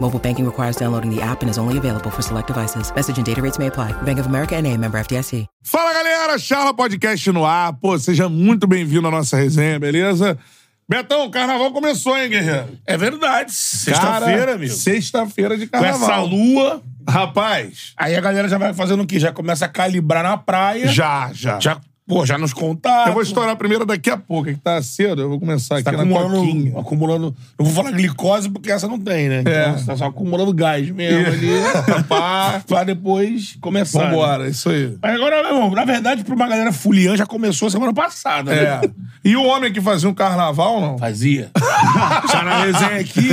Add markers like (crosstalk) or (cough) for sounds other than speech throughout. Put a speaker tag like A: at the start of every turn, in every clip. A: Mobile banking requires downloading the app and is only available for select devices. Message and data rates may apply. Bank of America and a member FDIC.
B: Fala galera, Charla Podcast no ar. Pô, seja muito bem-vindo à nossa resenha, beleza? Betão, o carnaval começou, hein, guerreiro?
C: É
B: Cara,
C: verdade. Sexta-feira, amigo.
B: Sexta-feira de
C: Com
B: carnaval.
C: essa lua.
B: Rapaz,
C: Aí a galera já vai fazendo o quê? Já começa a calibrar na praia.
B: já, já.
C: Já, pô, já nos contatos.
B: Eu vou estourar a primeira daqui a pouco, é que tá cedo. Eu vou começar aqui né?
C: Tá
B: na coquinha.
C: acumulando, acumulando. Não vou falar glicose porque essa não tem, né?
B: É.
C: Então, você tá só acumulando gás mesmo ali. né?
B: (laughs) Pá,
C: pra depois começar. né?
B: vambora, isso aí.
C: Mas agora, meu irmão, na verdade, pra uma galera fuliã já começou semana passada.
B: É.
C: Né?
B: E o homem que fazia um carnaval, não? É.
C: Fazia. Já na
B: (laughs)
C: resenha (laughs) aqui,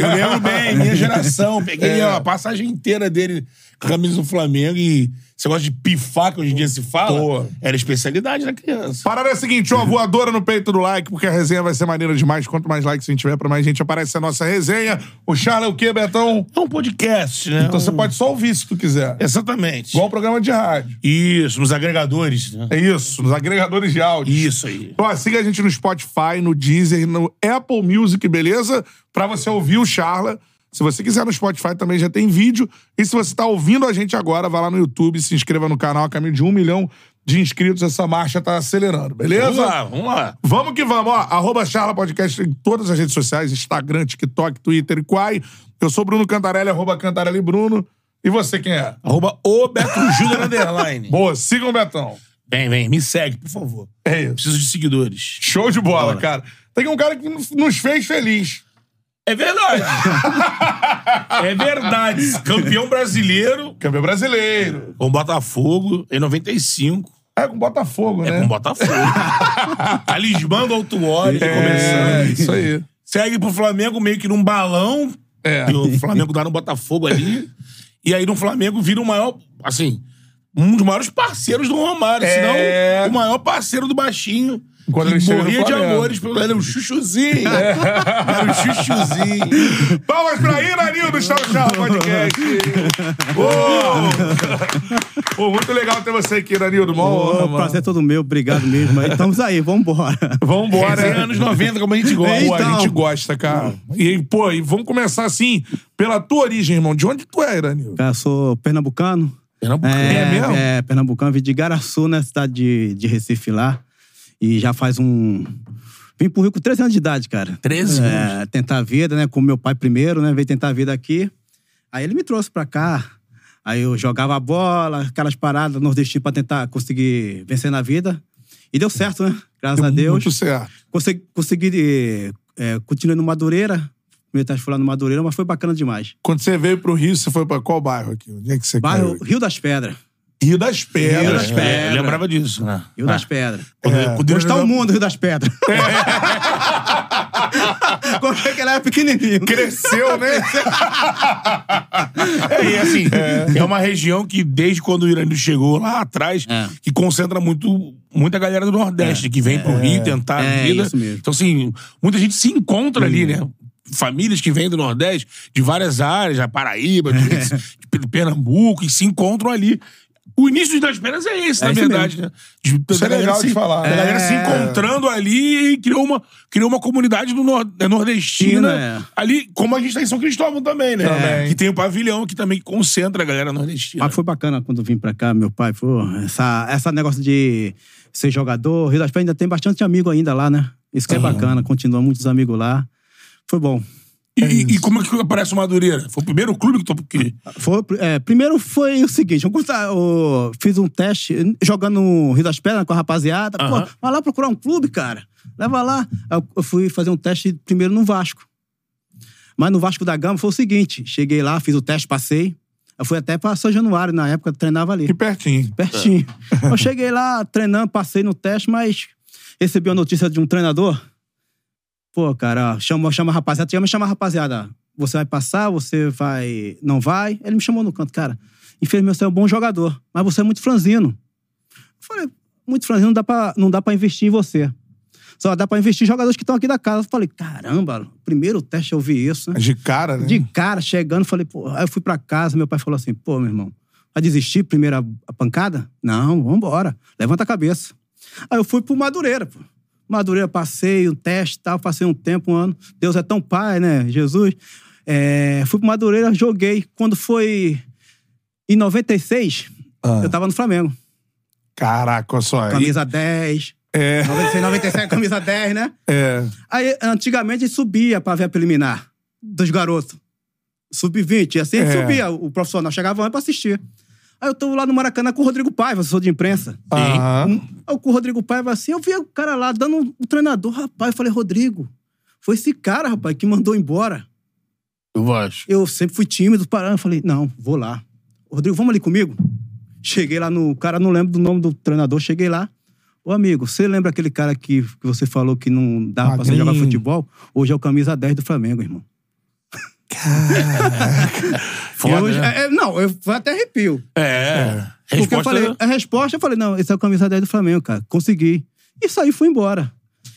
C: eu lembro bem, minha geração. Peguei ó, a passagem inteira dele com a camisa do Flamengo e você gosta de pifar, que hoje em dia se fala.
B: Pô.
C: Era especialidade da criança.
B: Parada é a seguinte, ó, voadora no peito do like, porque a resenha vai ser maneira demais. Quanto mais likes a gente tiver, pra mais gente aparece a nossa resenha. O Charla é o quê, Betão?
C: É um podcast, né?
B: Então você
C: Um-
B: pode só ouvir se tu quiser.
C: Exatamente.
B: Igual o programa de rádio.
C: Isso, nos agregadores, né?
B: É isso, nos agregadores de áudio. Então,
C: Isso aí.
B: Ó, siga a gente no Spotify, no Deezer, no Apple Music, beleza? Pra você ouvir o Charla. Se você quiser no Spotify também já tem vídeo. E se você tá ouvindo a gente agora, vá lá no YouTube, se inscreva no canal. A caminho de um milhão de inscritos, essa marcha tá acelerando, beleza?
C: Vamos lá, vamos lá.
B: Vamos que vamos, ó. Arroba Charla Podcast em todas as redes sociais: Instagram, TikTok, Twitter e Quai. Eu sou Bruno Cantarelli, arroba Cantarelli Bruno. E você quem é?
C: Arroba o Beto Júnior Underline.
B: Boa, sigam o Betão.
C: Vem, vem, me segue, por favor.
B: É isso.
C: Preciso de seguidores.
B: Show de bola,
C: Bora.
B: cara. Tem um cara que nos fez feliz.
C: É verdade. (laughs) é verdade. Campeão brasileiro
B: Campeão brasileiro.
C: com Botafogo em 95.
B: É com Botafogo,
C: É
B: né? (laughs)
C: com Botafogo. Talismã do Autuori,
B: É,
C: começando.
B: isso aí.
C: Segue pro Flamengo meio que num balão.
B: É.
C: E o Flamengo dá no Botafogo ali. E aí no Flamengo vira o maior, assim, um dos maiores parceiros do Romário.
B: É.
C: Se não, o maior parceiro do Baixinho.
B: Quando
C: que
B: ele chega no
C: morria de
B: Flamengo. É.
C: amores pelo... Era o chuchuzinho. Era o chuchuzinho.
B: Palmas pra Iranildo, está no Charla Podcast.
C: (laughs)
B: Ô! Pô, muito (laughs) legal ter você aqui, Iranildo. Uma honra,
D: Ô,
B: mano.
D: prazer é todo meu, obrigado mesmo. Aí Estamos aí, vambora.
B: Vambora.
C: Resenha anos 90, como a gente gosta.
B: Pô, a
D: Então.
B: gente gosta, cara. E, pô, e vamos começar assim, pela tua origem, irmão. De onde tu é, Iranil?
D: Eu sou pernambucano.
C: Pernambucano.
B: É mesmo?
D: É, pernambucano. Vim de Garaçu, na cidade de, de Recife lá. E já faz um... Vim pro Rio com 13 anos de idade, cara.
C: 13
D: É, tentar a vida, né? Com meu pai primeiro, né? Veio tentar a vida aqui. Aí ele me trouxe pra cá. Aí eu jogava bola, aquelas paradas nordestinas pra tentar conseguir vencer na vida. E deu certo, né? Graças a Deus.
B: Muito certo.
D: Consegui, consegui é, continuar no Madureira. Meu teste foi lá no Madureira, mas foi bacana demais.
B: Quando você veio pro Rio, você foi pra qual bairro aqui? Onde é que você
D: Bairro
B: caiu?
D: Rio das Pedras.
B: Rio das Pedras.
D: Rio das Pedras.
C: eu lembrava disso, né?
B: (laughs)
D: Rio das Pedras.
C: Quando- quando eu
D: Hoje tá
C: jogava-
D: o mundo, Rio das Pedras. Quando
B: é
D: aquela era pequenininho.
B: Cresceu, né?
C: É, e assim, é. uma região que desde quando o Iranil chegou lá atrás,
D: É.
C: que concentra muito, muita galera do Nordeste, que vem pro Rio tentar a
D: É,
C: vida.
D: isso mesmo.
C: Então, assim, muita gente se encontra ali, né? Famílias que vêm do Nordeste, de várias áreas, da Paraíba, de,
D: É.
C: de Pernambuco, e se encontram ali. O início das penas é esse,
D: É
C: na
D: isso
C: verdade, né? De- da
B: Isso é
C: galera
B: legal
C: se-
B: de falar,
C: da
B: né?
C: galera se
B: É.
C: encontrando ali e criou uma, criou uma comunidade do nor- é nordestina.
D: Sim, né?
C: Ali, como a gente tá em São Cristóvão também, Ah, né?
B: Também.
C: Que tem o pavilhão que também concentra a galera nordestina.
D: (laughs) Mas foi bacana quando eu vim pra cá, meu pai. Pô, essa, essa negócio de ser jogador, Rio das Pedras ainda tem bastante amigo ainda lá, né? Isso que é bacana, continua muitos amigos lá. Foi bom.
C: E E, e- e como é que aparece o Madureira? Foi o primeiro clube que... tu- que...
D: Foi, é, primeiro foi o seguinte, eu, gostava- eu fiz um teste jogando no Rio das Pedras com a rapaziada.
C: Aham.
D: Pô, vai lá procurar um clube, cara. Leva lá. Aí Eu, eu fui fazer um teste primeiro no Vasco. Mas no Vasco da Gama foi o seguinte, cheguei lá, fiz o teste, passei. Eu fui até pra São Januário, na época, treinava ali
B: Que pertinho.
D: (laughs) pertinho. Eu cheguei lá treinando, passei no teste, mas recebi a notícia de um treinador. Pô, cara, ó, chama, chama a rapaziada, chama, chama a rapaziada. Você vai passar, você vai. Não vai. Ele me chamou no canto, cara. Enfermeiro, você é um bom jogador, mas você é muito franzino. Eu falei, muito franzino, não dá pra, não dá pra investir em você. Só dá pra investir em jogadores que estão aqui da casa. Eu falei, caramba, primeiro teste eu vi isso, né?
B: De cara, né?
D: De cara, chegando, falei, pô, aí eu fui pra casa, meu pai falou assim, pô, meu irmão, vai desistir primeira a pancada? Não, vambora, levanta a cabeça. Aí eu fui pro Madureira, pô. Madureira, passei um teste e tal, passei um tempo, um ano. Deus é tão pai, né, Jesus? É, fui pro Madureira, joguei. Quando foi em 96,
B: Ah.
D: eu tava no Flamengo.
B: Caraca, olha só. aí.
D: Camisa 10.
B: É.
D: 96, 97, camisa 10, né?
B: É.
D: Aí, antigamente, subia pra ver a preliminar dos garotos. Sub-20. E Assim,
B: É.
D: subia o profissional. Chegava antes pra assistir. Aí eu tô lá no Maracanã com o Rodrigo Paiva, assessor de imprensa.
B: Aham.
D: Aí eu com o Rodrigo Paiva assim, eu vi o cara lá dando o treinador, rapaz. Eu falei, Rodrigo, foi esse cara, rapaz, que mandou embora.
C: Eu Vasco.
D: Eu sempre fui tímido, parando. Eu falei, não, vou lá. Rodrigo, vamos ali comigo? Cheguei lá no. Cara, não lembro do nome do treinador, cheguei lá. Ô, amigo, você lembra aquele cara que, que você falou que não dava pra você
B: Magrinho.
D: jogar futebol? Hoje é o camisa 10 do Flamengo, irmão.
C: Foda,
D: Hoje-
C: né?
D: é, é, não, eu até arrepio.
C: É.
D: Porque eu
C: Resposta...
D: falei, a resposta, eu falei, não, esse é o camisa 10 do Flamengo, cara. Consegui. E saí e fui embora.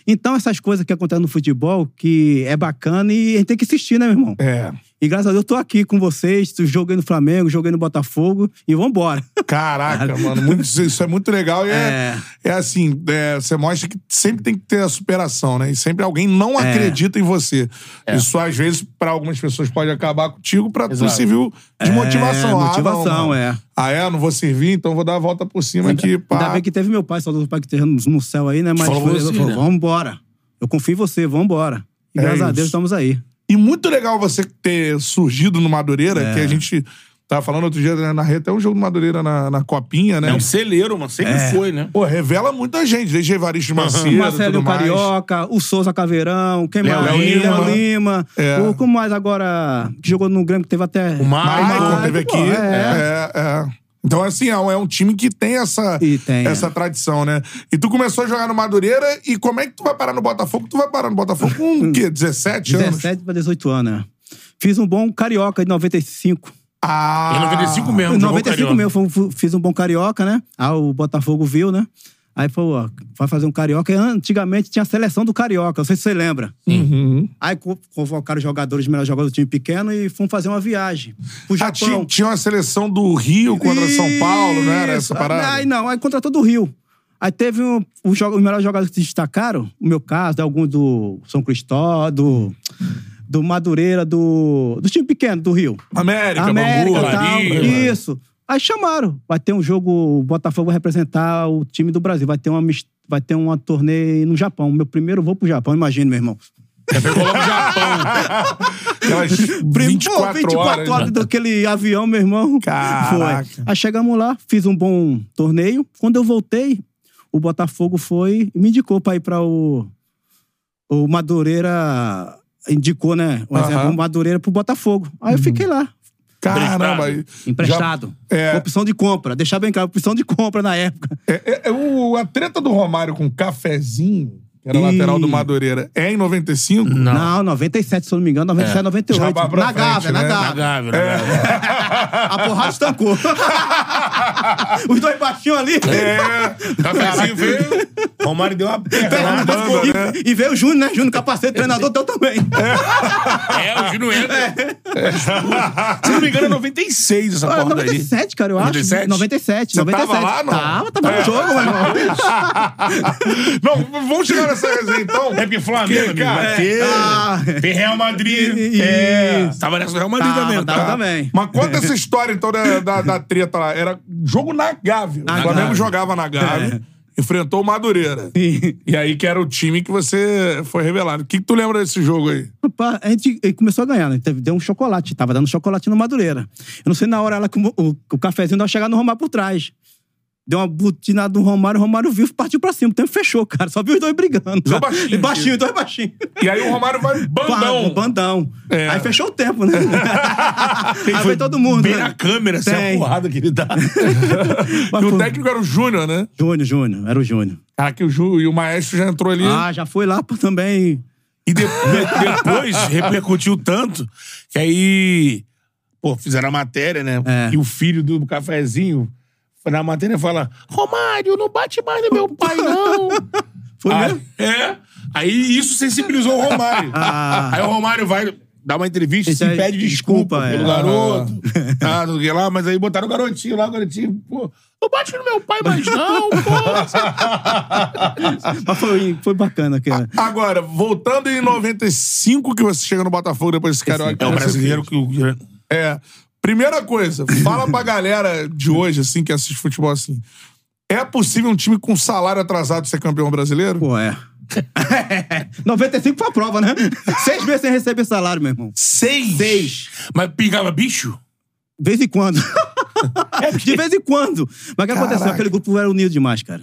D: Então, essas coisas que acontecem no futebol, que é bacana e a gente tem que assistir, né, meu irmão?
B: É.
D: E graças a Deus eu tô aqui com vocês, joguei no Flamengo, joguei no Botafogo e vambora.
B: Caraca, mano. muito- isso é muito legal. E é, é assim, é, você mostra que sempre tem que ter a superação, né? E sempre alguém não
D: É.
B: acredita em você. Isso, às vezes, pra algumas pessoas pode acabar contigo, pra tu
C: Exato.
B: se viu de motivação.
D: É,
B: Ah, não,
D: motivação,
B: mano.
D: é.
B: Ah, é? Não vou servir, então vou dar a volta por cima aqui. Pá.
D: Ainda bem que teve meu pai, saudoso pai que esteja no no céu aí, né? Mas
C: Falou
D: foi,
C: você,
D: falou,
C: né?
D: vambora. Eu confio em você, vambora. E
B: É
D: graças a
B: isso.
D: Deus estamos aí.
B: E muito legal você ter surgido no Madureira,
D: É.
B: que a gente tava falando outro dia né, na rede, até um jogo do Madureira na, na Copinha, né?
C: É um celeiro, mano. Sempre
D: É.
C: foi, né?
B: Pô, revela muita gente, desde Evaristo Macedo,
D: O
B: tudo
D: Marcelinho
B: mais.
D: Carioca, o Souza Caveirão, quem
C: Léo
D: mais?
C: Lima.
D: Léo Lima.
B: É.
D: O, como mais agora que jogou no Grêmio que teve até.
C: O Maicon
B: Maicon
C: Maicon,
B: teve
D: pô,
B: aqui.
D: é.
B: É, é. Então, assim, é um, é um time que tem essa,
D: E tem,
B: essa
D: é.
B: tradição, né? E tu começou a jogar no Madureira, e como é que tu vai parar no Botafogo? Tu vai parar no Botafogo com o
D: (laughs)
B: quê? 17, anos?
D: 17 para 18 anos, né? Fiz um bom carioca de 95.
B: Ah!
C: Em
D: é
C: 95 mesmo,
D: Em
C: jogou
D: 95
C: carioca.
D: mesmo, foi um- fu- fiz um bom carioca, né? Aí o Botafogo viu, né? Aí falou, ó, vai fazer um carioca. E antigamente tinha a seleção do carioca, não sei se você lembra.
B: Uhum.
D: Aí co- convocaram os jogadores, os melhores jogadores do time pequeno e fomos fazer uma viagem pro
B: Ah, tinha,
D: Japão.
B: tinha uma seleção do Rio contra São Paulo, não era
D: Isso.
B: essa parada?
D: Aí não, aí contratou do Rio. Aí teve um, os, jo- os melhores jogadores que se destacaram, no meu caso, né, alguns do São Cristóvão, do, do Madureira, do, do time pequeno do Rio.
B: América, Bangu,
D: América e tal.
C: Bahia.
D: Isso. Aí chamaram. Vai ter um jogo, o Botafogo vai representar o time do Brasil. Vai ter uma, mis- vai ter uma turnê no Japão. Meu primeiro voo pro Japão, imagina, meu irmão. (laughs)
B: Aquelas
D: Prim-
B: 24,
D: Pô, 24
B: horas. né?
D: horas,
C: né?
D: daquele avião, meu irmão.
B: Caraca.
D: Foi. Aí chegamos lá, fiz um bom torneio. Quando eu voltei, o Botafogo foi e me indicou pra ir pra o. O Madureira indicou, né? O
B: Aham.
D: exemplo, Madureira pro Botafogo. Aí eu fiquei lá.
B: Caramba. aí-
D: Emprestado.
B: Já- é.
D: Opção de compra. Deixar bem claro, opção de compra na época.
B: É, é, é o, a treta do Romário com o cafezinho, que era
D: Ih.
B: lateral do Madureira, é em 95?
D: Não, 97, se eu não me engano, 97, 98.
B: É. Já vai pra
D: na Gávea,
B: frente,
D: na
B: né?
C: Na
D: Gávea.
C: Gávea, né? na Gávea.
D: A
B: (laughs)
D: porrada estancou. Os dois baixinhos ali.
B: É,
D: É.
C: Cafezinho veio, Romário deu uma perna.
B: banda, né?
D: e, e veio o Júnior, né? Júnior, capacete, treinador, teu também.
C: É, o Gino entra. Se não me engano, é 96 essa
D: Ah,
C: porra daí.
D: 97, cara, eu acho.
C: 97?
D: 97,
B: Você
D: 97.
B: tava lá, não? É.
D: Tava, tava no jogo, meu
B: (laughs)
D: irmão.
B: Não, vamos chegar nessa resenha então.
C: (laughs) É porque Flamengo,
B: Que, cara,
C: amigo, é. bateu.
D: Ah,
C: Tem Real Madrid.
D: Isso.
C: É. Tava nessa do Real Madrid
D: Tava,
C: também.
D: tava
C: tá?
D: também.
B: Mas conta essa história, então, da, da, da treta lá. Era jogo na Gávea. É.
D: Na
B: o Flamengo
D: Gávea.
B: jogava na Gávea. enfrentou o Madureira.
D: Sim.
B: E aí que era o time que você foi revelado. O que, que tu lembra desse jogo aí?
D: Rapaz, a gente eh, começou a ganhar, né? Teve- Deu um chocolate, tava dando chocolate no Madureira. Eu não sei na hora ela, com o, o, o cafezinho tava chegando no Romário por trás. Deu uma butinada no Romário, o Romário viu, partiu pra cima. O tempo fechou, cara. Só viu os dois brigando.
B: Dois baixinhos.
D: baixinho, dois baixinhos.
B: E aí o Romário vai
D: Pá,
B: bandão.
D: bandão.
B: É.
D: Aí fechou o tempo, né?
C: Tem- foi
D: Aí veio todo mundo.
C: Bem
D: né?
C: na câmera, assim, a
D: Tem.
C: porrada que ele dá.
B: E
D: Mas
B: o
D: foi-
B: técnico era o Júnior, né?
D: Júnior, Júnior, era o Júnior.
B: Cara, Ah, que o Ju e o Maestro já entrou ali.
D: Ah, já foi lá pô, também.
C: E de- de-
D: (laughs)
C: depois repercutiu tanto que aí, pô, fizeram a matéria, né?
D: É.
C: E o filho do cafezinho foi na matéria e fala: Romário, não bate mais no meu pai, não.
D: Foi
C: aí,
D: mesmo?
C: é. Aí isso sensibilizou o Romário.
B: (laughs)
D: Ah.
C: Aí o Romário vai dar uma entrevista e
D: Isso
C: se
D: aí,
C: pede desculpa,
D: desculpa, é.
C: pelo garoto.
B: é.
C: Ah, não sei lá, mas aí botaram o garotinho lá, o garotinho, pô. Não bate no meu pai mais não, pô.
D: Mas foi, foi bacana.
C: Ah.
D: Cara.
B: (laughs) Agora, voltando em 95 que você chega no Botafogo depois desse carioca.
C: É o
B: que você
C: brasileiro que... o-
B: É. Primeira coisa, fala pra galera de hoje, assim, que assiste futebol assim. É possível um time com salário atrasado ser campeão brasileiro?
D: Pô, é. (laughs) 95 foi a prova, né? Seis meses sem receber salário, meu irmão.
C: Seis.
D: Seis.
C: Mas pingava bicho?
D: De vez em quando. de vez em quando. Mas o que aconteceu? Aquele grupo era unido demais, cara.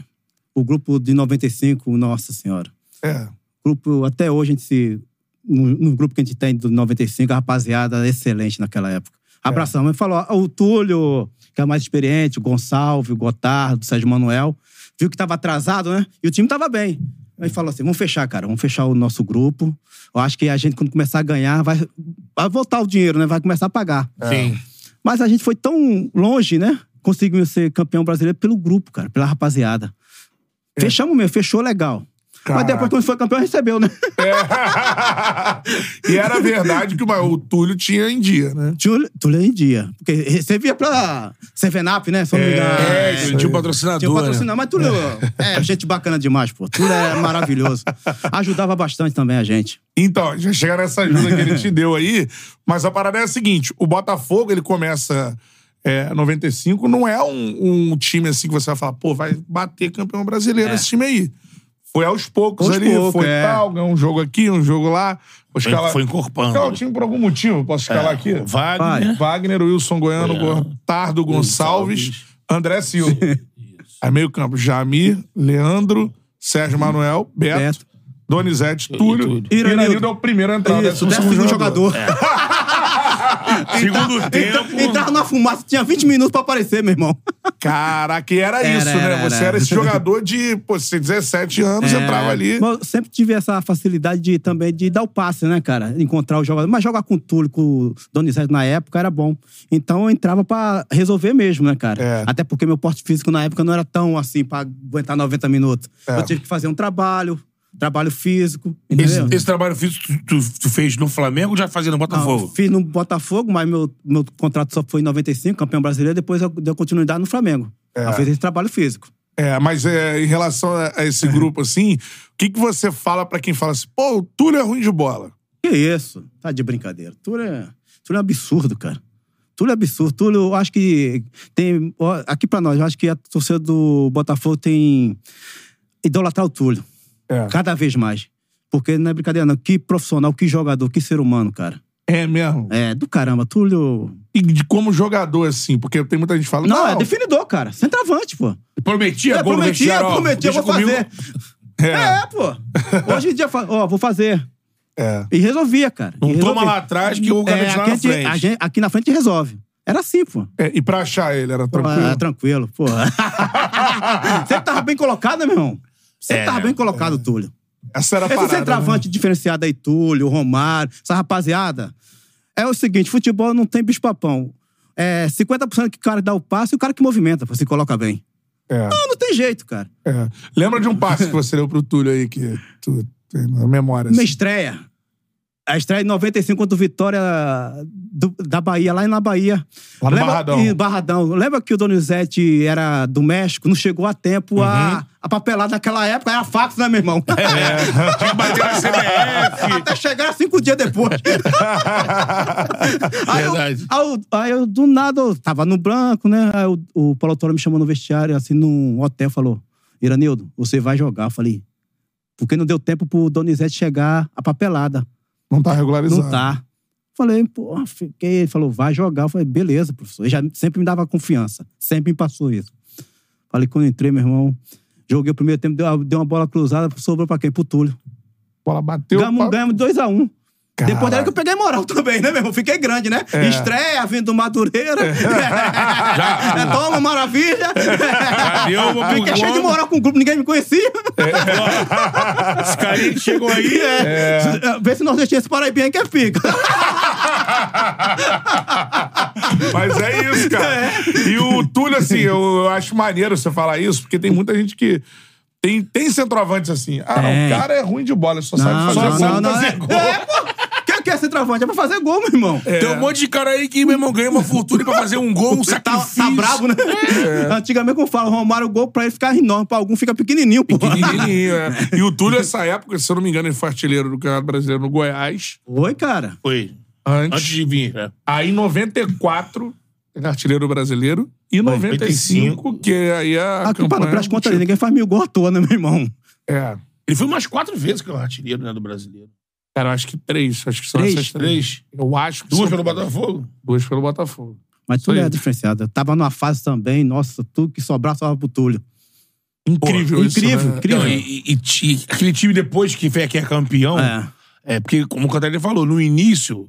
D: O grupo de 95, nossa senhora.
B: É.
D: Grupo, até hoje a gente se. No, no grupo que a gente tem do 95, a rapaziada era excelente naquela época. Abraçamos. Ele falou: ó, o Túlio, que é mais experiente, o Gonçalves, o Gotardo, o Sérgio Manuel, viu que tava atrasado, né? E o time tava bem. Aí falou assim: vamos fechar, cara, vamos fechar o nosso grupo. Eu acho que a gente, quando começar a ganhar, vai, vai voltar o dinheiro, né? Vai começar a pagar.
C: Sim.
D: Mas a gente foi tão longe, né? Conseguimos ser campeão brasileiro pelo grupo, cara, pela rapaziada. Fechamos mesmo, fechou legal.
B: Caraca.
D: Mas depois, quando foi campeão, recebeu, né? (laughs)
B: É. (laughs) e era verdade que o, Ma- o Túlio tinha em dia, né?
D: Túlio Túlio é em dia. Porque recebia pra Sevenap, né? Só não me engano.
C: É,
D: É,
C: tinha um patrocinador.
D: Tinha
C: né?
D: patrocinado, mas Túlio é gente bacana demais, pô. Túlio é maravilhoso. Ajudava bastante também a gente.
B: Então, já chegaram nessa ajuda que ele te deu aí, mas a parada é a seguinte: o Botafogo ele começa é, 95, não é um, um time assim que você vai falar, pô, vai bater campeão brasileiro esse time aí. Foi aos poucos
D: Aos
B: ali,
D: poucos,
B: foi
D: é.
B: tal, ganhou um jogo aqui, um jogo lá. Vou
C: Foi-
B: escalar-
C: foi encorpando.
B: Escalar o time por algum motivo, posso escalar aqui? né?
C: Wagner.
B: Wagner, Wilson Goiano, Gotardo Gonçalves,
C: Gonçalves.
B: André Silva. Aí meio campo, Jamir, Leandro, Sérgio Manuel, Beto,
D: Beto.
B: Donizete, Túlio.
C: Túlio.
B: E Iranildo
D: Iranildo
B: é o primeiro a entrar,
D: Isso,
B: o
D: décimo
B: segundo
D: jogador. (laughs)
C: Segundo
D: Entra-
C: tempo.
D: Entrava na fumaça, tinha 20 minutos pra aparecer, meu irmão.
B: Caraca, e era,
D: Era,
B: isso, né?
D: era,
B: Você era,
D: era.
B: esse jogador de, pô, você tinha 17 anos, entrava ali.
D: É, Mas eu sempre tive essa facilidade de, também de dar o passe, né, cara? Encontrar o jogador. Mas jogar com o Túlio, com o Donizete na época era bom. Então eu entrava pra resolver mesmo, né, cara?
B: É.
D: Até porque meu porte físico na época não era tão assim pra aguentar 90 minutos.
B: É.
D: Eu tive que fazer um trabalho, trabalho físico.
C: Esse,
D: Entendeu?
C: esse trabalho físico tu, tu- tu fez no Flamengo ou já fazia no
B: é
D: Não,
C: Botafogo?
D: fiz no Botafogo, mas meu, meu contrato só foi em 95, campeão brasileiro, depois eu deu continuidade no Flamengo.
B: É.
D: Eu fiz esse trabalho físico.
B: É, mas é, em relação a, a
D: É.
B: esse grupo, assim, o que, que você fala pra quem fala assim, pô, o Túlio é ruim de bola?
D: Que isso? Tá de brincadeira. Túlio é, Túlio é um absurdo, cara. Túlio é absurdo. Túlio, eu acho que tem. ó, Aqui pra nós, eu acho que a torcida do Botafogo tem. idolatrar o Túlio.
B: É.
D: Cada vez mais. Porque não é brincadeira, não. Que profissional, que jogador, que ser humano, cara.
B: É mesmo.
D: É, do caramba. Túlio.
B: E de como jogador, assim, porque tem muita gente que fala,
D: Não,
B: não,
D: é definidor, cara. Centroavante, pô.
C: Prometia,
D: É,
C: gol no
D: prometia,
C: vestiário, ó,
D: prometia,
C: deixa
D: vou
C: comigo.
D: fazer. É. pô. Hoje em dia, fa- ó, vou fazer.
B: É.
D: E resolvia, cara.
C: Não
D: e
C: toma
D: resolvia.
C: lá atrás que o
D: É,
C: garoto lá
D: aqui, a
C: na
D: gente-
C: frente.
D: a gente- aqui na frente resolve. Era assim, pô.
B: É, e pra achar ele, era tranquilo.
D: Ah, tranquilo,
C: (laughs)
D: pô. Sempre tava bem colocado, né, meu irmão? Sempre
C: É, Tá
D: tava
C: né?
D: bem colocado, Túlio.
B: Essa era a
D: Esse
B: parada. né?
D: centroavante diferenciado aí, Túlio, Romário, essa rapaziada. É o seguinte, futebol não tem bicho-papão. É 50% que o cara dá o passe e o cara que movimenta, pô, se coloca bem.
B: né?
D: Não, não tem jeito, cara.
B: É, é. Lembra de um passe que você deu pro Túlio aí, que tu tem na memória.
D: Minha
B: Assim.
D: estreia. A estreia de 95 contra o Vitória do- da Bahia, lá na Bahia.
B: Lá no Barradão.
D: Ih, Barradão. Lembra que o Donizete era do México? Não chegou a tempo
B: Uhum.
D: a, a papelar naquela época. Era fax, né, meu irmão?
B: É.
D: (laughs)
C: Tinha que bater na CBF.
D: Até chegar cinco dias depois. aí, eu,
C: Verdade.
D: aí, eu, aí eu, do nada, eu tava no branco, né? Aí o, o Paulo Autório me chamou no vestiário, assim, num hotel, falou: Iranildo, você vai jogar. Eu falei, porque não deu tempo pro Donizete chegar a papelada.
B: Não tá regularizado.
D: Não tá. Falei, pô, fiquei. Ele falou, vai jogar. Eu falei, beleza, professor. Ele já sempre me dava confiança. Sempre me passou isso. Falei, quando entrei, meu irmão, joguei o primeiro tempo, deu uma, deu uma bola cruzada, sobrou pra quem? Pro Túlio.
B: Bola bateu.
D: Ganhamos
B: pa-
D: 2x1. Um.
B: Caraca.
D: Depois daí que eu peguei moral (laughs) também, né, meu irmão? Fiquei grande, né?
B: É.
D: Estreia, vindo do Madureira.
C: Já.
D: (laughs) Toma, maravilha.
C: Já deu uma
D: Fiquei
C: bugona.
D: cheio de moral com o grupo, ninguém me conhecia.
C: Esse carinha que chegou aí.
D: (laughs) É. Vê se nós deixamos esse Paraibinha que é pica.
B: Mas é
D: (laughs)
B: isso, cara. E o Túlio, assim, eu, eu acho maneiro você falar isso, porque tem muita gente que. Tem, tem centroavantes assim. Ah, não, o
D: Tem.
B: cara é ruim de bola, ele só
D: Não,
B: sabe fazer
D: não,
B: gol.
D: não, não,
B: fazer
D: é.
B: gol.
D: É, pô. Quem quer ser travante? É pra fazer gol, meu irmão.
C: Tem um monte de cara aí que, meu irmão, ganha uma fortuna pra fazer um
D: (laughs)
C: gol, um
D: Tá,
C: sacrifício.
D: tá brabo, né? Antigamente, como fala, Romário, o gol pra ele ficar enorme, pra algum fica pequenininho, pô.
B: Pequenininho, é. E o Túlio, nessa época, se eu não me engano, ele foi artilheiro do Campeonato Brasileiro no Goiás.
D: (laughs) Oi, cara.
C: Foi.
B: Antes.
C: Antes de vir, né?
B: Aí, em 94, ele é artilheiro brasileiro. E 95,
C: 85,
B: que aí a.
D: Ah,
B: campanha
D: para pelas
B: do
D: contas ali,
B: título.
D: ninguém faz mil gol à toa, né, meu irmão?
B: É.
C: Ele foi umas quatro vezes que é o artilheiro né, do brasileiro.
B: Cara, eu acho que três. Acho que são
D: Três?
B: essas três. Eu acho que
C: Duas
B: são-
C: pelo Botafogo.
B: Duas pelo Botafogo.
D: Mas
B: Isso
D: Túlio
B: aí.
D: é diferenciado. Eu tava numa fase também, nossa, tudo que sobrar sobrava pro Túlio.
B: Incrível isso,
D: incrível,
B: né?
D: incrível.
C: Não, e, e- e ti- aquele time depois que, foi, que é campeão, é.
D: É.
C: porque, como o Catarina falou, no início,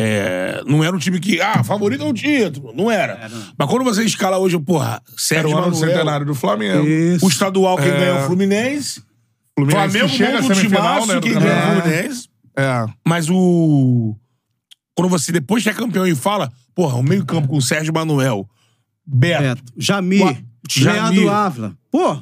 C: é, não era um time que, ah, favorito é o título. Não era. Mas quando você escala hoje, porra,
B: É, Era
C: Sérgio
B: o ano do
C: Manuel,
B: centenário do Flamengo.
D: Isso.
C: o estadual quem
B: É.
C: ganhou ganha é o Fluminense,
B: Fluminense
C: Flamengo
B: que chega
C: monta
B: à
C: um
B: semifinal,
C: timaço,
B: né? do
C: quem ganha é o
B: campeonato.
C: Fluminense.
B: É.
C: Mas o. Quando você, depois que é campeão e fala, porra, o meio-campo com o Sérgio Manuel, Beto,
D: Beto, Jami,
C: Qua- Jami.
D: Leandro Ávila. Pô,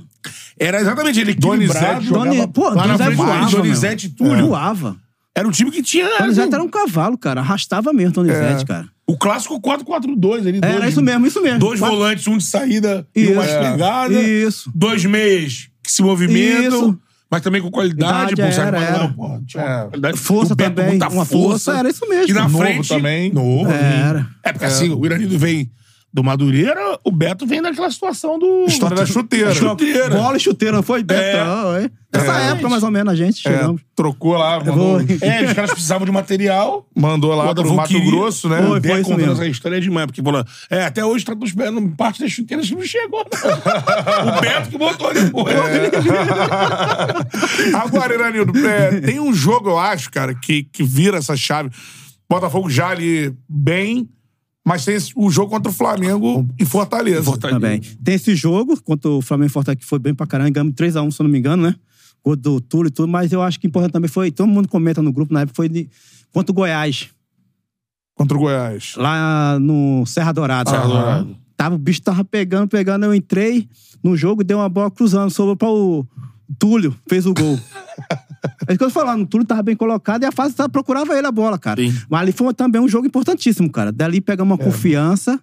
C: era exatamente ele
B: Donizete
C: equilibrado.
B: jogava
D: Doni, pô,
B: lá na
D: Donizete
B: frente,
D: voava, meu.
C: Donizete e Túlio.
D: Voava.
C: né? Era um time que tinha.
D: Donizete era um cavalo, cara. Arrastava mesmo Donizete, cara. É,
C: O clássico 4-4-2 ali.
D: Era
C: dois-
D: isso mesmo, isso mesmo.
C: Dois
D: Quatro-
C: volantes, um de saída e
D: Isso.
C: uma de pegada.
D: Isso.
C: Dois meias que se movimentam.
D: Isso.
C: Mas também com qualidade,
D: Idade,
C: pô, Sérgio
D: era,
C: Manuel,
D: era.
C: porra, tinha uma
B: É.
C: qualidade.
D: Força
C: O Beto
D: também,
C: muita
D: uma força, era isso mesmo.
C: E na
D: Novo
C: frente...
B: também.
C: Novo.
D: Era.
C: É, porque assim, o Iranido vem do Madureira, o Beto vem daquela situação do...
B: História da chuteira.
C: Chuteira.
D: Bola e chuteira, não foi? Beto.
C: É.
D: ó, é. Nessa
C: É.
D: época, mais ou menos, a gente
B: É,
D: chegamos.
B: trocou lá, mandou,
D: Foi.
C: É, os caras precisavam de material.
B: mandou
C: O
B: lá pro
C: Botafogo
B: Mato
C: queria.
B: Grosso, né?
D: Foi,
C: Até
D: foi isso
C: contando
D: mesmo.
C: essa história é demais, porque falou, é, até hoje tá esperando parte das chuteiras que não chegou.
B: (laughs)
C: não. o Beto que botou depois.
B: É. Agora, (laughs) Iranildo, é, tem um jogo, eu acho, cara, que, que vira essa chave. Botafogo já ali bem, mas tem esse- o jogo contra o Flamengo e Fortaleza.
D: Também. Tá Tem esse jogo contra o Flamengo e Fortaleza, que foi bem pra caramba. Ganhamos 3x1, se eu não me engano, né? Gol do Túlio e tudo. Mas eu acho que importante também foi... Todo mundo comenta no grupo, na época, foi de, contra o Goiás.
B: Contra o Goiás.
D: lá no Serra Dourada.
C: Serra Dourada.
D: Tava, o bicho tava pegando, pegando. Eu entrei no jogo, dei uma bola cruzando, sobrou pra o Túlio, fez o
B: (laughs)
D: gol. É isso que eu tô falando, o Túlio tava bem colocado e a fase tava, procurava ele a bola, cara.
C: Sim.
D: Mas ali foi também um jogo importantíssimo, cara. Dali pegamos uma confiança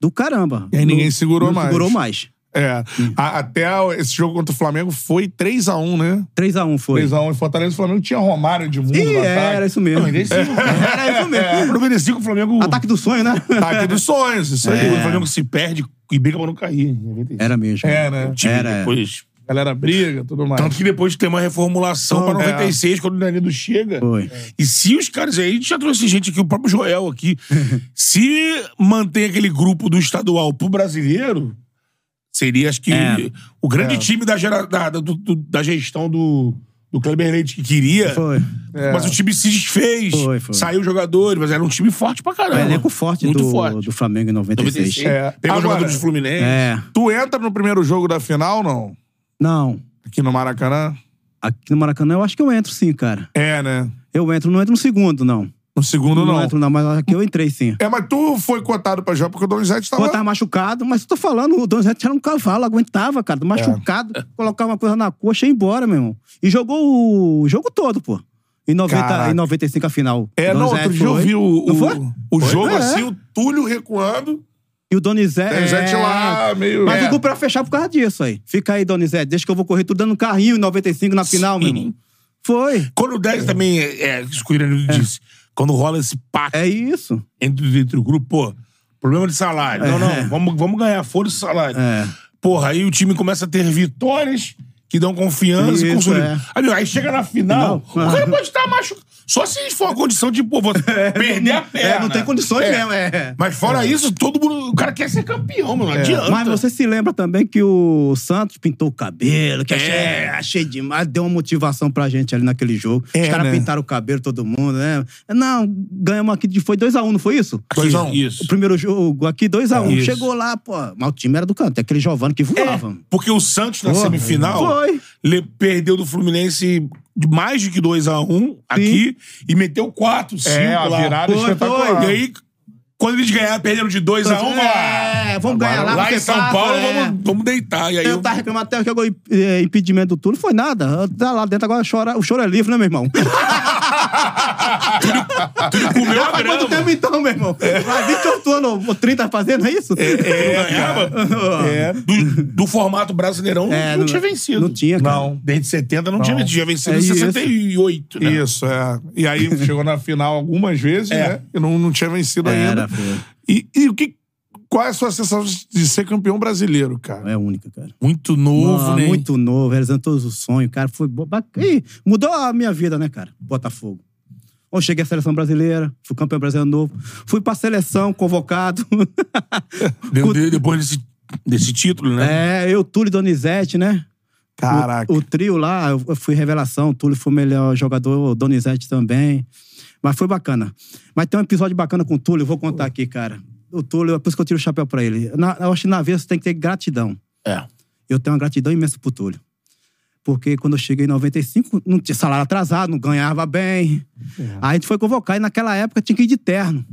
D: do caramba.
B: É. E aí ninguém
D: Não-
B: segurou
D: não
B: mais.
D: Segurou mais.
B: É. A- até esse jogo contra o Flamengo foi 3x1, né?
D: 3x1 foi.
B: 3x1 em Fortaleza. O Flamengo tinha Romário de mundo.
D: Ih, é, era isso mesmo. Era isso mesmo.
C: 95, o
B: É.
C: Flamengo...
D: Ataque do sonho, né?
C: Tá
B: Ataque dos sonhos, isso
D: É.
B: aí.
C: O Flamengo se perde e briga pra não cair. em 95.
D: Era mesmo.
B: É, né?
C: O time
D: Era.
C: depois...
B: Galera briga, tudo mais.
C: Tanto que depois tem uma reformulação
D: É.
C: pra 96, quando o Danilo chega.
D: Foi.
C: E se os caras aí, a gente já trouxe gente aqui, o próprio Joel
D: (laughs)
C: aqui, se mantém aquele grupo do estadual pro brasileiro, seria acho que
D: É.
C: o grande time da, gera- da- da- do- do- da gestão do, do Kleber Leite que queria.
D: Foi. É.
C: Mas o time se desfez,
D: Foi, foi.
C: saiu jogadores, mas era um time forte pra
D: O
C: caramba.
D: elenco forte,
C: Muito
D: do,
C: forte.
D: do Flamengo em 96.
C: 96.
B: É.
C: Pegou
B: Agora-
C: jogadores do Fluminense.
D: É.
B: Tu entra no primeiro jogo da final, não?
D: Não.
B: Aqui no Maracanã?
D: Aqui no Maracanã eu acho que eu entro sim, cara.
B: É, né?
D: Eu entro, não entro no segundo, não.
B: No segundo, não.
D: entro, não, mas aqui eu entrei sim.
B: É, mas tu foi cotado pra jogar porque o Donizete
D: Pô,
B: tava...
D: eu tava machucado, mas eu tô falando, o Donizete era um cavalo, aguentava,
B: É.
D: cara. Machucado, colocava uma coisa na coxa e ia embora, meu irmão. E jogou o jogo todo, pô. Em, 90,
B: Caraca.
D: em 95 a final.
B: É, não, outro
D: Donizete
B: dia eu
D: foi.
B: vi o,
D: Não
B: o,
D: foi?
B: o jogo
D: É.
B: assim, o Túlio recuando,
D: E o
B: o
D: Donizete...
B: Donizete
D: é.
B: lá, meio...
D: Mas
B: É.
D: o grupo era fechar por causa disso aí. Fica aí, Donizete, deixa que eu vou correr tudo dando um carrinho em 95 na final, meu
C: Sim.
D: irmão. Foi.
C: Quando o 10 também, é, é, isso que o Irani disse, quando rola esse pacto
D: É isso.
C: entre, entre o grupo, pô, problema de salário. Não, não, vamos, vamos ganhar, foda-se o salário.
D: É.
C: Porra, aí o time começa a ter vitórias que dão confiança e
D: Isso,
C: consolidam.
D: é.
C: Aí, meu, aí chega na final,
D: Não.
C: o cara pode estar machucado. Só se for uma condição de,
D: (laughs)
C: pô, vou perder a É perna.
D: É, não tem condições mesmo, é.
C: Mas fora isso, todo mundo. O cara quer ser campeão, mano. Não adianta.
D: Mas você se lembra também que o Santos pintou o cabelo, que achei,
C: É.
D: achei demais, deu uma motivação pra gente ali naquele jogo.
B: É,
D: Os caras
B: né?
D: pintaram o cabelo, todo mundo, né? Não, ganhamos aqui, de- foi 2x1, não foi isso?
B: Dois a um.
C: Isso.
D: O primeiro jogo aqui, 2x1.
C: Isso.
D: Chegou lá, pô, mas o time era do canto, é aquele Giovano que voava.
C: Porque o Santos na
D: Porra,
C: semifinal
D: foi.
C: le- perdeu do Fluminense de mais do que 2x1 aqui e meteu 4, 5
B: É, a
C: lá.
B: virada
D: Foi,
B: espetacular.
C: E aí, quando eles ganharam, perderam de 2x1, vamos lá.
D: É, vamos ganhar lá.
C: "Ah, Lá
D: porque
C: em São
D: passa,
C: Paulo,
D: é.
C: vamos, vamos deitar. E aí,
D: Eu tá- tava
C: (laughs)
D: reclamando até que eu é, impedimento do turno, foi nada. Tá lá dentro agora, chora, o choro é livre, né,
C: (laughs)
D: meu irmão?
C: tudo comeu
D: Já
C: a
D: faz
C: grama.
D: quanto tempo então, meu irmão? Vai 28 anos ou 30 fazendo, é isso?
C: É, ganhava. É. Do, do formato brasileirão, não-
D: (laughs) É,
C: não, tinha vencido.
D: Não tinha, cara.
B: Não.
C: Desde 70 não, tinha vencido. Tinha vencido
D: É
C: em
D: isso.
C: 68, né?
B: Isso, é. E aí (laughs) chegou na final algumas vezes,
C: É.
B: né? E não, não tinha vencido
D: Era,
B: ainda. E, e o que, qual é a sua sensação de ser campeão brasileiro, cara?
D: É única, cara.
C: Muito novo,
D: Ah,
C: né?
D: Muito novo, realizando todos os sonhos, cara. Foi bo- bac- Ih, mudou a minha vida, né, cara? Botafogo. Eu cheguei à seleção brasileira, fui campeão brasileiro novo, fui pra seleção, convocado.
C: Deu- deu- Depois desse, desse título, né?
D: (laughs) é, eu, Túlio e Donizete, né?
B: Caraca.
D: O, o trio lá, eu fui revelação, o Túlio foi o melhor jogador, o Donizete também. Mas foi bacana. Mas tem um episódio bacana com o Túlio, eu vou contar aqui, cara. O Túlio, é por isso que eu tiro o chapéu pra ele. Na, eu acho que na vida você tem que ter gratidão.
C: É.
D: Eu tenho uma gratidão imensa pro Túlio. Porque quando eu cheguei em 95, não tinha salário atrasado, não ganhava bem.
C: É.
D: Aí a gente foi convocar e naquela época tinha que ir de terno.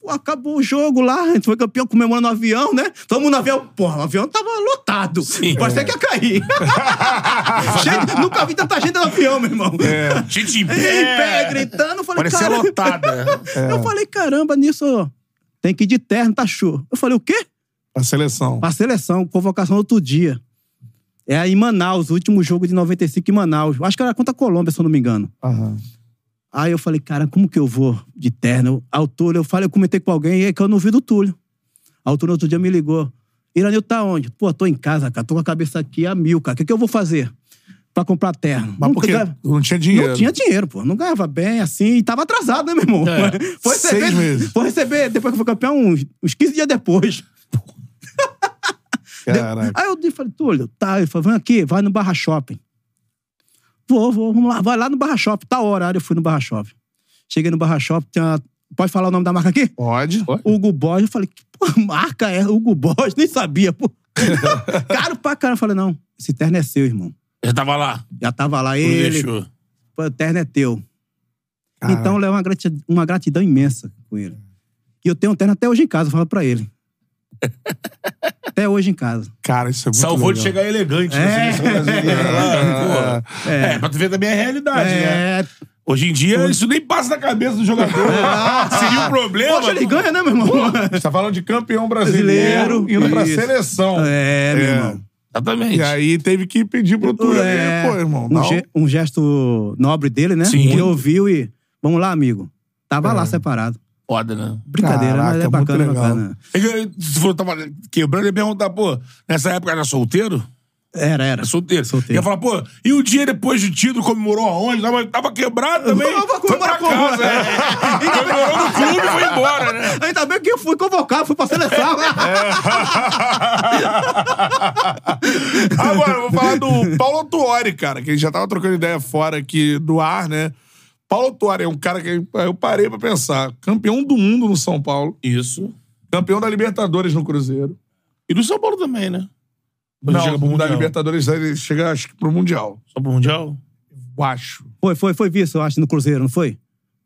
D: Pô, acabou o jogo lá, a gente foi campeão comemorando no avião, né? Todo mundo no avião. Porra, o avião tava lotado.
C: Sim.
D: Parecia que
C: (laughs)
D: ia cair. Gente, nunca vi tanta gente no avião, meu irmão.
C: Gente em
D: Em pé, gritando. Eu falei,
C: É. Parecia É.
D: cara...
C: lotada.
D: Eu falei, caramba, nisso ó, tem que ir de terno, tá show. Eu falei, o quê?
B: A seleção.
D: Pra seleção, convocação outro dia. É em Manaus, o último jogo de 95 em Manaus. Acho que era contra a Colômbia, se eu não me engano.
B: Aham.
D: Aí eu falei, cara, como que eu vou de terno? Aí o Túlio, eu falei, eu comentei com alguém, é que eu não vi do Túlio. Aí o Túlio outro dia me ligou. Iranil tá onde? Pô, tô em casa, cara, tô com a cabeça aqui a mil, cara. O que, que eu vou fazer pra comprar terno?
B: Mas
D: Não
B: por quê?
D: ganha-
B: Não tinha dinheiro.
D: Não tinha dinheiro, pô. Não ganhava bem, assim, e tava atrasado, né, meu irmão?
C: É.
D: (laughs) Foi receber,
B: Seis meses.
D: Foi receber, depois que eu fui campeão, uns, uns 15 dias depois.
B: Caraca.
D: Aí eu dei- falei, Túlio, tá. Ele falou, vem aqui, vai no Barra Shopping. Vou, vou, vamos lá. Vai lá no Barra Shopping, tá hora. Aí eu fui no Barra Shopping. Cheguei no Barra Shopping, tem uma... Pode falar o nome da marca aqui?
B: Pode.
D: Hugo Boss. Eu falei, que porra, (laughs) marca é Hugo Boss? Nem sabia, pô. Caro pra caramba. Eu falei, não, esse terno é seu, irmão.
C: Já tava lá.
D: Já tava lá
C: Não
D: ele,
C: deixou.
D: pô, o terno é teu.
B: Caraca.
D: Então, é uma gratidão, uma gratidão imensa com ele. E eu tenho um terno até hoje em casa, eu falo pra ele. até hoje em casa.
B: Cara, isso é muito
C: Salvou de
B: legal.
C: chegar elegante né? na
D: É.
C: seleção brasileira.
D: (laughs)
C: lá,
B: É.
C: pô. É. pra tu ver também a realidade, né?
D: É,
C: Hoje em dia, isso nem passa na cabeça do jogador. (laughs) Seria um problema.
D: É. Poxa, ele ganha, né, meu irmão?
B: A gente tá falando de campeão brasileiro,
D: Brasileiro,
B: indo pra
D: isso.
B: seleção.
D: (laughs) É, meu irmão.
C: Exatamente.
B: E aí teve que pedir pro Túlio.
D: É,
B: Pô, irmão,
D: um,
B: não.
D: ge- um gesto nobre dele, né?
C: Sim.
D: Ele ouviu e. Vamos lá, amigo. Tava lá separado.
C: Foda, né?
D: Brincadeira,
B: É. Caraca,
D: mas é
B: muito
D: bacana,
B: legal.
D: bacana.
C: É que, Se for tava quebrando, eu ia perguntar, pô, nessa época era solteiro?
D: Era, era.
C: Era É solteiro.
D: Solteiro.
C: Ia falar, pô, e o dia depois do título comemorou aonde? Tava, tava quebrado também.
D: Eu vou
C: Foi pra
D: comemorar como?
C: casa.
D: (laughs)
C: É. comemorou no clube e foi embora, né?
D: Ainda bem que eu fui convocado, fui
C: (laughs)
D: pra seleção.
C: É.
B: Agora, eu vou falar do Paulo Tuori, cara, que a gente já tava trocando ideia fora aqui do ar, né? Paulo Tuori é um cara que eu parei pra pensar. Campeão do mundo no São Paulo,
C: Isso.
B: campeão da Libertadores no Cruzeiro.
C: E do São Paulo também, né? Quando chega pro
B: Não, da
C: Mundial.
B: Libertadores ele chega, acho que, pro Mundial.
C: Só pro Mundial?
B: Eu acho.
D: foi, foi, foi visto, eu acho, no Cruzeiro, não foi?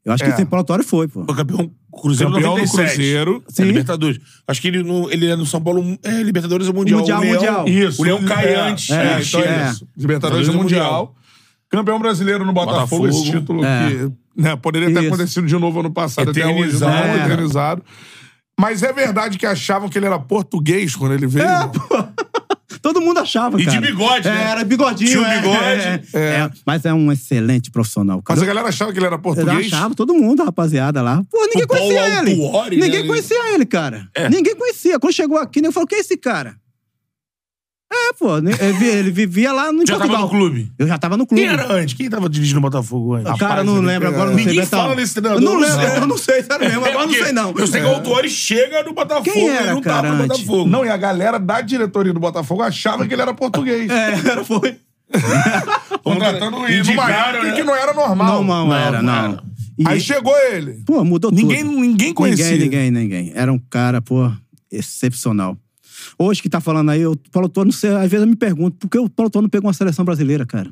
D: Eu acho
B: É.
D: que sem palatório foi, pô.
C: Foi campeão Cruzeiro
B: Campeão do
C: 97.
B: Cruzeiro.
C: É
D: Sim.
C: Libertadores. Acho que ele, no, ele é no São Paulo, é Libertadores ou Mundial.
D: Mundial,
C: o Leão,
D: Mundial.
C: Isso. O Leão cai
B: É,
C: antes.
B: É,
C: né?
B: então é
D: é.
B: isso. Libertadores do Mundial. Campeão brasileiro no Botafogo,
C: Botafogo.
B: esse título
D: É.
B: que né, poderia ter
D: Isso.
B: acontecido de novo ano passado, até hoje não,
C: Eternizado.
D: É.
B: eternizado. Mas é verdade que achavam que ele era português quando ele veio?
D: É, pô. Todo mundo achava,
C: E de
D: cara. É,
C: bigode, né?
D: Era bigodinho,
C: Tinha um
D: é.
C: bigode.
D: É. É, Mas é um excelente profissional, cara.
B: Mas a galera achava que ele era
D: Eu
B: português?
D: achava, todo mundo, a rapaziada lá. Pô, ninguém
C: O Paulo
D: conhecia ele.
C: Autuori, né?
D: ninguém conhecia ele, cara. Ninguém conhecia. Quando chegou aqui, eu falei, quem é esse cara? É, pô, né? ele, vi- ele vivia lá no em
C: Já tava
D: Portugal.
C: no clube?
D: Eu já tava no clube.
C: Quem era antes? Quem tava dirigindo o Botafogo antes?
D: Ah, cara, não
B: ele é-
D: lembro
B: pegava.
D: agora, não sei.
C: Ninguém
D: Betão.
C: fala nesse treinador,
D: Eu Não
C: não
D: lembro,
C: sei.
D: eu não sei, sério mesmo. Agora eu não sei, não.
C: É,
D: É.
C: Eu sei que é o Autori chega no Botafogo
D: Quem
C: e
D: era,
C: não tava
D: cara,
C: no
D: antes?
C: Botafogo.
B: Não, e a galera da diretoria do Botafogo achava que ele era português.
D: É, (laughs) foi.
B: Contratando e numa
C: Indicaram,
B: época
C: né?
B: que não era normal.
D: Não, não, era, não. E-
B: Aí chegou ele.
D: Pô, mudou
B: Ninguém,
D: tudo.
B: ninguém conhecia.
D: Ninguém, ninguém, ninguém. Era um cara, pô, excepcional. Hoje que tá falando aí, o Paulo Torre, não sei, às vezes eu me pergunto, por que o Paulo Torre não pegou uma seleção brasileira, cara?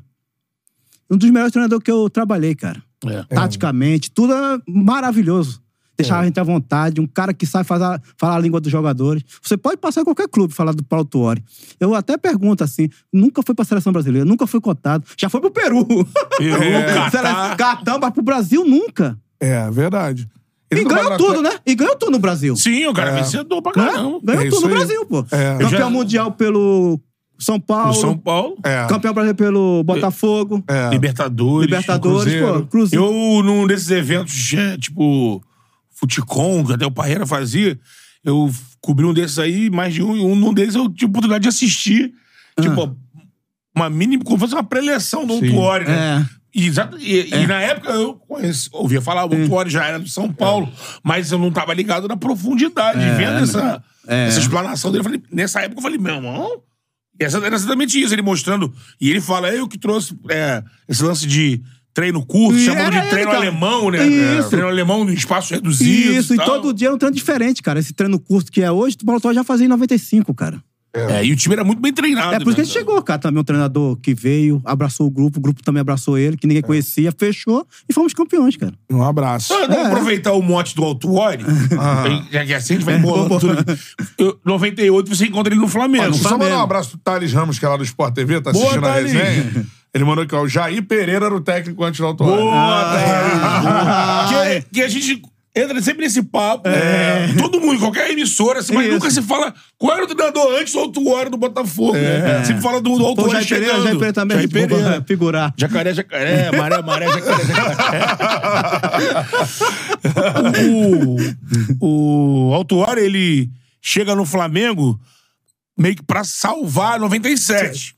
D: Um dos melhores treinadores que eu trabalhei, cara.
C: É.
D: Taticamente, tudo é maravilhoso. Deixava a gente à vontade, um cara que sabe falar, falar a língua dos jogadores. Você pode passar em qualquer clube e falar do Paulo Tuori. Eu até pergunto assim: nunca foi pra seleção brasileira, nunca foi cotado. Já foi pro Peru.
C: Peru, É.
D: É.
C: Catar.
D: (laughs) Sele- Catar, mas pro Brasil nunca.
B: É, verdade.
D: E
B: não vai
D: ganhou
B: na-
D: tudo, né? E ganhou tudo no Brasil.
C: Sim, o cara é vencedor pra
D: Né?
C: caramba.
D: Ganhou
B: é isso
D: tudo no
B: aí.
D: Brasil, pô.
B: É.
D: Campeão
C: Já-
D: mundial pelo São Paulo.
C: O São Paulo,
B: É.
D: Campeão brasileiro pelo Botafogo.
B: É.
C: Libertadores.
D: Libertadores,
B: Cruzeiro.
D: pô. Cruzeiro.
C: Eu, num desses eventos, é, tipo, Futicom, que até o Parreira fazia, eu cobri um desses aí, mais de um, e um num deles eu tive a oportunidade de assistir. Tipo, uma mini, como se fosse uma preleção do
B: Sim.
C: Autuori, né?
D: Ah. É.
C: E, exato- e- e na época eu conheci- ouvia falar, o
D: Hum.
C: Autuori já era do São Paulo, mas eu não tava ligado na profundidade.
D: É,
C: vendo
D: né?
C: essa,
D: É.
C: essa explanação dele, eu falei, nessa época eu falei, meu irmão, e essa, era exatamente isso, ele mostrando. E ele fala, eu que trouxe é, esse lance de treino curto,
D: E
C: chamam
D: era
C: de
D: ele,
C: treino
D: cara.
C: alemão, né?
D: Isso.
C: É, treino alemão no espaço reduzido.
D: Isso, e
C: tal.
D: todo dia era um treino diferente, cara. Esse treino curto que é hoje, o Paulo Tuori já fazia em 95, cara.
C: É, e o time era muito bem treinado.
D: É por isso que ele
C: né?
D: chegou, cara. Também um treinador que veio, abraçou o grupo, o grupo também abraçou ele, que ninguém
C: É.
D: conhecia, fechou e fomos campeões, cara.
B: Um abraço.
C: Ah, vamos aproveitar o mote do Altuori, já que é assim a gente vai embolando tudo. aqui. Eu, 98 você encontra ele no Flamengo.
B: Deixa eu só mandar um abraço pro Thales Ramos, que é lá do Sport TV, tá
C: Boa,
B: assistindo a
C: Thales.
B: resenha. Ele mandou aqui, ó. O Jair Pereira era o técnico antes do Ah. autor.
C: Boa, Thales. Ah, que, que a gente entra sempre nesse papo. né? Todo mundo, qualquer emissora, assim, mas
D: Isso.
C: nunca se fala qual era o treinador antes do Altuori do Botafogo. né? Sempre fala do, do
D: Pô, o
C: Altuori
D: Jair Pereira,
C: chegando.
D: o Jair Pereira também,
C: Jair
D: desculpa, É.
C: Pereira.
D: (laughs) figurar.
C: né? Jacaré, jacaré, É, maré, maré, jacaré, jacaré. o o Altuori, ele chega no Flamengo meio que pra salvar 97.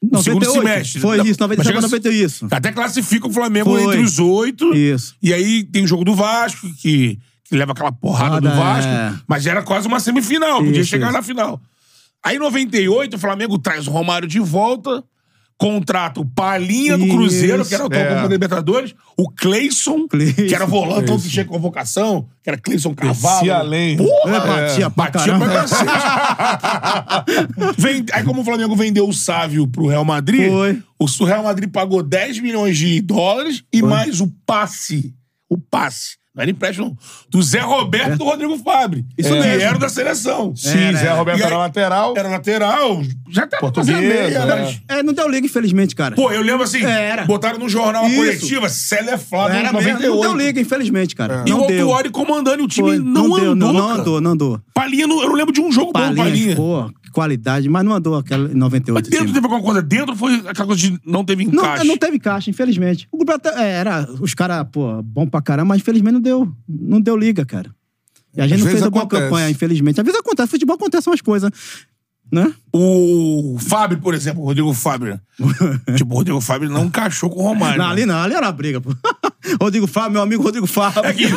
C: No segundo
D: 98,
C: semestre.
D: Foi
C: Não,
D: isso,
C: mas
D: 97
C: chega-
D: pra 90 isso.
C: Até classifica o Flamengo
D: Foi.
C: entre os oito.
D: Isso.
C: E aí tem o jogo do Vasco, que, que leva aquela porrada do
D: Porrada,
C: Vasco.
D: é.
C: Mas era quase uma semifinal, podia
D: Isso,
C: chegar
D: isso.
C: na final. Aí em 98, o Flamengo traz o Romário de volta, contrata o Palinha do
D: Isso,
C: Cruzeiro, que era o atual
B: é.
C: campeão da Libertadores, o Cleison,
D: Cleison.
C: que era volante, todo que tinha convocação, que era Cleison Carvalho.
B: Descia além.
C: Porra!
D: É, batia pra
C: Batia pra
D: caramba.
C: cacete. (laughs) Vem- aí, como o Flamengo vendeu o Sávio pro Real Madrid,
D: Foi.
C: o Su- Real Madrid pagou 10 milhões de dólares e mais o passe. O passe. Não era empréstimo, não. Do Zé Roberto e
D: É.
C: do Rodrigo Fábio. Isso
D: mesmo.
C: eram da seleção.
B: Sim,
D: Era,
B: (laughs) Zé
D: era.
B: Roberto
C: E aí-
B: era lateral.
C: Era lateral. Já até
B: Portuguesa,
C: fazia meia,
B: né?
C: mas-
D: É, não deu liga, infelizmente, cara.
C: Pô, eu lembro assim,
D: Era.
C: botaram no jornal a
D: Isso.
C: coletiva, é Célia Flávia,
D: Era mesmo,
C: 98.
D: É, não deu liga, infelizmente, cara.
C: E É. o
D: Não deu.
C: Altuori comandando, e o time
D: Foi,
C: não,
D: deu,
C: andou,
D: não, não
C: cara.
D: andou, não andou.
C: Palinha, não- eu não lembro de um jogo bom, Palinha.
D: Palinha, pô, que qualidade, mas não andou aquela em 98.
C: Mas dentro
D: assim.
C: teve alguma coisa. Dentro foi aquela coisa de não teve encaixe.
D: Não, não teve caixa, infelizmente. O grupo até, é, era os caras, pô, bom pra caramba, mas infelizmente não deu, não deu liga, cara. E a gente
B: Às
D: não fez
B: vezes
D: a boa
B: acontece.
D: campanha, infelizmente. Às vezes acontece, futebol acontece umas coisas, né?
C: O Fábio, por exemplo, o Rodrigo
D: (laughs)
C: Fábio. né? tipo, o Rodrigo Fábio não encaixou com o Romário.
D: Não, ali não, ali era briga, pô. (laughs) Rodrigo Fábio, meu amigo Rodrigo Fábio.
C: É que ele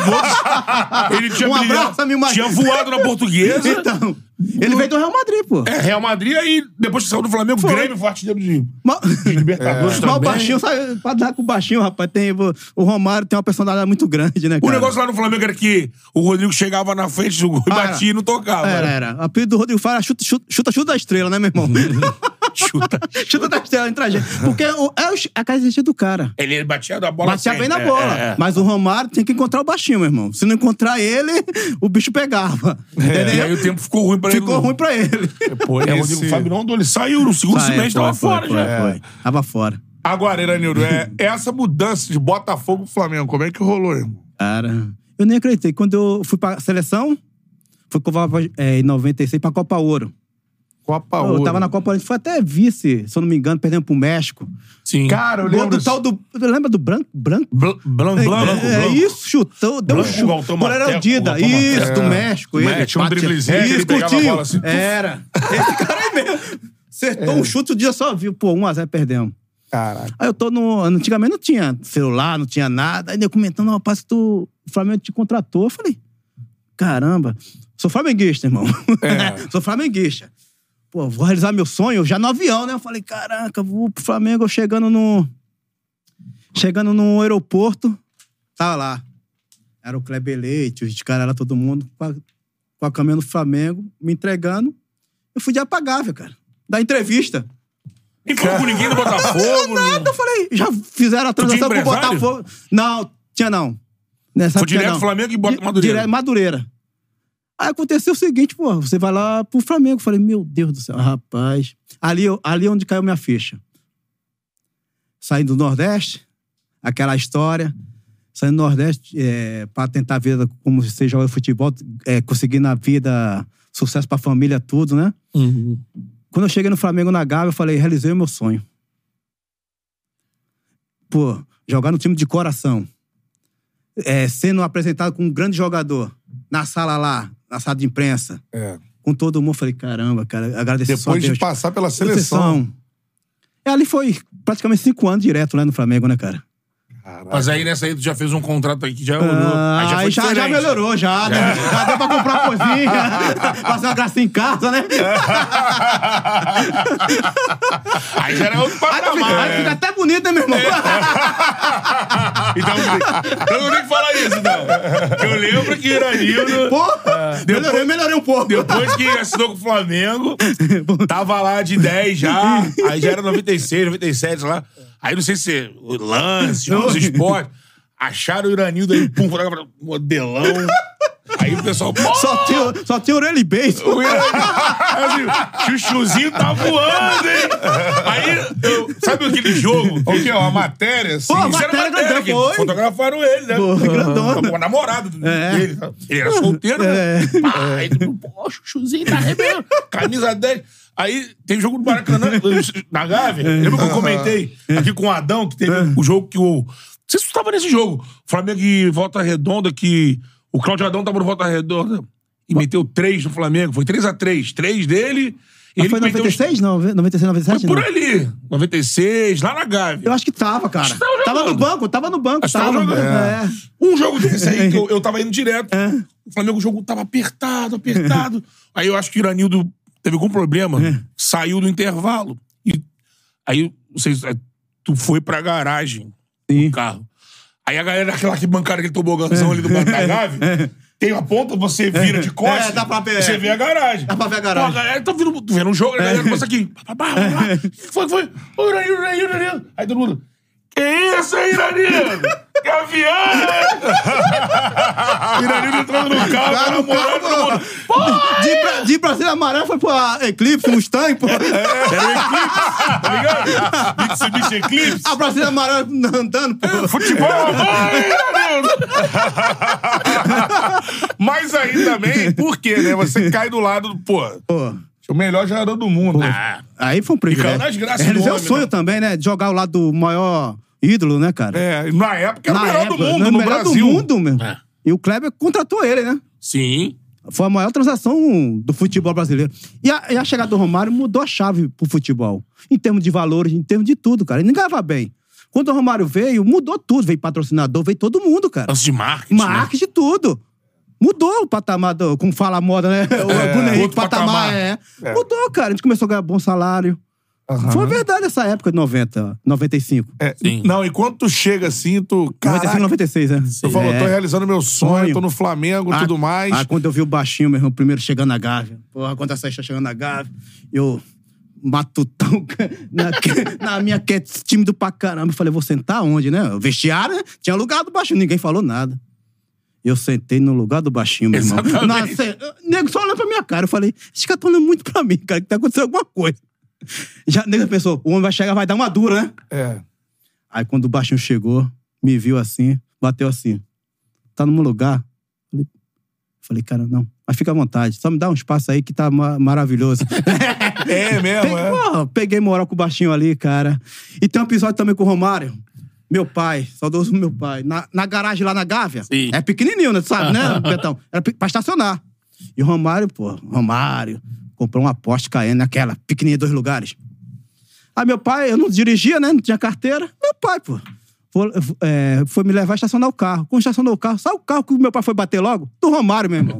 C: ele tinha,
D: Um
C: brilhado-
D: abraço, amigo Mar-
C: tinha voado na portuguesa.
D: Então, ele veio do Real Madrid, pô.
C: É, Real Madrid, aí depois que saiu do Flamengo, o
D: Foi.
C: Grêmio foi artilheiro de
D: Mal,
C: Libertadores
D: mal o
C: também.
D: baixinho, sabe? Pra dar com o baixinho, rapaz. Tem, o o Romário tem uma personalidade muito grande, né,
C: O
D: cara?
C: negócio lá no Flamengo era que o Rodrigo chegava na frente do gol e
D: Ah, era.
C: batia e não tocava. né?
D: Era, era. O apelido do Rodrigo Fábio era chuta, chuta, chuta, chuta da estrela, né,
C: (laughs)
D: meu irmão?
C: Chuta.
D: chuta da estrela entre a gente. Porque o- é o- a característica do cara.
C: Ele batia da bola
D: Batia
C: sempre,
D: bem na
C: é,
D: bola.
C: é, é.
D: Mas o Romário tem que encontrar o baixinho, meu irmão. Se não encontrar ele, o
C: (laughs)
D: bicho pegava.
C: É, E
D: Entendeu?
C: aí o tempo ficou ruim pra ele.
D: Ficou ruim pra ele.
B: Por
C: É, o
B: esse-
C: Rodrigo Fábio não andou. Ele saiu no segundo
D: Saiu,
C: semestre,
D: foi,
C: tava
D: foi,
C: fora
D: foi,
C: já.
D: Foi. Tava fora.
B: Agora, Iranildo, é, essa mudança de Botafogo pro Flamengo, como é que rolou, irmão?
D: Cara, eu nem acreditei. Quando eu fui pra seleção, fui convocado pra- é, em 96 pra Copa Ouro.
B: Copa
D: Eu
B: Ouro.
D: tava na Copa Ouro, a gente foi até vice, se eu não me engano, perdendo pro México.
C: Sim.
B: Cara, eu
D: Gol
B: lembro...
D: do tal do. Lembra do branco? Branco?
C: Blan- Blan-
D: É,
C: Blanco,
D: é
C: Blanco.
D: isso, chutou, deu
C: Blanco,
D: um chute.
C: Galtão
D: Bola era
C: Mateco,
D: o Dida.
C: Galtão Mateco.
D: Isso, do México.
B: É,
D: Ele
B: tinha um
D: batia-
B: driblezinho que ele
D: Isso,
B: pegava a
D: curtinho.
B: bola assim, tuf.
D: Era. Esse cara aí mesmo.
B: É.
D: Acertou um chute, o dia só viu, pô, 1x0 perdemos.
B: Caraca.
D: Aí eu tô no. Antigamente não tinha celular, não tinha nada. Aí eu comentando, rapaz, que tu, o Flamengo te contratou. Eu falei, caramba, sou flamenguista, irmão.
B: É.
D: (laughs) sou flamenguista. Pô, vou realizar meu sonho já no avião, né? Eu falei, caraca, vou pro Flamengo eu chegando no. Chegando no aeroporto, tava lá. Era o Kleber Leite, os caras era todo mundo com a, com a caminha do Flamengo, me entregando. Eu fui de apagável, cara. Da entrevista.
C: Nem falou com ninguém um do
D: (laughs) Não,
C: Botafogo.
D: nada, eu falei. Já fizeram a transação com o
C: empresário?
D: Botafogo. Não, tinha não. Nessa
C: Foi
D: tinha
C: direto
D: não.
C: Flamengo e Bota-
D: Di-
C: Madureira.
D: Direto Madureira. Aí aconteceu o seguinte, pô, você vai lá pro Flamengo. Eu falei, meu Deus do céu, rapaz. Ali, eu- ali é onde caiu minha ficha. Saindo do Nordeste, aquela história. Saindo do Nordeste é, pra tentar a vida como você joga futebol, é, conseguindo a vida, sucesso pra família, tudo, né? Quando eu cheguei no Flamengo na Gávea, eu falei, realizei o meu sonho. Pô, jogar no time de coração. É, sendo apresentado como um grande jogador. Na sala lá, na sala de imprensa.
B: É.
D: Com todo mundo, eu falei, caramba, cara, agradecer só a
B: Depois de
D: Deus.
B: passar pela seleção.
D: Seleção. É, ali foi praticamente cinco anos direto lá no Flamengo, né, cara?
C: Mas aí nessa aí tu já fez um contrato aí que já olhou.
D: Ah,
C: aí já foi
D: aí já, já,
C: diferente. É.
D: melhorou, já. né? Já deu pra comprar coisinha, (laughs) fazer uma gracinha em casa, né?
C: É. Aí já era outro
D: Aí fica,
C: patamar.
D: aí fica até bonito, né, meu irmão?
C: É. Então, então eu tenho que falar isso, então. Que Eu lembro que Iranildo,
D: Pô, melhorei, melhorei um pouco.
C: depois que assinou com o Flamengo, tava lá de 10 já. Aí já era 96, 97, sei lá. Aí não sei se o lance, os esportes. Acharam o Iranildo aí, pum, foram lá pra- modelão. Aí o pessoal, pô,
D: Só tinha, só tinha orelha e beijo.
C: O Iranildo. Aí, assim, Chuchuzinho tá voando, hein? Aí, eu- sabe aquele jogo?
B: O quê? Ó, A matéria, assim.
D: Pô, a
C: Isso era
D: matéria
C: matéria,
D: grandão,
C: que
D: foi.
C: fotografaram ele, né?
D: Pô, grandona.
C: Com a namorada do-
D: É.
C: dele. sabe? Ele era solteiro, né?
D: É.
C: Pá, aí, todo mundo, pô, chuchuzinho tá arrebentando. Camisa 10. Aí teve jogo do Maracanã,
D: (laughs)
C: na
D: É.
C: Gávea. Lembra que eu comentei aqui com o Adão, que teve o jogo que o... Não sei se tu tava nesse jogo. Flamengo e Volta Redonda, que o Cláudio Adão tava no Volta Redonda e meteu 3 no Flamengo. Foi 3x3. 3 dele...
D: Mas
C: Ele
D: foi em
C: que meteu os-
D: 96, não? 96, 97?
C: Por
D: não?
C: ali. 96, lá na Gávea.
D: Eu acho que tava, cara.
C: Tava
D: Tava no
C: jogando.
D: banco, tava no banco.
C: Acho que tava jogando.
D: É.
C: Um jogo desse aí, que eu, eu tava indo direto. O Flamengo, o jogo tava apertado,
D: (laughs)
C: apertado. Aí eu acho que o Iranildo teve algum problema,
D: É.
C: saiu do intervalo. E aí, não sei, se- é, tu foi pra garagem do carro. Aí a galera daquela arquibancada, aquele tobogãzão ali do banco da Gávea, tem a ponta, você vira de costas,
D: É, dá pra ver.
C: você vê a garagem.
D: Dá pra ver a
C: Pô, a
D: garagem.
C: galera tá vendo, tu vendo um jogo, a
D: É.
C: galera começa aqui. pá, pá, pá, pá. O que Foi, foi. Ô, Iranildo, Iranildo, Iranildo. Aí todo mundo... é Que isso, (laughs) Iranildo? Que avião, hein? Iranildo entrando no carro,
D: Cara, no
C: namorando
D: carro,
C: todo mundo. Pô,
D: De, pra, de Brasília Amarelo foi pra Eclipse, Mustang, pô.
C: tá ligado? Mitsubishi Eclipse.
D: A Brasília Amarelo andando, pô.
C: Futebol, Iranildo.
B: (laughs) Mas aí também, por quê, né? Você cai do lado do, pô,
D: Pô,
B: o melhor jogador do mundo.
C: Ah,
D: Aí foi um
C: E caiu
D: privilégio.
C: nas graças
D: Realizei
C: do
D: o
C: homem,
D: sonho
C: né?
D: também, né? De jogar ao lado do maior ídolo, né, cara?
B: É, na época era o melhor do mundo,
D: né?
B: no
D: melhor
B: Brasil.
D: do mundo mesmo.
C: É.
D: E o Kleber contratou ele, né?
C: Sim.
D: Foi a maior transação do futebol brasileiro. E a, e a chegada do Romário mudou a chave pro futebol. Em termos de valores, em termos de tudo, cara. Ele não ganhava bem. Quando o Romário veio, mudou tudo. Veio patrocinador, veio todo mundo, cara.
C: Lance de marketing. né?
D: Marketing, tudo. Mudou o patamar, do, como fala a moda, né? (laughs) O Bruno Henrique,
C: outro
D: patamar,
C: patamar.
D: é. Mudou, cara. A gente começou a ganhar bom salário.
B: Aham.
D: Foi verdade essa época de 90, 95.
B: É,
C: Sim.
B: Não, e quando tu chega assim, tu. Caraca,
D: 95, 96, né?
B: tu falou,
D: É.
B: tô realizando meu sonho,
D: Sonho.
B: tô no Flamengo e
D: Ah,
B: tudo mais.
D: Ah, quando eu vi o baixinho, meu irmão, primeiro chegando na Gávea. Porra, quando essa está chegando na Gávea, eu matutão (laughs) na, na minha que- tímido pra caramba. Eu falei, vou sentar onde, né? O vestiário, né? Tinha lugar do baixinho, ninguém falou nada. Eu sentei no lugar do baixinho, meu irmão.
C: Exatamente.
D: Na se- o nego só olhando pra minha cara. Eu falei, esse cara tá olhando muito pra mim, cara, que tá acontecendo alguma coisa. Já, o nego pensou, o homem vai chegar, vai dar uma dura, né?
B: É.
D: Aí quando o baixinho chegou, me viu assim, bateu assim. Tá num lugar? Falei, falei, cara, não. Mas fica à vontade. Só me dá um espaço aí que tá ma- maravilhoso. (laughs)
B: É mesmo,
D: Peguei,
B: é.
D: porra, peguei moral com o baixinho ali, cara. E tem um episódio também com o Romário. Meu pai, saudoso meu pai. Na, na garagem lá na Gávea.
C: Sim.
D: É pequenininho, né? Tu sabe, né, Betão? Era pe- pra estacionar. E o Romário, pô, Romário comprou uma Porsche Cayenne, aquela, pequenininha, dois lugares. Aí meu pai, eu não dirigia, né? Não tinha carteira. Meu pai, pô, foi, é, foi me levar a estacionar o carro. Quando estacionou o carro, sabe o carro que o meu pai foi bater logo? Do Romário, meu irmão.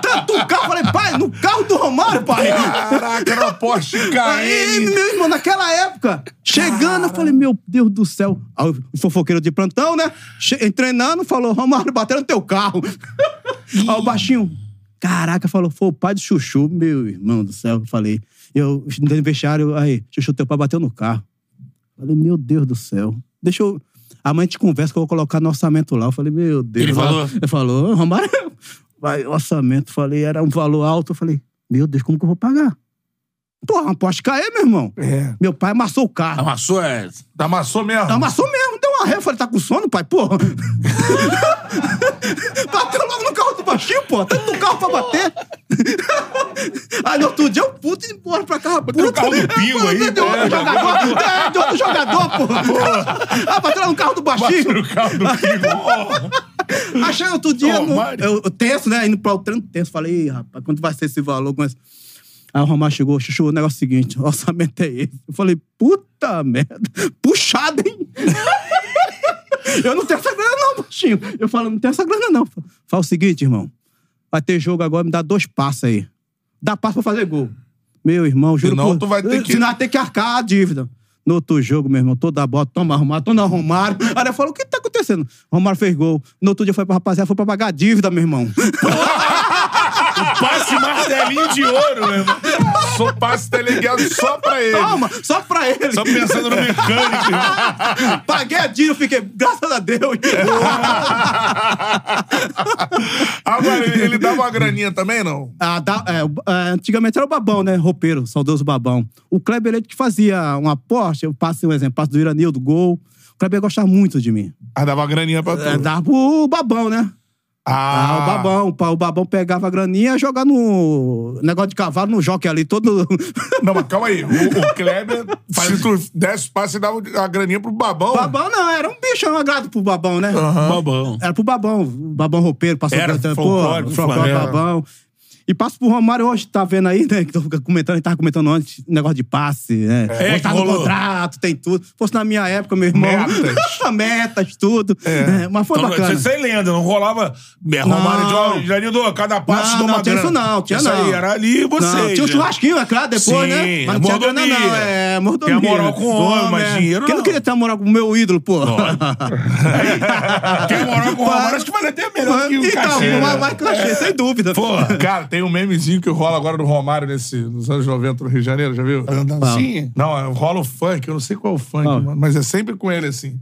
D: Tanto o carro, eu falei, pai, no carro do Romário, pai.
B: Caraca, era uma Porsche
D: Aí,
B: KM.
D: meu irmão, naquela época, chegando, eu falei, meu Deus do céu. Aí, o fofoqueiro de plantão, né? Che treinando, falou, Romário, bateram no teu carro. Aí o baixinho, caraca, falou, foi o pai do Chuchu, meu irmão do céu. Eu falei, eu, no vestiário, aí, Chuchu, teu pai bateu no carro. Eu Falei, meu Deus do céu. Deixa eu... Amanhã a gente conversa que eu vou colocar no orçamento lá. Eu falei, meu Deus.
C: Ele
D: Lá-
C: falou?
D: Ele falou, Romário, vai, orçamento. Falei, era um valor alto. Eu falei, meu Deus, como que eu vou pagar? Porra, uma Porsche cair, meu irmão.
B: É.
D: Meu pai amassou o carro.
C: Amassou é.
B: Amassou mesmo.
C: Ah.
D: Amassou mesmo, deu uma ré. Eu falei, tá com sono,
C: (laughs)
D: pai? Porra. Bateu logo no carro do baixinho, pô. Tanto no carro pra
C: (laughs)
D: bater. Aí no outro dia eu puto e embora pra casa. Bateu
C: no carro do Pingo aí,
D: De outro
C: né? (laughs)
D: jogador. É, de outro jogador, pô. Ah, bateu lá no carro do baixinho.
C: Bateu no carro do Pingo.
D: (laughs) Achei outro dia.
C: Ô,
D: no-
C: Mário.
D: eu, eu tenso, né? Indo pra o treino tenso. Falei, Ih, rapaz, quanto vai ser esse valor? Mas... Aí o Romário chegou, Chuchu, o negócio é o seguinte: o orçamento é esse. Eu falei, puta merda, (laughs) puxada, hein? eu não tenho essa grana, não, baixinho. Eu falo, não tenho essa grana, não. Fala o seguinte, irmão: vai ter jogo agora, me dá dois passos aí. Dá passo pra fazer gol. Meu irmão, juro
B: Senão
D: por- Eh,
B: tu vai ter que-
D: Senão vai ter que arcar a dívida. No outro jogo, meu irmão, toda a bola, toma Romário, toma Romário. Aí eu falo, o que tá acontecendo? Romário fez gol. No outro dia foi pra rapaziada, foi pra pagar a dívida, meu irmão.
C: Passe martelinho de ouro, meu irmão.
B: Só passe teleguiado só pra ele.
D: Toma, só pra ele.
C: Só pensando no
D: (laughs)
C: mecânico, irmão.
D: Paguei a dívida, fiquei, graças a Deus.
B: É. Agora, ele, ele dava uma graninha também, não?
D: Ah, da- é, o- é, antigamente era o babão, né? Roupeiro, saudoso babão. O Kleber Leite que fazia uma aposta, eu passei um exemplo, passo do Iranil, do gol. O Kleber gostava muito de mim.
B: Ah, dava uma graninha pra tu.
D: É, dava pro babão, né? Ah, o babão. O pa- O babão pegava a graninha e jogava no negócio de cavalo, no jockey ali, todo... (laughs)
B: Não, mas calma aí. O, o Kleber, se tu desse o passe, dava a graninha pro babão.
D: babão não, era um bicho, era um agrado pro babão, né?
C: Babão.
D: Era pro Babão, o Babão roupeiro, passou
C: Era
D: pelo-
C: folclore
D: pô,
C: do
D: folclore
C: Flamengo.
D: Babão. E passa pro Romário hoje, tá vendo aí, né? Que tô comentando, a gente tava comentando antes, negócio de passe, né?
C: É,
D: hoje tá
C: que
D: no
C: rolou.
D: contrato, tem tudo. Fosse na minha época, meu irmão.
B: Metas.
D: (laughs) Metas, tudo. É, mas foi
C: Então,
D: bacana.
C: Isso é lenda, não rolava. É, Romário de
D: Não.
C: Ouro, Janildo, cada passo
D: Não,
C: de uma
D: não tinha
C: grana.
D: isso não, tinha
C: isso Aí,
D: não.
C: era ali e você.
D: Não, tinha um
C: né?
D: churrasquinho, é claro, depois,
C: Sim,
D: né? Mas
C: é
D: não tinha grana,
C: mordomia.
D: não. É, mordomia.
C: Tem a moral com o homem, mas
D: é.
C: dinheiro
D: Quem não
C: não.
D: queria ter a moral com o meu ídolo, pô?
C: Quem moral com o Romário, acho que vale até melhor que o
D: (laughs) Então,
C: um cachê. né?
D: vai vai que eu achei, sem dúvida.
C: Porra.
B: Cara, tem um memezinho que rola agora do Romário nesse, nos anos 90 no Rio de Janeiro, já viu?
C: Dancinha.
B: Não, é, rola o funk, eu não sei qual é o funk,
D: Ah.
B: mano, mas é sempre com ele assim.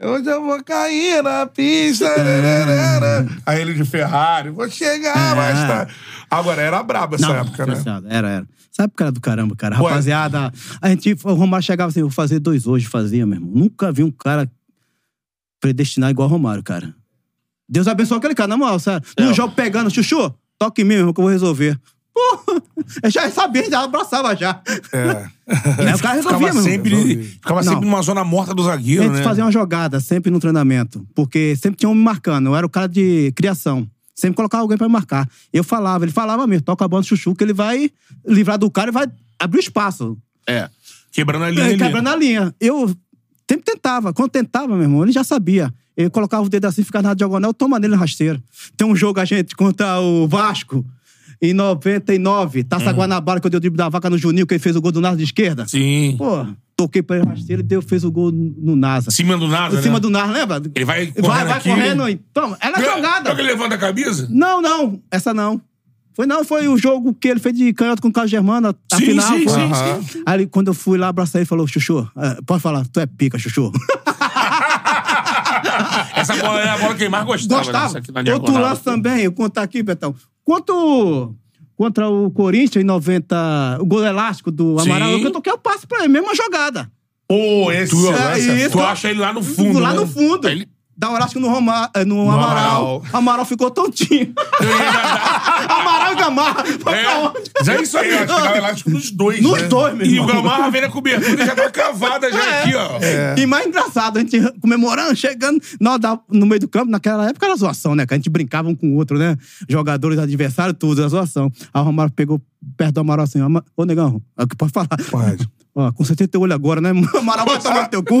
B: Hoje eu vou cair na pista. rararara. Aí ele de Ferrari, vou chegar mais tarde. Agora, era brabo essa
D: Não,
B: época, né?
D: desgraçado. Era, era. Sabe época era do caramba, cara.
B: Ué.
D: Rapaziada, a gente, o Romário chegava assim, vou fazer dois hoje, fazia, meu irmão. Nunca vi um cara predestinar igual o Romário, cara. Deus abençoe aquele cara, na moral, sério.
B: É,
D: No jogo pegando, chuchu, toque em mim, meu irmão, que eu vou resolver. Porra, (laughs) eu já sabia, já abraçava já.
B: É.
D: (laughs) Aí o cara resolvia,
C: Ficava
D: meu irmão.
C: sempre, ficava
D: Não.
C: sempre numa zona morta do
D: A
C: zagueiro,
D: gente
C: né?
D: fazia uma jogada sempre no treinamento, porque sempre tinha um me marcando. Eu era o cara de criação. Sempre colocava alguém pra me marcar. Eu falava, ele falava mesmo, toca a bola no chuchu, que ele vai livrar do cara e vai abrir o espaço.
C: É. Quebrando a linha.
D: Ele
C: ali.
D: quebrando a linha. Eu sempre tentava. Quando tentava, meu irmão, ele já sabia. Ele colocava o dedo assim, ficava na diagonal, toma nele rasteiro. Tem um jogo, a gente, contra o Vasco, em 99, Taça Guanabara, que eu dei o drible da vaca no Juninho, que ele fez o gol do lado de esquerda.
C: Uhum. Sim.
D: Pô, toquei pra ele rasteiro, ele deu, fez o gol no NASA
C: Em cima do nada,
D: em cima
C: né?
D: do Nar, lembra?
C: Ele vai
D: vai,
C: correndo
D: vai
C: aqui.
D: correndo. e- Toma, era
C: Não é- não é
D: jogada.
C: que ele levanta a camisa?
D: Não, não, essa não. Foi não, foi o jogo que ele fez de canhoto com o Carlos Germano, a
C: Sim,
D: final.
C: sim,
D: foi.
C: sim,
D: Aham. Aí ele- quando eu fui lá abraçar ele, falou, Chuchu, eh, pode falar, tu é pica, Chuchu. (laughs)
C: Essa bola era a bola que o Neymar gostava.
D: Gostava.
C: né? Essa aqui na
D: Outro
C: diagonal.
D: lance também, eu contar aqui, Betão. Quanto contra o Corinthians em 90, o gol elástico do
C: Sim.
D: Amaral, eu toquei o passe pra ele, mesma jogada.
B: Pô, esse
C: né? Tu,
B: lance
D: é
B: é
D: isso.
C: tu acha ele lá no fundo.
D: Lá
C: né?
D: no fundo.
C: Aí ele
D: Dá um elástica no, Roma, eh, no, Amaral.
B: Amaral.
D: Amaral
C: (laughs)
D: ficou tontinho. Amaral e Gamarra. Foi pra onde?
C: Já é isso aí, eu acho que dá o elástico nos dois.
D: Nos
C: né?
D: dois, meu
C: E o
D: irmão.
C: Gamarra vem na cobertura e já tá cavada já aqui, ó.
D: É. E mais engraçado, a gente comemorando, chegando nós dá- no meio do campo. Naquela época era zoação, né? Que a gente brincava um com o outro, né? Jogadores, adversários, tudo, era zoação. Aí o Romário pegou perto do Amaral assim: "Ama- Ô, negão, é o que pode falar?
B: Pode.
D: Ó, consertei teu olho agora, né? (laughs) Amaral vai tomar no teu cu.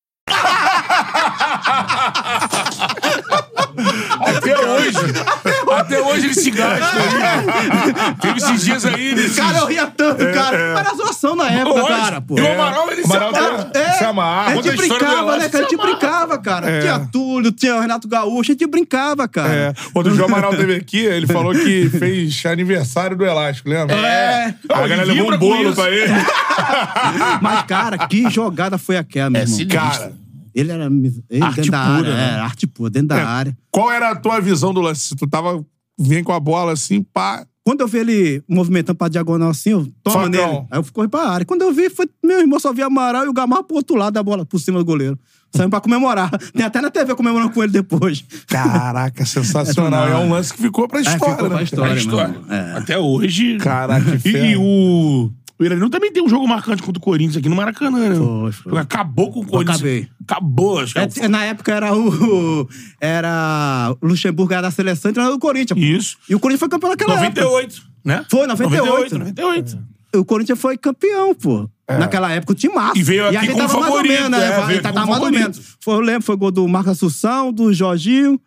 C: Até hoje. Até hoje ele se gasta. né? Teve esses dias aí. Nesses...
D: Cara, eu ria tanto, cara. Era zoação na época,
C: É, Lógico.
D: cara, pô. É, tá-
C: E o Amaral, ele
B: Amaral
C: se amarra.
B: tem- se amarra.
C: Conta
D: a
C: né? a
D: gente
C: história do É.
D: brincava, né,
C: Elástico,
D: cara? A gente brincava, cara. Tinha Túlio, tinha o Renato Gaúcho, a gente brincava, cara.
B: É. Quando o João Amaral teve aqui, ele falou que fez aniversário do Elástico, lembra?
D: É.
B: A
C: Ele
B: galera levou
C: vibra
B: um
C: com
B: bolo
C: isso.
B: pra ele.
D: Mas, cara, que jogada foi aquela, meu irmão?
B: Cara,
D: Ele era mis- ele
C: É, Arte
D: dentro da
C: pura,
D: área,
C: né?
D: é, arte pura, dentro da área.
B: qual era a tua visão do lance? Tu tava... Vem com a bola assim, pá...
D: Quando eu vi ele movimentando pra diagonal assim, eu tomo
B: Facão.
D: nele. Aí eu corri pra área. Quando eu vi, foi, meu irmão só via Amaral e o Gamarra pro outro lado da bola, por cima do goleiro. Saímos pra comemorar. (laughs) Tem até na TV comemorando com ele depois.
B: Caraca, sensacional. É,
D: É,
B: um lance que ficou pra
D: É,
B: história,
D: ficou pra
B: né?
D: história,
C: A história.
D: meu irmão. É.
C: Até hoje.
B: Caraca, que
C: E, e
B: ferro.
C: o. O Iranil também tem um jogo marcante contra o Corinthians aqui no Maracanã, né?
D: Foi, foi.
C: Acabou com o Corinthians.
D: Acabei.
C: Acabou, acho que é o-
D: É, na época era o. (laughs) Era. o Luxemburgo era da seleção e treinador do Corinthians. pô.
C: Isso.
D: E o Corinthians foi campeão naquela época.
C: 98, né?
D: Foi, 98.
C: 98.
D: O Corinthians foi campeão, pô. Naquela época, o time
C: É.
D: massa.
C: E veio
D: a
C: aqui
D: gente
C: como
D: tava mais ou
C: favorito,
D: menos, né?
C: é,
D: A
C: veio
D: gente
C: aqui
D: tava
C: como
D: mais ou
C: favorito.
D: menos. Foi, eu lembro, foi gol do Marcos Assunção, do Jorginho,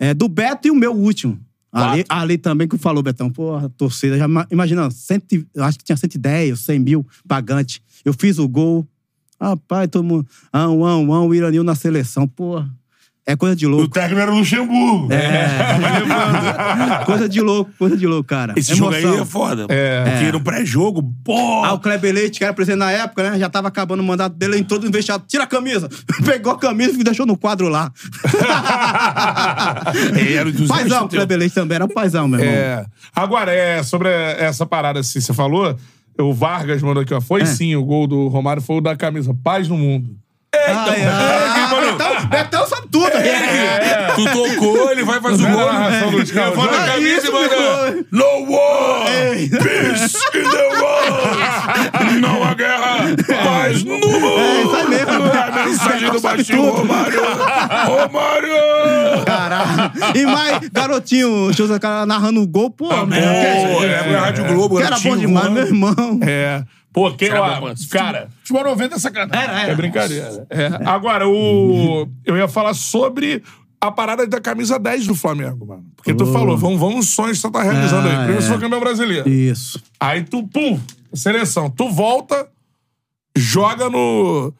D: é, do Beto e o meu último. Ali, ali também que falou, Betão, pô, a torcida, já ima- imagina, cento, e- eu acho que tinha 110 ou 100 mil pagante. Eu fiz o gol. Rapaz, todo mundo. Ão, ão, ão, o Iranil na seleção, pô. É coisa de
C: O
D: louco.
C: técnico era o Luxemburgo.
D: É. coisa de louco, coisa de louco, cara.
C: Esse
D: Emoção.
C: jogo aí é foda. Porque no pré-jogo, pô.
D: Ah, o Kleber Leite, que era presidente na época, né? Já tava acabando o mandato dele, entrou no vestiário, tira a camisa. Pegou a camisa e me deixou no quadro lá.
C: É, era o dos
D: paizão, o
C: dois,
D: Ah, Kleber Leite também era um paizão, meu
B: (laughs)
D: irmão.
B: É. Agora, é, sobre essa parada assim, você falou, o Vargas mandou aqui, ó. Foi sim, o gol do Romário foi o da camisa. Paz no mundo.
D: Ai, ai, Betão, Betão sabe tudo.
C: É. Tu tocou, ele vai fazer o
B: Não
C: gol.
B: era a narração do Thiago
C: Levanta a
B: Jorge?
C: camisa e
D: Ah, isso, É.
C: manda.
D: meu
C: No war!
D: Ei.
C: Peace in the world! Não há guerra! Paz no mundo!
D: É, isso aí mesmo.
C: É a mensagem do
D: Sabe
C: baixinho
D: tudo.
C: Romário! Romário!
D: Caralho. E mais, garotinho, José Cara narrando o gol, pô.
C: Pô,
D: meu,
C: é,
D: que-
C: é, Rádio Globo,
D: que era bom demais, meu irmão.
B: É. Pô, quem,
C: Cara,
B: ó,
C: mas-
B: cara, futebol 90 é sacanagem.
D: Era, era.
B: É brincadeira. É. Agora, o... eu ia falar sobre a parada da camisa 10 do Flamengo, mano. Porque tu falou, vamos, vamos os sonhos que você tá realizando aí.
D: Ah,
B: Primeiro
D: é.
B: você foi campeão brasileiro.
D: Isso.
B: Aí tu, pum, seleção. Tu volta, joga no.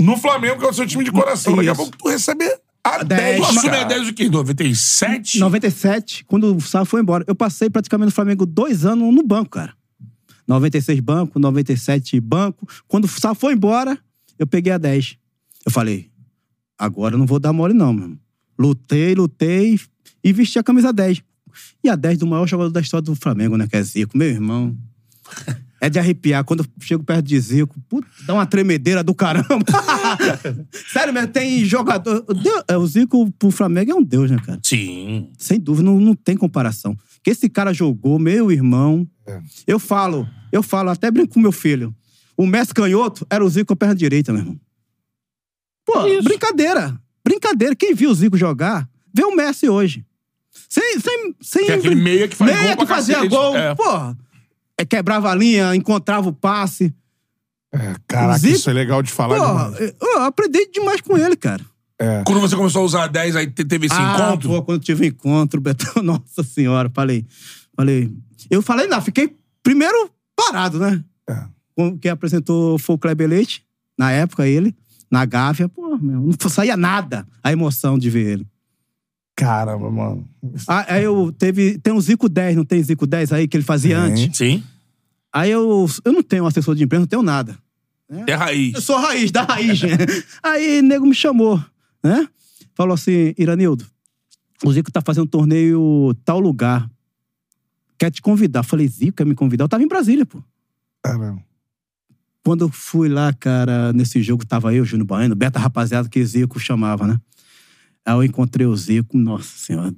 B: No Flamengo, que é o seu time de coração. Daqui a
D: Isso.
B: pouco tu recebe a 10.
D: dez,
C: Tu
D: Mas-
B: é
C: assume a 10 do que? 97?
D: 97, quando o Sá foi embora, eu passei praticamente no Flamengo dois anos no banco, cara. 96 banco, 97 banco. Quando o Sá foi embora, eu peguei a 10. Eu falei, agora eu não vou dar mole não, mano. Lutei, lutei e vesti a camisa 10. E a 10 do maior jogador da história do Flamengo, né, que é Zico, meu irmão. É de arrepiar. Quando eu chego perto de Zico, puta, dá uma tremedeira do caramba. (laughs) Sério mesmo, tem jogador... Deus- é, o Zico pro Flamengo é um deus, né, cara?
C: Sim.
D: Sem dúvida, não, não tem comparação. Que esse cara jogou, meu irmão.
C: É.
D: Eu falo, eu falo, até brinco com meu filho. O Messi canhoto era o Zico com a perna direita, meu irmão. Pô, brincadeira. Brincadeira. Quem viu o Zico jogar, vê o Messi hoje. Sem. sem, sem
C: Que é aquele meia que faz
D: meia
C: gol pra
D: que fazia
C: cacete.
D: gol.
C: É.
D: Pô, é, quebrava a linha, encontrava o passe.
B: Caraca,
D: Zico-
B: isso é legal de falar.
D: Pô,
B: demais.
D: eu, eu aprendi demais com ele, cara.
C: Quando você começou a usar a 10, aí te- teve esse encontro?
D: Pô, Ah, quando tive encontro, Betão, (laughs) nossa senhora, falei. Falei. Eu falei, não, fiquei primeiro parado, né?
B: É.
D: Com- Quem apresentou foi o Kleber Leite, na época ele. na Gávea, pô, meu, não (laughs) saía nada a emoção de ver ele.
B: Caramba, mano.
D: Ah, Aí eu teve. Tem o Zico 10, não tem Zico 10 aí que ele fazia antes?
C: Sim.
D: Aí eu. Eu não tenho assessor de imprensa, não tenho nada.
C: É raiz.
D: Eu sou raiz, da raiz. né? (laughs) Aí nego me chamou, né? Falou assim, Iranildo, o Zico tá fazendo um torneio tal lugar. Quer te convidar. Eu Falei, Zico quer me convidar? Eu tava em Brasília, pô.
B: Caramba.
D: Quando eu fui lá, cara, nesse jogo tava eu, Júnior Baiano, Beta Rapaziada, que Zico chamava, né? Aí eu encontrei o Zico, nossa (laughs) senhora.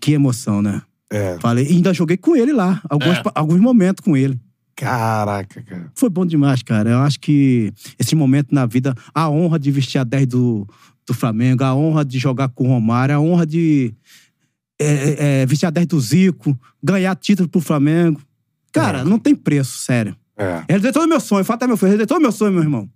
D: que emoção, né?
B: É.
D: Falei, e ainda joguei com ele lá, alguns,
C: É.
D: pa- alguns momentos com ele.
B: Caraca, cara.
D: Foi bom demais, cara. Eu acho que esse momento na vida, a honra de vestir a 10 do, do Flamengo, a honra de jogar com o Romário, a honra de é, é, é, vestir a 10 do Zico, ganhar título pro Flamengo. Cara,
C: É.
D: não tem preço, sério.
B: É.
D: Realizei todo o meu sonho, fato é meu filho, realizei todo o meu sonho, meu irmão.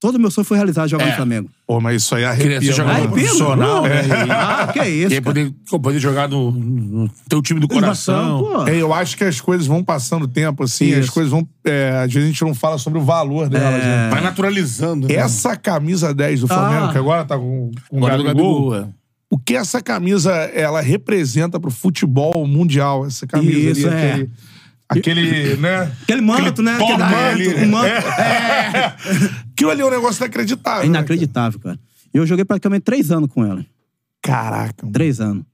D: todo o meu sonho foi realizado jogar
C: É.
D: no Flamengo.
B: Pô, mas isso aí
C: Queria
B: arrepia.
C: ser jogador
B: mano.
D: Arrepia,
C: profissional,
D: mano.
C: né? E-
D: Ah, que
C: E
D: isso.
C: aí poder, poder jogar no, no teu time do coração.
D: Pô,
B: É, eu acho que as coisas vão passando o tempo, assim,
D: Isso. É.
B: as coisas vão. é, às vezes a gente não fala sobre o valor delas, né?
C: É. Vai naturalizando. né?
B: Essa camisa 10 do Flamengo, que agora tá com, com
C: Agora
B: o
C: do
B: Gabigol,
C: Gabigol. é.
B: o que essa camisa ela representa pro futebol mundial? Essa camisa
D: Isso,
B: ali,
D: é.
B: aquele, aquele, né?
D: Aquele manto, né?
B: top
D: Aquele
B: ali,
D: manto,
B: né?
D: um manto.
C: É.
B: Aquilo ali é um negócio inacreditável.
D: É inacreditável, cara. E eu joguei praticamente três anos com ela.
B: Né, cara? Caraca. mano.
D: Três anos.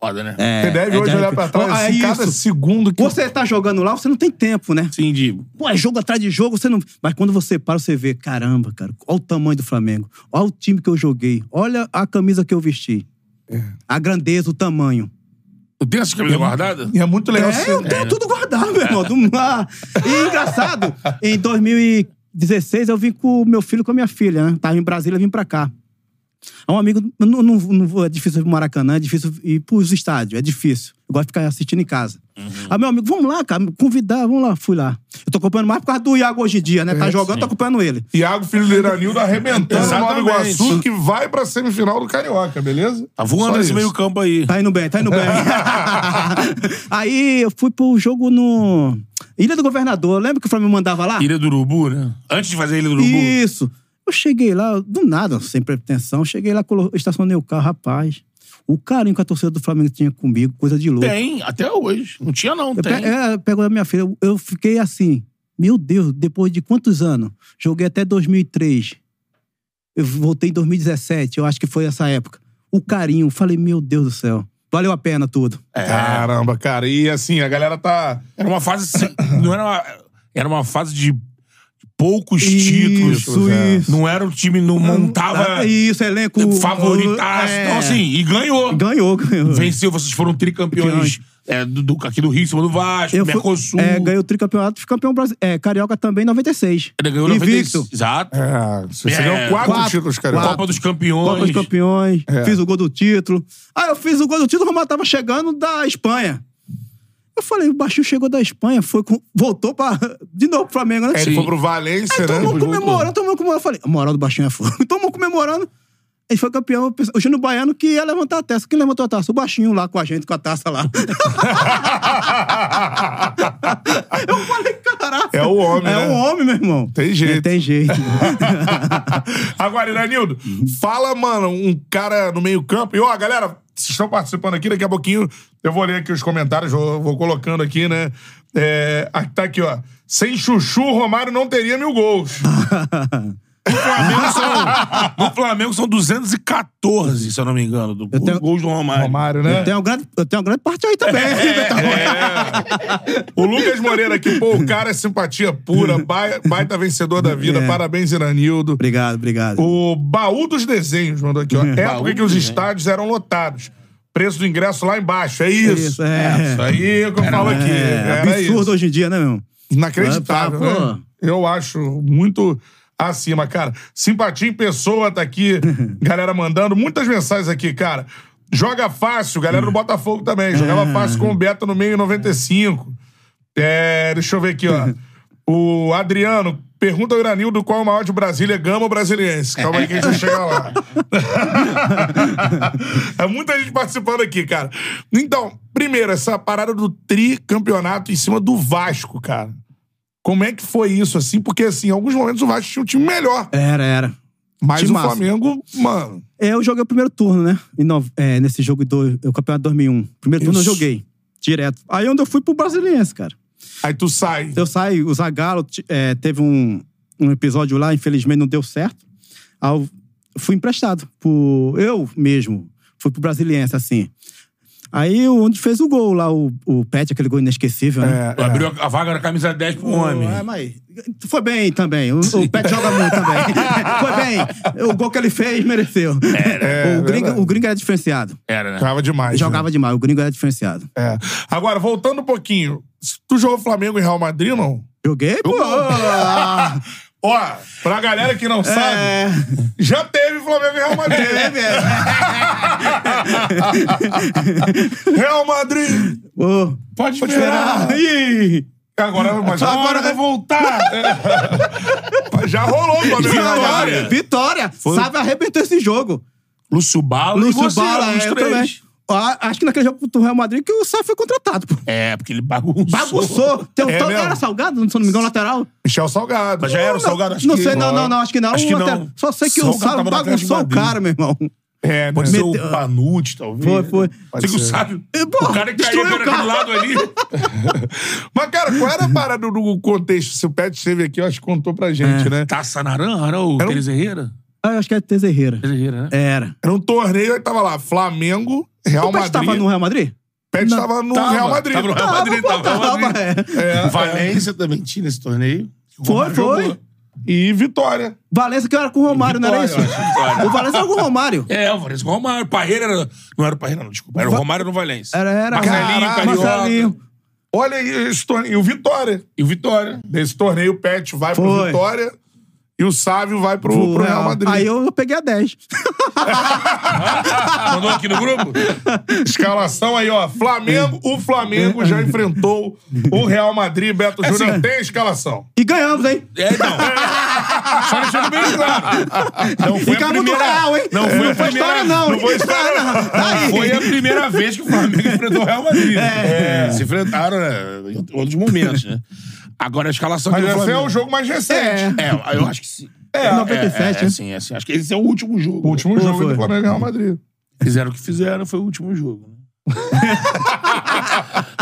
C: Foda, né?
D: É,
B: Você deve
D: é
B: hoje
D: de-
B: olhar pra trás,
D: Ah, é
B: assim, cada
D: isso.
B: segundo que.
D: Você tá jogando lá, você não tem tempo, né?
C: Sim, de.
D: Pô, é jogo atrás de jogo, você não. Mas quando você para, você vê, caramba, cara, olha o tamanho do Flamengo. Olha o time que eu joguei. Olha a camisa que eu vesti.
B: É.
D: A grandeza, o tamanho.
C: Tu tem essa camisa guardada?
B: E é muito legal.
D: É, eu
B: você-
D: tenho tudo guardado, meu irmão. Do mar. E engraçado, em 2016 eu vim com o meu filho e com a minha filha, né? Tava em Brasília, vim pra cá. Aí um amigo. eu Não, não, não vou- é difícil ir pro Maracanã, é difícil ir pros estádios, é difícil. Eu gosto de ficar assistindo em casa. Aí meu amigo, vamos lá, cara, me convidar, vamos lá. Fui lá. Eu tô acompanhando mais por causa do Iago hoje em dia, né? Tá jogando, tô acompanhando ele.
B: Iago Filho do Iranildo arrebentando o Nova
C: Exatamente.
B: Iguaçu, que vai pra semifinal do Carioca, beleza?
C: Tá voando
B: Só
C: nesse
B: isso.
C: meio-campo aí.
D: Tá indo bem, tá indo bem. (laughs) Aí eu fui pro jogo no. Ilha do Governador, lembra que o Flamengo mandava lá?
C: Ilha do Urubu, né? Antes de fazer a Ilha do Urubu.
D: Isso. Eu cheguei lá, do nada, sem pretensão, cheguei lá, colo- estacionei o carro, rapaz. O carinho que a torcida do Flamengo tinha comigo, coisa de louco.
C: Tem, até hoje. Não tinha, não.
D: Eu pe-
C: Tem.
D: é, pegou a minha filha, eu- eu fiquei assim, meu Deus, depois de quantos anos? Joguei até 2003. Eu voltei em 2017, eu acho que foi essa época. O carinho, eu falei, meu Deus do céu. Valeu a pena tudo.
B: Caramba, cara. E assim, a galera tá.
C: Era uma fase. sem- Não era uma. Era uma fase de poucos títulos.
D: Isso, é. isso.
C: Não era um time, não montava
D: É Isso, elenco...
C: favoritaço.
D: É.
C: Então, assim, e ganhou.
D: Ganhou, ganhou.
C: Venceu, vocês foram tricampeões é, do, do- aqui do Rio, em cima do Vasco,
D: Eu fui-
C: Mercosul.
D: É, ganhei o tricampeonato, fui campeão brasi- é, carioca também em 96.
C: Ele ganhou
D: Invicto.
C: 96. Exato.
B: É, você
C: É,
B: ganhou quatro,
D: quatro,
B: títulos, cara.
D: quatro.
C: Copa dos Campeões.
D: Copa dos Campeões,
B: É.
D: fiz o gol do título. Aí eu fiz o gol do título, o Romário tava chegando da Espanha. Eu falei, o Baixinho chegou da Espanha, foi com- voltou pra, (laughs) de novo pro Flamengo, né?
B: É, ele foi pro Valência,
D: Aí todo
B: né?
D: mundo comemorando, todo mundo comemorando. Eu falei, a moral do Baixinho é fogo. (laughs) Todo mundo comemorando. Ele foi campeão, eu pensei, o Júnior Baiano que ia levantar a taça. Quem levantou a taça? O Baixinho lá com a gente, com a taça lá. eu falei, caraca.
B: É o (laughs) homem,
D: É
B: né?
D: um homem, meu irmão.
B: Tem jeito.
D: É, tem jeito.
B: (laughs) Agora, Iranildo, fala, mano, um cara no meio-campo. E, ó, galera, vocês estão participando aqui, daqui a pouquinho eu vou ler aqui os comentários, vou, vou colocando aqui, né? É, aqui, tá aqui, ó. Sem Chuchu, Romário não teria mil gols.
C: Flamengo são, no Flamengo são 214, se eu não me engano, do,
D: Eu tenho-
C: gols do Romário.
B: Romário, né?
D: Tem uma grande, eu tenho uma grande parte
B: (laughs)
D: aí também.
B: É.
D: (laughs)
B: O Lucas Moreira aqui, pô, o cara é simpatia pura, bai- baita vencedor da vida.
D: É.
B: Parabéns, Iranildo.
D: Obrigado, É. obrigado.
B: O baú dos desenhos mandou aqui, ó. Época
C: Baú
B: que os
C: dos
B: estádios eram lotados. Preço do ingresso lá embaixo. É isso.
D: Isso, é.
B: Isso aí é que eu falo aqui.
D: É,
B: Era
D: absurdo
B: isso.
D: hoje em dia, né, meu? irmão?
B: Inacreditável,
D: Ah, pô.
B: né? Eu acho muito acima, cara. Simpatia em pessoa tá aqui, galera mandando. Muitas mensagens aqui, cara. Joga fácil, galera do Botafogo também. Jogava fácil com o Beto no meio em 95. É, deixa eu ver aqui, ó. O Adriano pergunta ao Iranildo qual é o maior de Brasília, Gama ou Brasiliense. Calma aí que a gente vai chegar lá. é muita gente participando aqui, cara. Então, primeiro, essa parada do tricampeonato em cima do Vasco, cara. Como é que foi isso, assim? Porque, assim, em alguns momentos o Vasco tinha um time melhor.
D: Era, era.
B: Mas o
D: timaço.
B: Flamengo, mano.
D: É, eu joguei o primeiro turno, né? Em nove- é, nesse jogo do o campeonato 2001. Primeiro turno eu
B: Isso.
D: joguei. Direto. Aí onde eu fui pro Brasiliense, cara.
B: Aí tu sai.
D: Eu saí, o Zagallo ti- é, teve um, um episódio lá, infelizmente não deu certo. Aí eu fui emprestado por eu mesmo, fui pro Brasiliense assim. Aí onde fez o gol lá o, o Pet, aquele gol inesquecível, né?
B: É,
C: Tu abriu a- a vaga da camisa 10 pro homem.
D: É, mas foi bem também. O, o Pet joga muito também. foi bem. O gol que ele fez mereceu. (laughs) o, gringo, o gringo era diferenciado.
C: Era,
D: Tá.
C: né?
B: Jogava demais.
D: Jogava demais, o gringo era diferenciado.
B: Né? É. Agora, voltando um pouquinho. Tu jogou Flamengo e Real Madrid, não?
D: Joguei, pô!
B: Ó, pra galera que não sabe,
D: É,
B: já teve Flamengo e Real Madrid.
D: é mesmo.
B: Real Madrid!
D: Pô,
C: Pode
B: esperar.
C: esperar.
D: Ih!
B: Agora, mas agora vai voltar. É. (laughs) Já rolou Flamengo e Real
D: Vitória!
B: Madrid.
D: Vitória! Sabe, arrebentou esse jogo.
C: Lúcio Bala e
D: Lúcio
C: você,
D: Bala,
C: os
D: eu
C: três.
D: também. Ah, Acho que naquele jogo contra o Real Madrid que o Sá foi contratado, pô.
C: É, porque ele bagunçou.
D: Bagunçou. Tem um
B: É
D: tal-
B: mesmo?
D: era salgado, se não me engano, lateral?
B: Michel Salgado.
C: Mas já era o Salgado, acho
D: não
C: que... né?
D: sei, não, não, não, acho que não.
C: Acho que
D: Um
C: não.
D: lateral. Só sei que o
C: Salgado
D: Sá
C: tava no Atlético
D: bagunçou o
C: Madrid.
D: cara, meu irmão.
B: É,
C: Pode
B: né?
C: ser o Panucci, talvez.
D: Foi, foi.
C: Sei que o
B: ser.
C: sábio...
D: E, pô,
C: o cara que caiu
D: destruiu o
C: agora
D: cara.
C: aquele lado ali...
B: (laughs) Mas, cara, qual era a parada do contexto? Se o Pet esteve aqui, eu acho que contou pra gente, né?
C: É. Taça Naranja, não? O
B: um-
C: Teres Herrera?
D: Ah, eu acho que era Tez Herrera.
C: Teres Herrera, né?
D: Era.
B: Era um torneio, aí tava lá Flamengo, Real
D: O Pet
B: Madrid.
D: tava no Real Madrid?
B: Pet tava no
C: Tava,
B: Real Madrid.
C: Tava no Real Madrid, tava. no Real Madrid.
D: Tava, é.
C: É, Valência também tinha nesse torneio.
D: Foi, foi.
B: E vitória.
D: Valência que era com o Romário, não era isso?
C: Vitória, eu acho, Vitória.
D: O Valência era com o Romário.
C: É, o Valência com o Romário. Parreira era... Não era o Parreira, não, desculpa. Era o Romário no Valência.
D: Era, era.
C: Marcelinho,
D: Caraca,
C: Carioca.
D: Marcelinho.
B: Olha aí esse torneio. E o Vitória.
C: E o Vitória.
B: Nesse torneio, o Pet vai pro
D: É. Foi.
B: Vitória e o Sávio vai pro,
D: Pô,
B: pro Real Madrid.
D: Aí eu peguei a 10.
C: Ah, Mandou aqui no grupo?
B: Escalação aí, ó. Flamengo,
D: É.
B: o Flamengo já enfrentou o Real Madrid.
D: É
B: Beto
D: assim,
B: Júnior tem a escalação.
D: E ganhamos, hein?
C: É, então. Só deixando bem claro.
B: Então
C: Não foi
D: Fica
C: a
D: muito
C: primeira...
D: real, hein?
C: Não foi a
D: foi
C: primeira...
D: história, não. Tá
C: Não foi história, não.
D: Aí.
C: Foi a primeira vez que o Flamengo
D: (laughs)
C: enfrentou o Real Madrid. É. Se enfrentaram né, em outros momentos, né? Agora a escalação
B: Mas
C: do
B: esse é
C: Flamengo.
B: o jogo mais recente.
C: É, eu acho que sim.
D: É, 97,
C: é,
D: né?
C: sim, é, sim. Acho que esse é o último jogo.
B: O último
D: Pô,
B: jogo
D: foi.
B: do Flamengo e Real Madrid.
C: Fizeram o que fizeram, foi o último jogo. né? (laughs)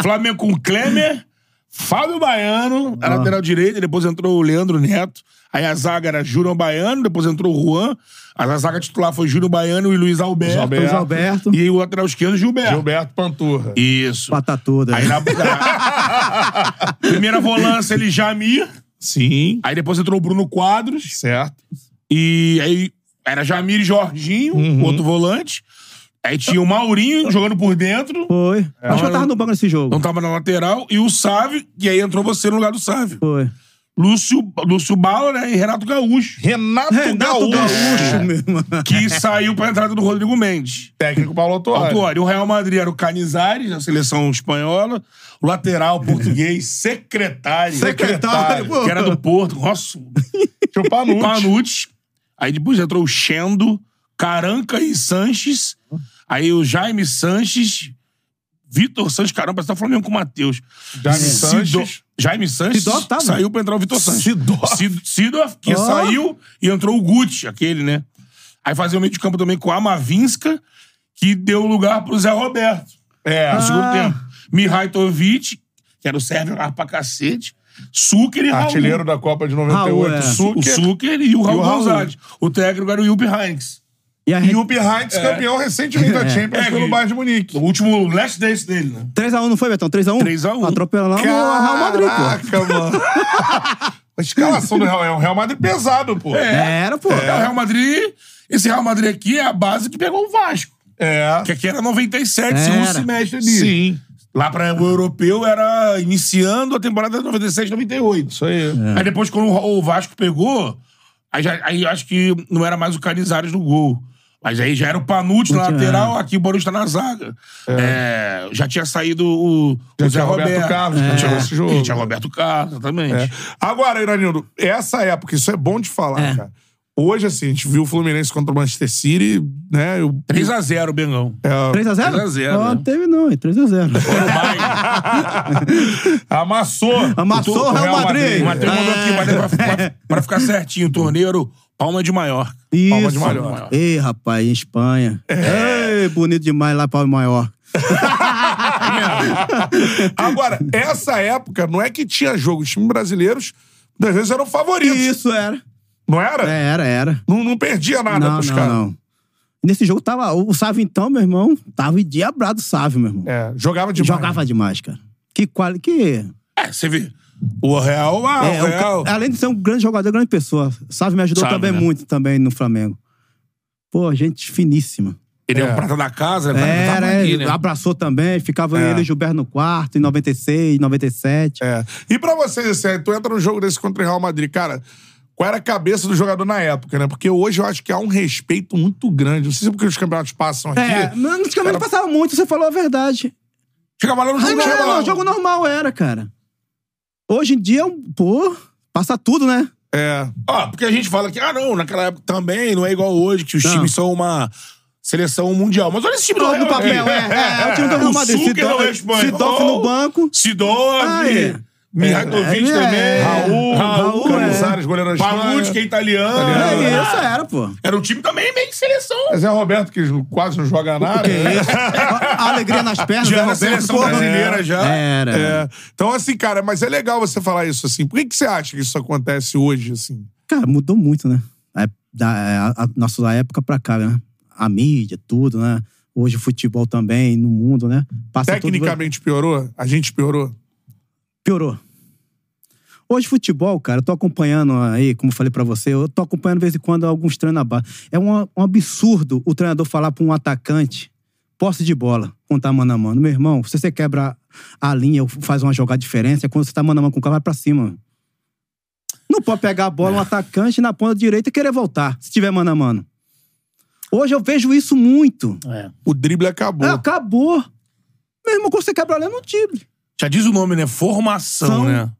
C: Flamengo com Klemer, Fábio Baiano, a lateral direita, depois entrou o Leandro Neto. Aí a zaga era Júnior Baiano, depois entrou o Juan. A zaga titular foi Júnior Baiano e Luiz Alberto.
B: Luiz Alberto.
D: Luiz Alberto.
C: E o lateral esquerdo,
D: É.
C: Gilberto.
B: Gilberto Panturra.
C: Isso.
D: Pata toda.
C: Aí na, na- (laughs) primeira volância, ele Jamir.
B: Sim.
C: Aí depois entrou o Bruno Quadros.
B: Certo.
C: E aí era Jamir e Jorginho, outro volante. Aí tinha o Maurinho jogando por dentro.
D: Foi. Acho que
C: mas
D: eu tava no banco nesse jogo.
C: Não tava na lateral. E o Sávio, e aí entrou você no lugar do Sávio.
D: Foi.
C: Lúcio, Lúcio Bala, né? E Renato Gaúcho.
B: Renato,
D: Renato
B: Gaúcho.
D: Gaúcho, meu irmão.
C: Que saiu pra entrada do Rodrigo Mendes.
B: Técnico Paulo Autuori.
C: Autuori. O Real Madrid era o Canizares, da seleção espanhola. O lateral português, secretário.
D: Secretário, pô.
C: Que era do Porto. Nossa,
B: Tinha o Panucci.
C: Panucci. Aí depois entrou o Xendo, Caranca e Sanches. Aí o Jaime Sanches, Vitor Sanches. Caramba, parece que tá Flamengo com o Matheus.
B: Jaime
C: Sido-
B: Sanches. tá, né?
C: Jaime Sanches
D: Sidorf tava.
C: saiu pra entrar o Vitor Sanches.
B: Sidorf.
C: Sid- Sidorf, que
D: Ó.
C: saiu e entrou o Gucci, aquele, né? Aí fazia o meio de campo também com a Mavinska, que deu lugar pro Zé Roberto.
B: É.
C: No segundo tempo. Mihajtovic, que era o Sérvio jogava pra cacete. Suker e Raul.
B: Artilheiro da Copa de 98.
D: Raul, é.
C: O
B: Suker.
C: Suker e o Raul,
B: E o Raul.
C: Gonzalez. O técnico era o Yupp Heinz.
D: E a
B: E
D: gente...
B: o Behinds, campeão recentemente da Champions
C: É,
B: pelo
C: que-
B: Bayern de Munique.
C: O último last dance dele, né?
D: 3x1 não foi, Betão? 3x1?
C: 3x1.
D: Atropelamos o Real Madrid, pô.
B: um. Caraca, mano. A escalação do Real é um Real Madrid pesado, pô. É.
D: Era, pô.
C: É. O Real Madrid... Esse Real Madrid aqui é a base que pegou o Vasco.
B: É.
C: Que aqui era 97, segundo
D: Era.
C: semestre um ali.
B: Sim.
C: Lá para o europeu era iniciando a temporada 97, 98.
B: Isso aí.
D: É.
C: Aí depois, quando o Vasco pegou, aí, já, aí acho que não era mais o Canizares no gol. Mas aí já era o Panucci na
D: Não tinha. é.
C: lateral, aqui o Borussia tá na zaga. É, já tinha saído o, o
B: Já
C: Zé
B: tinha
C: Roberto.
B: Roberto Carlos,
C: já
B: que
C: tinha,
B: jogou esse jogo.
C: e tinha Roberto Carlos, exatamente.
B: É. Agora, Iranildo, essa época, isso é bom de falar, cara. Hoje, assim, a gente viu o Fluminense contra o Manchester City, né? Eu,
C: 3x0, Bengão.
B: é,
D: 3x0?
C: 3x0,
D: Não,
C: né?
D: não teve não, é
B: (laughs)
D: 3x0.
B: Amassou.
D: Amassou
B: Tu-
D: o Real Madrid.
C: O Matheus mandou aqui, mas é pra, pra- pra ficar certinho, torneiro, palma de maior.
B: Palma de É.
D: Isso.
B: Mallorca.
D: Ei, rapaz, em Espanha. Ei, bonito demais lá para Maior.
B: Agora, essa época não é que tinha jogo. Os times brasileiros, às vezes, eram favoritos.
D: Isso era.
B: Não era?
D: É, era, era.
B: Não, não perdia nada
D: não,
B: pros
D: não,
B: caras.
D: não. Nesse jogo tava o Sávio então, meu irmão, tava diabrado o Sávio, meu irmão.
B: É, jogava demais.
D: Jogava demais, cara. Que quali... que
C: É, você vê. O Real, ah,
D: é,
C: o
D: o
C: Real.
D: ca- além de ser um grande jogador, grande pessoa. Sávio me ajudou
C: Sávio,
D: também
C: né?
D: muito também no Flamengo. Pô, gente finíssima.
C: Ele é,
B: É.
C: um prata da casa, ele é,
D: Era,
C: tava aqui,
D: ele
C: né?
D: abraçou também, ficava
B: É.
D: ele e o Gilberto no quarto em 96, 97.
B: É. E pra vocês, assim, aí tu entra num jogo desse contra o Real Madrid, cara, qual era a cabeça do jogador na época, né? Porque hoje eu acho que há um respeito muito grande. Não sei se é porque os campeonatos passam aqui.
D: É, não, antigamente
B: Era-
D: passava muito, você falou a verdade.
C: Chegava lá no
D: Ah,
C: jogo, chegava
D: não,
C: lá.
D: o jogo normal era, cara. Hoje em dia, pô, passa tudo, né?
B: É.
C: Ó, porque a gente fala que, ah, não, naquela época também, não é igual hoje, que os
D: Não.
C: times são uma seleção mundial. Mas olha esse time do
D: Todo
C: Real
D: no papel, é.
C: Madrid.
D: É, é o time do Real
C: O
D: Madrid.
C: Sucre não
D: Sidorf-
C: responde.
D: Sidorf
C: Oh.
D: no banco.
C: Sidorf,
D: Ah, é.
C: Mihajlovic
D: É,
C: também,
D: é.
C: Raul,
D: Raul,
C: Raul
D: é.
C: Canizares,
B: Canizares, goleiro da Espanha.
C: Palucci, que é italiano. né?
D: É isso, era, pô.
C: Era um time também meio seleção.
B: Mas é Roberto que quase não joga nada. né?
D: Que isso? A alegria nas pernas,
C: Já
D: né,
C: era
D: Roberto?
C: seleção
D: Pô,
C: brasileira, já.
D: Era.
C: né?
B: É. Então, assim, cara, mas é legal você falar isso, assim. Por que, que você acha que isso acontece hoje, assim?
D: Cara, mudou muito, né? A ép- Da a- a nossa época pra cá, né? A mídia, tudo, né? Hoje o futebol também, no mundo, né? Passa tudo-
B: Tecnicamente piorou? A gente piorou?
D: Piorou. Hoje, futebol, cara, eu tô acompanhando aí, como eu falei pra você, eu tô acompanhando de vez em quando alguns treinos na base. É um, um absurdo o treinador falar pra um atacante posse de bola, quando tá mano a mano. Meu irmão, se você quebra a linha ou faz uma jogada diferente, é quando você tá mano a mano com o cara, vai pra cima. Não pode pegar a bola, um atacante na ponta direita e querer voltar, se tiver mano a mano. Hoje eu vejo isso muito.
B: O drible acabou.
D: Ah, Acabou. Meu irmão, quando você quebra a linha, é não drible.
C: Já diz o nome, né? Formação,
D: São.
C: né?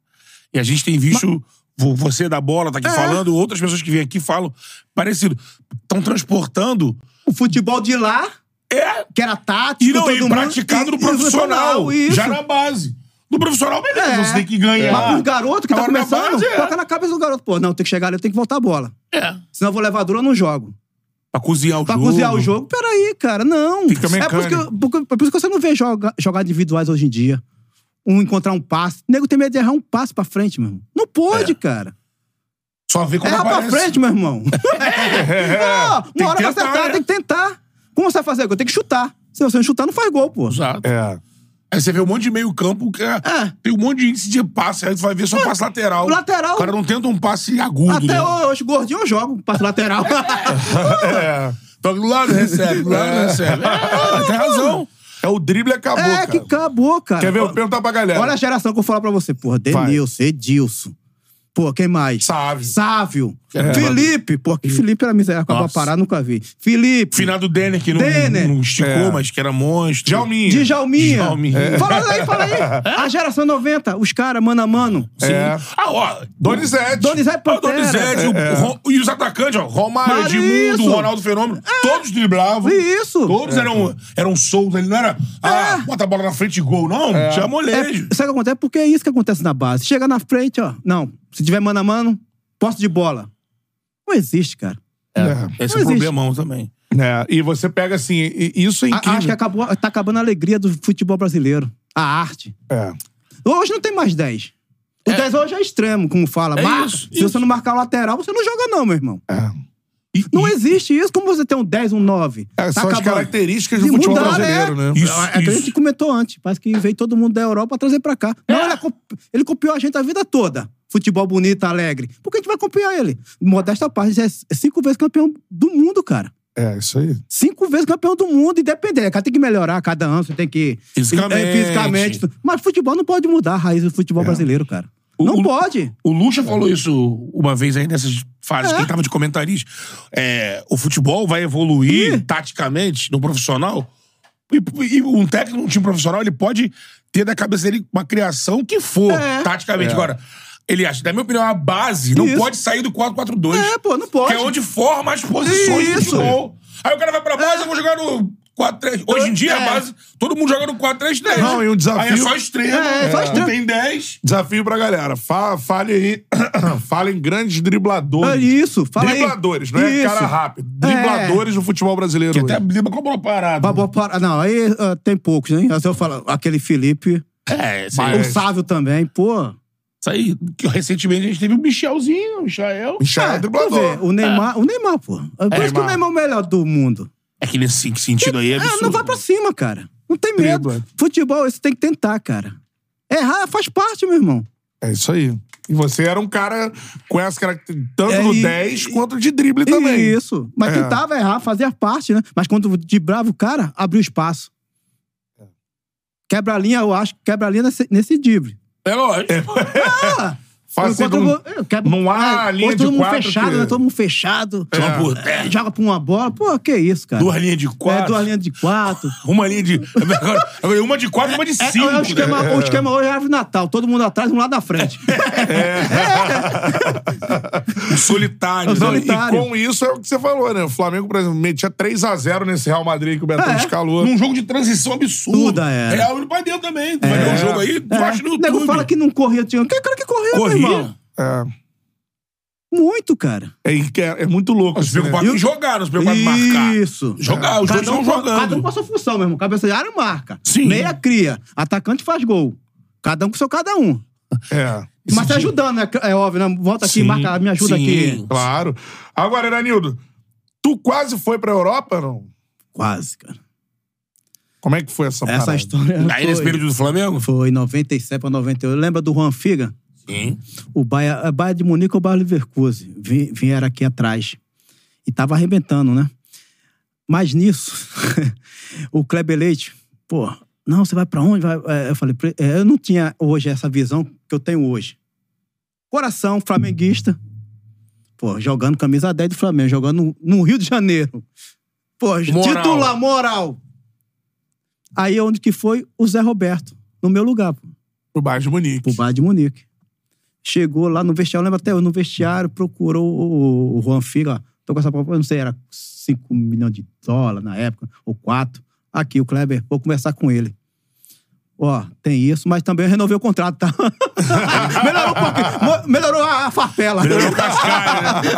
C: E a gente tem visto. vo- Você da bola tá aqui
D: É.
C: falando, outras pessoas que vêm aqui falam parecido. Estão transportando.
D: O futebol de lá
C: É.
D: que era tático,
C: E não,
D: todo
C: e
D: mundo.
C: praticado no
D: E-
C: profissional.
D: isso.
C: Já na base. No profissional, beleza.
D: É.
C: Você tem que ganhar.
D: Mas o garoto que tá
C: Agora na
D: começando,
C: base, é.
D: toca na cabeça do garoto. Pô, não, tem que chegar ali, eu tenho que voltar a bola.
C: É.
D: Senão eu vou levar dura, eu não jogo.
C: Pra cozinhar o
D: Pra
C: jogo.
D: cozinhar o jogo, peraí, cara, não.
B: Fica
D: é por isso, que,
B: mecânico.
D: eu- porque- por isso que você não vê joga, jogar individuais hoje em dia. Um encontrar um passe. O nego tem medo de errar um passe pra frente, meu irmão. Não pode, cara.
C: Só
B: É,
C: ver como
D: Erra pra
C: É. aparece.
D: frente,
C: (laughs)
D: meu irmão. Não,
B: Tem
D: uma hora
B: que
D: vai acertar,
C: é.
B: né?
D: tem que tentar. Como você vai fazer? Eu tenho que chutar. Se você não chutar, não faz gol, pô.
C: Exato.
B: É.
C: Aí você vê um monte de meio campo que é-
D: É.
C: tem um monte de índice de passe. Aí tu vai ver só passe lateral.
D: Ah, Lateral.
C: O cara não tenta um passe agudo.
D: Até
C: né?
D: hoje, gordinho, eu jogo.
B: (laughs)
D: Passe lateral.
B: É.
C: Toca Tá do lado recebe, do lado recebe. É, tem razão.
B: É o drible acabou,
D: é,
B: cara.
D: que acabou, cara.
B: Quer ver? Eu vou perguntar pra galera.
D: Olha a geração que eu vou falar pra você. Porra,
B: Vai.
D: Denilson, Edilson. Pô, quem mais?
B: Sávio.
D: Sávio.
C: É.
D: Felipe. Pô, que Felipe era miserável. Acabou a
C: Nossa.
D: parar, nunca vi. Felipe.
C: Final do Denner, que não,
D: Denner.
C: não esticou,
B: É.
C: mas que era monstro.
B: Djalminha.
D: Djalminha.
C: Djalminha. É.
D: Fala
B: (laughs)
D: aí, fala aí. A geração 90, os caras, mano a mano.
C: Sim.
B: É.
C: Ah, ó.
B: Donizete.
D: Donizete
C: Ah, o
D: Pantera.
C: Donizete, o- o Ro- e os atacantes, ó, Romário,
D: Mas
C: Edmundo,
D: isso. É.
C: Ronaldo Fenômeno, todos driblavam.
D: Isso. É.
C: Todos eram, eram soltos, ele não era, ah, bota a bola na frente e gol, não, tinha
D: É,
C: molejo.
D: sabe o que acontece? Porque é isso que acontece na base. Chega na frente, ó. Não, se tiver mano a mano, posse de bola. Não existe, cara.
B: É.
C: Esse
D: Não
C: é o
D: existe.
C: problemão também.
B: É. E você pega assim, e- e isso é
D: A-
B: incrível.
D: acho que acabou, tá acabando a alegria do futebol brasileiro. A arte.
B: É.
D: Hoje não tem mais 10. O 10 hoje é extremo, como fala.
C: É
D: Marca.
C: isso,
D: se
C: isso.
D: você não marcar o lateral, você não joga, não, meu irmão.
C: E-
D: Não existe isso. Como você tem um 10, um 9?
B: É, são as características do
D: E
B: futebol
D: mudaram,
B: brasileiro, né?
C: Isso,
D: É que a gente
C: isso.
D: comentou antes. Parece que veio todo mundo da Europa trazer pra cá.
B: É.
D: Não, ele, acop- ele copiou a gente a vida toda. Futebol bonito, alegre. Por que a gente vai copiar ele? Modesta à parte, já é cinco vezes campeão do mundo, cara.
B: É, isso aí.
D: Cinco vezes campeão do mundo, independente. Cara, tem que melhorar cada ano, você tem que.
C: Fisicamente.
D: É, fisicamente. Mas futebol não pode mudar a raiz do futebol brasileiro, cara.
C: O-
D: não
C: o-
D: pode.
C: O Lucha
D: É.
C: falou isso uma vez aí nessas fases que ele tava de comentarista. É, o futebol vai evoluir taticamente no profissional. E, e um técnico, um time profissional, ele pode ter da cabeça dele uma criação que for
D: É.
C: taticamente. Agora, ele acha, na minha opinião, é a base não
D: Isso.
C: pode sair do 4-4-2.
D: É, pô, não pode.
C: Que é onde forma as posições
D: Isso.
C: do futebol. Aí o cara vai pra base, eu vou jogar no 4-3. Hoje em dia,
D: É.
C: a base, todo mundo joga no 4-3-3.
B: Não, e um desafio-
C: Aí é só extremo.
D: É, é só extremo.
C: Não tem 10.
B: Desafio pra galera. Fa fale aí. (clears throat) Falem grandes dribladores.
D: É isso, fala aí.
B: dribladores, não é
D: Isso.
B: cara rápido. Dribladores do futebol brasileiro.
C: Que
B: hoje.
C: até lembra com a bola parada.
D: Pra boa para- Não, aí ah, tem poucos, né? Assim eu falo, aquele Felipe,
C: É, isso aí.
D: o Sávio também, pô.
C: Isso aí, que recentemente a gente teve o Michelzinho, o Michel.
B: Michael é
D: É, pra ver,
B: driblador.
D: o Neymar, o Neymar, pô. Eu acho que o
B: Neymar.
D: Neymar é o melhor do mundo.
C: É que nesse sentido aí é
D: É,
C: absurdo.
D: não vai pra cima, cara. Não tem medo.
B: Dribla.
D: Futebol, você tem que tentar, cara. Errar faz parte, meu irmão.
B: É isso aí. E você era um cara com essa característica, tanto
D: É,
B: do
D: e-
B: 10 quanto de drible também.
D: Isso. Mas
B: É.
D: tentava errar, fazia parte, né? Mas quando de bravo o cara, abriu espaço.
B: É.
D: Quebra a linha, eu acho que quebra a linha nesse, nesse drible.
C: É lógico.
D: Ah!
B: Faz
D: enquanto
B: segundo-
D: eu vou- eu quebro-
B: assim, não há
D: Ah,
B: linha
D: pô,
B: de
D: todo mundo
B: quatro
D: fechado,
B: que-
D: né? Todo mundo fechado.
C: Joga
D: É.
C: por terra.
D: É, joga pra uma bola. Pô, que isso, cara.
C: Duas linhas de
D: É,
C: quatro.
D: duas linhas de quatro.
C: Uma linha de. (laughs) Agora, agora, uma de quatro e uma de
D: É,
C: cinco.
D: é o, esquema,
B: né?
D: o esquema hoje é árvore de natal. Todo mundo atrás, um lá
B: (laughs)
D: da frente.
C: né? Solitário.
D: É o
C: né?
D: solitário.
B: E com isso é o que você falou, né? O Flamengo, por exemplo, metia 3x0 nesse Real Madrid que o Betão
D: É.
B: escalou.
C: Num jogo de transição absurda.
D: Tudo, é.
C: Real indo pra dentro também. Tu Vai ver um jogo aí, tu
D: É.
C: acha no
D: O nego
C: YouTube.
D: fala que não corria. Tinha... Que cara que corria, meu irmão?
C: Corria.
B: É.
D: Muito, cara.
B: É, e que é- é muito louco.
C: Não se
B: isso, né?
C: preocupar com jogar, não se preocupar em marcar.
D: Isso.
C: Jogar, os dois
D: Cada um,
C: estão
D: com- cada um
C: jogando.
D: com a sua função, meu irmão. Cabeça de área marca.
C: Sim.
D: Meia cria. Atacante faz gol. Cada um com o seu cada um.
B: É.
D: Mas tá ajudando, né? É óbvio, né? Volta aqui,
C: Sim,
D: marca, me ajuda
C: sim.
D: aqui.
B: Claro. Agora, Iranildo, tu quase foi pra Europa, não?
D: Quase, cara.
B: Como é que foi essa,
D: Essa
B: parada?
D: história.
C: Aí nesse
D: foi-
C: período do Flamengo?
D: Foi 97 pra 98. Lembra do Juan Figa?
C: Sim.
D: O Baia, a Baia de Munique ou o Baia Leverkusen vi- vieram aqui atrás. E tava arrebentando, né? Mas nisso, (laughs) o Kleber Leite, pô, não, você vai pra onde? Vai? É, Eu falei, pra ele, é, eu não tinha hoje essa visão que eu tenho hoje. Coração flamenguista, pô, jogando camisa 10 do Flamengo, jogando no, no Rio de Janeiro. Pô, titular, moral. Aí onde que foi? O Zé Roberto, no meu lugar, pô
B: Pro Bayern de Munique.
D: pro Bayern de Munique. Chegou lá no vestiário, lembra até eu, no vestiário, procurou o, o- o Juan Figa, ó, tô com essa proposta, não sei, era 5 milhões de dólares na época, ou 4. Aqui, o Kleber, vou conversar com ele. Ó, tem isso, mas também eu renovei o contrato, tá? (laughs) melhorou, um pouquinho, mo- melhorou a, a farpela.
C: Melhorou o cascalho, né?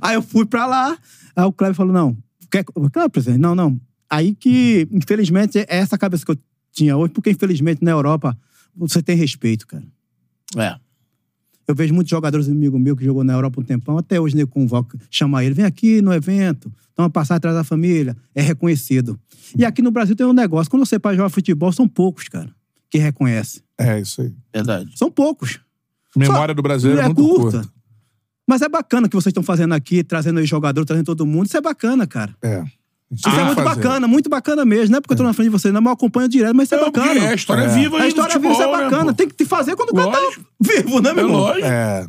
D: Aí eu fui pra lá, aí o Kleber falou: não, quer. Claro, presidente, não, não. Aí que, infelizmente, é essa cabeça que eu tinha hoje, porque infelizmente na Europa você tem respeito, cara.
C: É.
D: Eu vejo muitos jogadores amigo meu que jogou na Europa um tempão, até hoje nego convoca, chama ele, vem aqui no evento, toma passar atrás da família, é reconhecido. E aqui no Brasil tem um negócio, quando você para jogar futebol, são poucos, cara, que reconhece.
B: É, isso aí.
C: Verdade.
D: São poucos.
B: Memória
D: Só-
B: do brasileiro é, muito curta.
D: Mas é bacana o que vocês estão fazendo aqui, trazendo aí jogador, trazendo todo mundo, isso é bacana, cara.
B: É.
D: Isso é muito bacana, muito bacana mesho. Não é porque eu tô na frente de vocês, não, mas eu acompanho direto, mas isso é,
C: É, porque
D: bacana.
C: é a história viva aí
D: A
C: do
D: história
C: futebol,
D: viva, isso é
C: né,
D: bacana.
C: pô?
D: Tem que te fazer quando o cara tá
C: Lógico.
D: vivo, né, meu
C: É
D: irmão?
C: lógico.
B: É,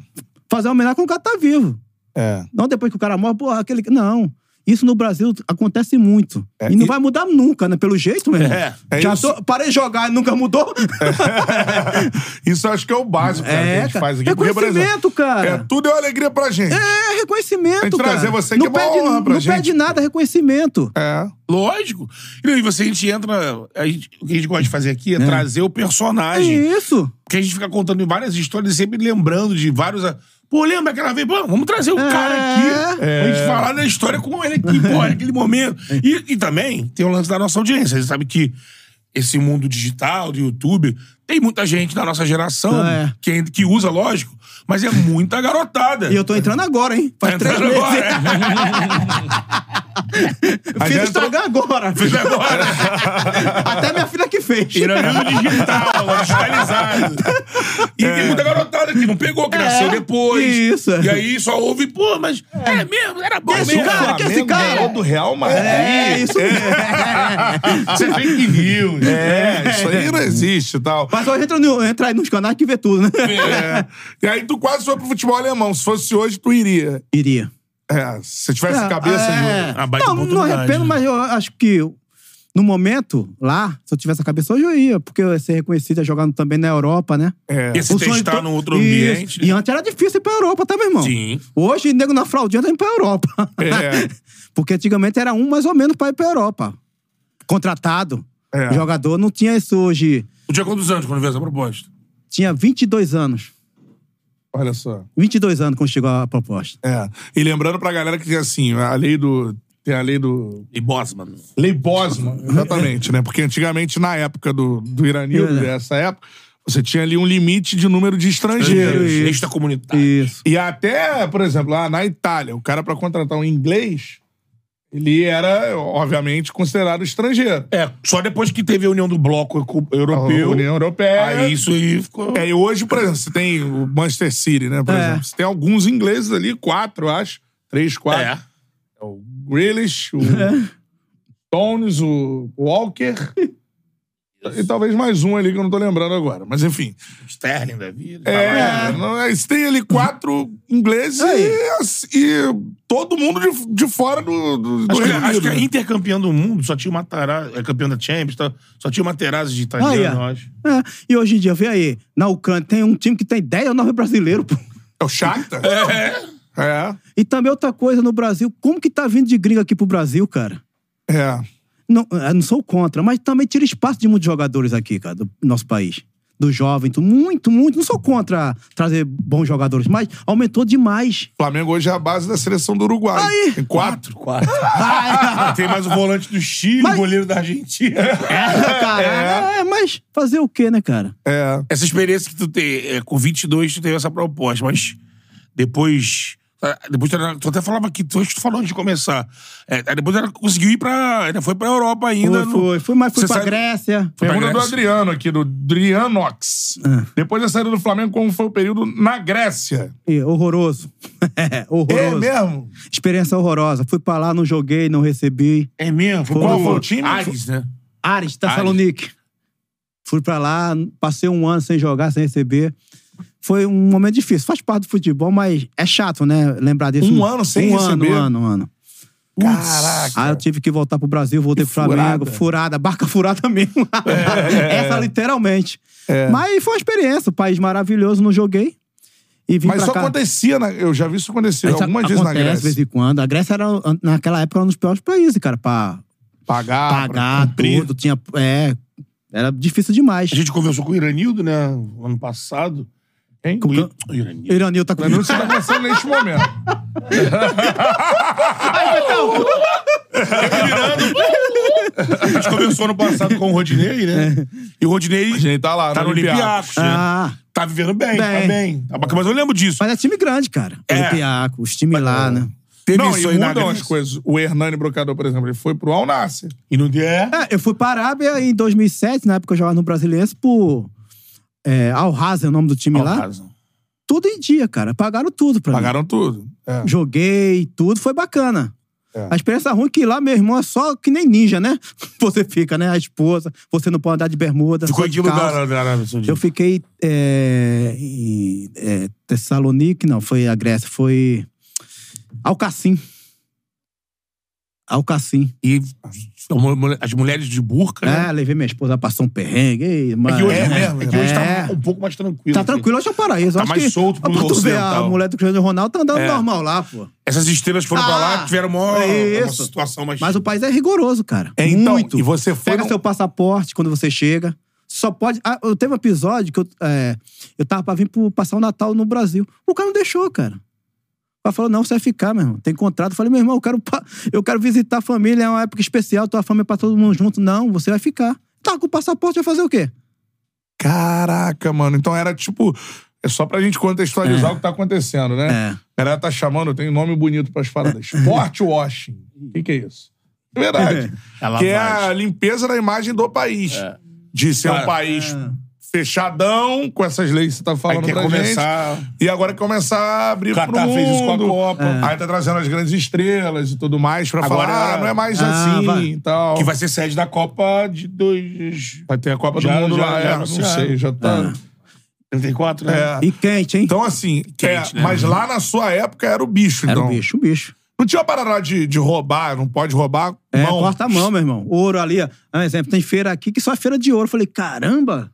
D: Fazer uma homenagem quando o cara tá vivo.
B: é. (laughs)
D: Não depois que o cara morre, porra, aquele. Não. Isso no Brasil acontece muito.
B: É,
D: e não
B: e-
D: vai mudar nunca, né? Pelo jeito mesmo.
C: É,
B: é
D: Já
B: isso. É.
D: tô- parei de jogar e nunca mudou.
B: Isso eu acho que é o básico cara, que a gente faz aqui. porque, por exemplo,
D: Reconhecimento,
B: É,
D: cara.
B: tudo é uma alegria pra gente.
D: (laughs) É, reconhecimento,
B: Tem que
D: cara.
B: trazer você que
D: não
B: é uma
D: pede,
B: honra pra
D: Não
B: gente.
D: pede nada, reconhecimento.
B: É.
C: Lógico. E aí você, a gente entra. a gente- o que a gente gosta de fazer aqui é, trazer o
D: É
C: personagem.
D: isso.
C: Porque a gente fica contando várias histórias e sempre lembrando de vários. a- Pô, lembra aquela vez? Pô, vamos trazer o
D: É.
C: cara aqui pra gente falar da história como ele aqui, pô, naquele momento.
D: É.
C: E, e também tem o lance da nossa audiência. Você sabe que esse mundo digital, do YouTube, tem muita gente da nossa geração
D: É.
C: que, que usa, lógico, mas é muita garotada. Tá
D: E eu tô entrando agora, hein? Faz
C: Entrando
D: três
C: agora,
D: meses.
C: (laughs) é.
D: Fiz
B: já
D: o Instagram
C: (laughs)
D: agora. Até minha filha que fez.
C: Pirâmide digital, digitalizado. E tem muita garotada que não pegou, que nasceu depois.
D: isso.
C: E aí só ouve, pô, mas é, mesmo, era bom
D: Esse
C: mesmo.
D: cara, que esse
B: Flamengo
D: cara.
B: ganhou do Real Madrid.
D: É, isso mesmo.
C: Você fake news.
B: É, isso aí não existe e tal.
D: Mas hoje entra, no, entra aí nos canais que vê tudo, né?
B: É. E aí tu quase foi pro futebol alemão. Se fosse hoje, tu iria.
D: Iria.
B: É, se tivesse
D: É,
B: cabeça...
D: é.
B: de-
C: Ah, baita
D: não, não
C: oportunidade. né?
D: arrependo, mas eu acho que eu- No momento, lá, se eu tivesse a cabeça hoje, eu ia, porque eu ia ser reconhecido, ia jogar também na Europa, né?
B: É.
C: Esse
D: sonho de
C: testar
D: to-
C: num outro
D: Isso.
C: ambiente. né?
D: E antes era difícil ir pra Europa, tá, meu irmão?
C: Sim.
D: Hoje, nego na fraldinha tá indo pra Europa.
B: É.
D: (laughs) Porque antigamente era um mais ou menos pra ir pra Europa. Contratado.
B: É.
D: O jogador não tinha isso hoje.
C: Tu tinha quantos anos quando veio essa proposta?
D: Tinha 22 anos.
B: Olha só.
D: 22 anos quando chegou a proposta.
B: É. E lembrando pra galera que tem assim, a lei do. Tem a lei do.
C: E Bosman.
B: Lei Bosman, exatamente, né? Porque antigamente, na época do, do Iranildo,
D: É.
B: dessa época, você tinha ali um limite de número de estrangeiros.
C: Extra comunitário.
D: Isso.
B: E até, por exemplo, lá na Itália, o cara pra contratar um inglês, ele era, obviamente, considerado estrangeiro.
C: É, só depois que teve a união do bloco eco-
B: A
C: europeu.
B: União Europeia.
C: Aí isso aí ficou.
B: É, e hoje, por exemplo, você tem o Manchester City, né? Por
D: É.
B: exemplo, você tem alguns ingleses ali, quatro, eu acho. Três, quatro.
C: É.
B: É o Grealish,
D: (laughs)
B: o Stones, o Walker. E talvez mais um ali que eu não tô lembrando agora. Mas enfim.
C: Sterling da vida. "Ah,
B: É,
C: Tavares.
B: não é- você tem ali quatro ingleses
D: Aí.
B: e, as- e todo mundo de, de fora do, do, do
C: Acho que,
B: Reino
C: acho
B: Unido,
C: que a
B: né?
C: Inter campeã do mundo só tinha uma Tarazzi, é campeã da Champions, tá? só tinha uma Materazzi de italiano, eu
D: Ah, é.
C: acho.
D: É. E hoje em dia, vê aí, na Ucrânia tem um time que tem 10 ou 9 brasileiros, pô.
B: É o Shakhtar? É. É.
D: E também outra coisa no Brasil, como que tá vindo de gringo aqui pro Brasil, cara?
B: É.
D: Não, eu não sou contra, mas também tira espaço de muitos jogadores aqui, cara, do nosso país. Do jovem, tu- muito, muito. Não sou contra trazer bons jogadores, mas aumentou demais.
B: O Flamengo hoje é a base da seleção do Uruguai.
D: Aí.
B: Tem quatro.
C: Quatro.
D: Ah,
C: Tem mais o volante do Chile,
D: Mas-
C: o goleiro da Argentina.
D: Caralho, é, mas fazer o quê, né, cara?
B: É.
C: Essa experiência que tu tem, é, com 22 tu teve essa proposta, mas depois... ah, Depois tu era- tu até falava que tu, acho que tu falou antes de começar. É, aí depois ela conseguiu ir pra. Ainda foi pra Europa ainda.
D: Foi,
C: no-
D: foi, foi, mas fui
C: Você
D: pra
C: sabe-
D: Grécia.
C: Foi pra
B: Pergunta do
C: Grécia.
B: Adriano aqui, do Adrianox. Depois da saída do Flamengo, como foi o período na Grécia?
D: Ih, horroroso. (laughs)
B: É
D: horroroso.
B: mesmo?
D: Experiência horrorosa. Fui pra lá, não joguei, não recebi.
C: É mesmo? Foi,
D: Foi.
C: pro-
D: Qual foi
B: o time?
C: Ares, né?
D: Ares, Tessalonique. Fui pra lá, passei um ano sem jogar, sem receber. Foi um momento difícil. Faz parte do futebol, mas é chato, né? Lembrar disso.
B: Um ano sem
D: um
B: receber?
D: Ano, um ano, um ano.
B: Caraca.
D: Aí eu tive que voltar pro Brasil, voltei pro Flamengo.
B: furada. É.
D: Furada, barca (laughs) furada mesmo. Essa literalmente. Mas foi uma experiência. um País maravilhoso, não joguei. E vim
B: Mas
D: pra
B: isso
D: cá.
B: acontecia, na- eu já vi isso acontecer
D: Isso
B: algumas vezes na
D: acontece de vez
B: Grécia.
D: em quando. A Grécia era, an- naquela época, era um dos piores países, cara, pra
B: Pagar, Ah, pra
D: pagar
B: cumprir.
D: tudo. Tinha, é, era difícil demais.
C: A gente conversou com o Iranildo, né? Ano passado. Hein? O, I... o Iranildo.
D: Iranil tá com
B: Não você tá pensando neste momento.
C: A gente conversou ano passado com o Rodinei, né? E o Rodinei
B: A gente tá lá,
C: tá no Olympiacos, né?
D: (laughs) Ah,
C: Tá vivendo bem, tá
D: Bem.
C: bem. Tá bacana, Mas eu lembro disso.
D: mas é time grande, cara.
C: É.
D: Olympiacos, os times lá, né?
C: Teve
B: Não,
C: isso
B: e
C: aí na
B: mudam as
C: Grécia.
B: coisas. O Hernani Brocador, por exemplo, ele foi pro Al Nassr.
C: E não deu. É.
D: É, eu fui pra Arábia em 2007, na época eu jogava no Brasiliense, por é, Al Hazan, é o nome do time lá. Tudo em dia, cara. Pagaram tudo pra
B: Pagaram tudo. É.
D: mim. Joguei, tudo, foi bacana.
B: É.
D: A experiência ruim é que lá, meu irmão, é só que nem ninja, né? (laughs) Você fica, né? A esposa, você não pode andar de bermuda.
C: Ficou
D: só
C: em
D: de
C: que
D: calça.
C: lugar na Arábia Saudita?
D: Eu fiquei é, em é, Tessalonique, não, foi a Grécia, foi Alcacim. Alcacim.
C: E as mulheres de burca, né?
D: Ah, levei minha esposa, ela passou um perrengue. ei,
C: É
D: mano.
C: que hoje, mesmo, é que hoje
D: É.
C: tá um pouco mais tranquilo.
D: Tá tranquilo, hoje é um paraíso.
C: Tá
D: Acho
C: mais
D: que,
C: solto pro
D: pra tu ver, a
C: ocidental.
D: mulher do Cristiano Ronaldo tá andando
C: É.
D: normal lá, pô.
C: Essas estrelas foram pra lá,
D: Ah,
C: tiveram uma,
D: é
C: uma
D: isso.
C: situação mais...
D: Mas o país é rigoroso, cara.
B: É, então,
D: Muito.
B: e você foi
D: Pega um
B: num-
D: seu passaporte quando você chega. Só pode. Ah, eu teve um episódio que eu, é, eu tava pra vir pro- passar o Natal no Brasil. O cara não deixou, cara. O cara falou: não, você vai ficar, meu irmão. Tem contrato. Eu falei, meu irmão, eu quero, pa- eu quero visitar a família, é uma época especial, tua família pra todo mundo junto. Não, você vai ficar. Tá, com o passaporte vai fazer o quê?
B: Caraca, mano. Então era tipo. É só pra gente
C: É.
B: contextualizar o que tá acontecendo, né?
D: É.
B: A galera tá chamando, tem um nome bonito pras paradas.
C: (laughs)
B: Sport washing. O que, que é isso? É verdade.
C: É
B: que é
C: lavagem. É.
B: a limpeza da imagem do país. De ser um
C: Cara,
B: país fechadão, com essas leis que você tá
C: É. Aí
B: falando
C: quer
B: pra gente.
C: começar...
B: E agora começar a abrir
C: Catar
B: pro mundo.
C: fez isso com a Copa.
B: Aí tá trazendo as grandes estrelas e tudo mais pra
C: Agora-
B: falar, ah, não é mais
D: Ah,
B: assim
D: vai.
B: e tal.
C: Que vai ser sede da Copa de dois...
B: Vai ter a Copa
C: Já-
B: do Mundo
C: já-
B: lá,
C: já
B: é, não
C: anunciaram.
B: sei, já tá.
C: 34, né?
B: É.
D: E quente, hein?
B: Então assim,
C: Quente,
B: é,
C: né?
B: mas lá na sua época era o bicho,
D: Era
B: então.
D: o bicho, o bicho.
B: Não tinha uma parada de, de roubar, não pode roubar.
D: É,
B: mão.
D: corta a mão, meu irmão. Ouro ali, ó. Um exemplo, tem feira aqui que só é feira de ouro. Eu falei, caramba,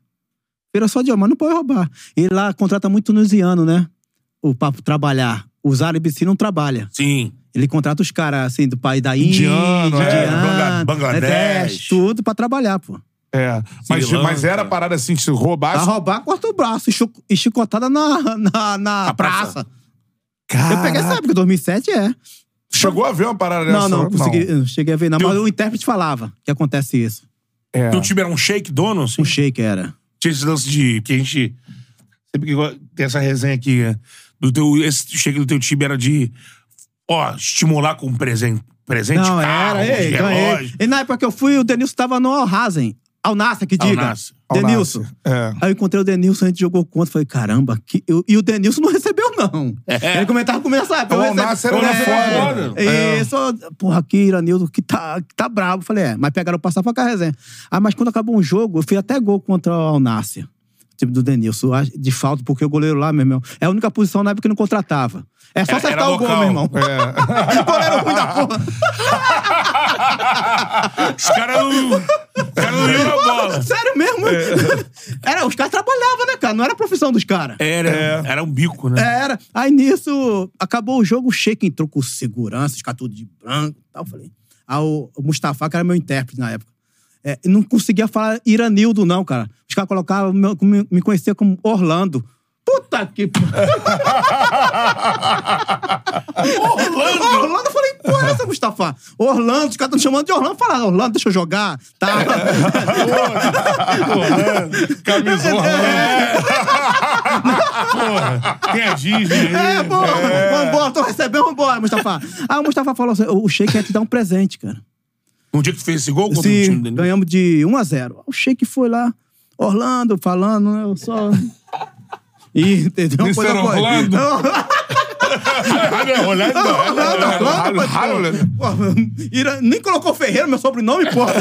D: feira só de ouro, mas não pode roubar. E lá contrata muito tunisiano, né? O papo trabalhar. Os árabes se não trabalham.
C: Sim.
D: Ele contrata os caras, assim, do país da Índia,
B: Indiano, é,
C: Bangla- Bangladesh.
D: tudo pra trabalhar, pô.
B: É. Mas,
C: Sri
B: mas era
C: Lanka.
B: a parada assim, se roubasse.
D: Pra roubar, corta o braço e chu- e chicotada na, na, na
C: Na praça.
D: praça. Eu
B: Caraca.
D: peguei essa época, 2007 é.
B: Chegou a ver uma parada dessa?
D: Não, não, consegui, eu cheguei a ver, não. Mas o intérprete falava que acontece isso.
B: É.
C: Então o time era um shake dono, assim?
D: Um shake era.
C: Tinha esse lance de. Que a gente. Sempre que go- tem essa resenha aqui, né? do teu, esse shake do teu time era de. Ó, estimular com presente. Presente
D: não,
C: carro,
D: era, ei,
B: então é
D: ganhei.
C: relógio.
D: E na época que eu fui, o Denilson tava no Alhazen. Alnassa, que
C: Al
D: diga.
C: Nassr.
B: Ao
D: Denilson.
B: nascer. É.
D: Aí eu encontrei o Denilson, a gente jogou contra. Falei, caramba, que... eu- e o Denilson não recebeu, não.
C: É.
D: Ele comentava comigo nessa época.
B: O
D: eu
B: Al Nassr
D: recebi-
B: era
D: É,
C: foda.
D: é, Isso, porra, aqui, Iranildo, que tá, que tá brabo. Falei, é, mas pegaram passar pra cá a resenha. Ah, mas quando acabou um jogo, eu fiz até gol contra o Alnácia. Time do Denilson, Ah, de falta, porque o goleiro lá, meu irmão, é a única posição na época que não contratava. É só
C: Era-
D: acertar
C: era
D: o gol,
C: local.
D: meu irmão.
B: É.
D: goleiro ruim da porra.
C: Os caras não. Os caras
B: (laughs)
C: não iam na bola.
D: (laughs) Sério mesmo? Era, os caras trabalhavam, né, cara? Não era a profissão dos caras.
C: Era,
B: É.
C: era um bico, né?
D: Era. Aí nisso, acabou o jogo, o Sheik entrou com segurança, os caras tudo de branco e tal. Falei. Aí o o Mustafa, que era meu intérprete na época. é, não conseguia falar Iranildo, não, cara. Os caras colocavam, meu- me, me conhecia como Orlando. Puta que. p-
C: Orlando!
D: Orlando, eu falei, pô, é essa, Mustafa? Orlando, os caras estão chamando de Orlando. Falaram, Orlando, deixa eu jogar. Tá.
C: (laughs)
B: Camisa
D: É.
C: Porra, tem a Disney.
D: É, bora, vambora, tô recebendo, vambora, Mustafa. Aí o Mustafa falou assim: o Sheik ia te dar um presente, cara.
C: No Um dia que tu fez esse gol contra o
D: Sim,
C: time do Danilo.
D: ganhamos de 1 a 0. O Sheik foi lá, Orlando, falando, né, eu só. Ih, entendeu?
B: Mr. Orlando.
C: Orlando,
D: Orlando, Orlando, mas, pô,
B: Orlando.
D: pô, Ira- nem colocou Ferreira, meu sobrenome, (laughs) porra.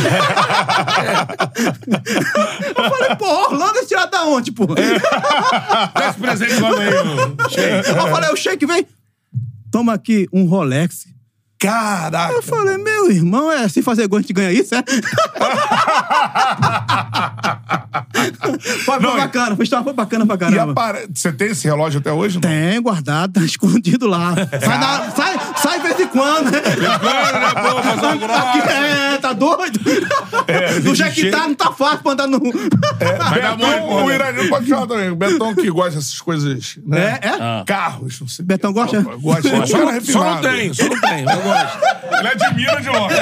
D: Eu falei, pô, Orlando é tirado da onde, pô?
C: Dá esse presente lá
B: (laughs)
C: meio.
D: Eu falei, o É, Sheik vem, toma aqui um Rolex.
B: Caraca.
D: Eu falei, meu irmão, é se fazer gol a gente ganha isso, é?
B: (laughs)
D: foi, foi bacana, foi, foi bacana pra
B: E
D: caramba.
B: a para- Você tem esse relógio até hoje? Não?
D: Tem, guardado, tá escondido lá. Sai, na, sai, sai de vez em quando. né? Aqui, é, tá doido?
B: É,
D: no Jequitá não tá fácil pra andar no. (laughs)
C: Vai dar mole,
B: Betão, o
C: porra. (laughs)
B: Irani pode falar também. O Betão que gosta dessas coisas, né?
D: É, é?
B: Carros, não sei.
D: Betão gosta?
B: Gosta.
C: Só,
B: Só
C: não- só não tem, só não tem. é Eu gosto.
B: Ele admira de longe.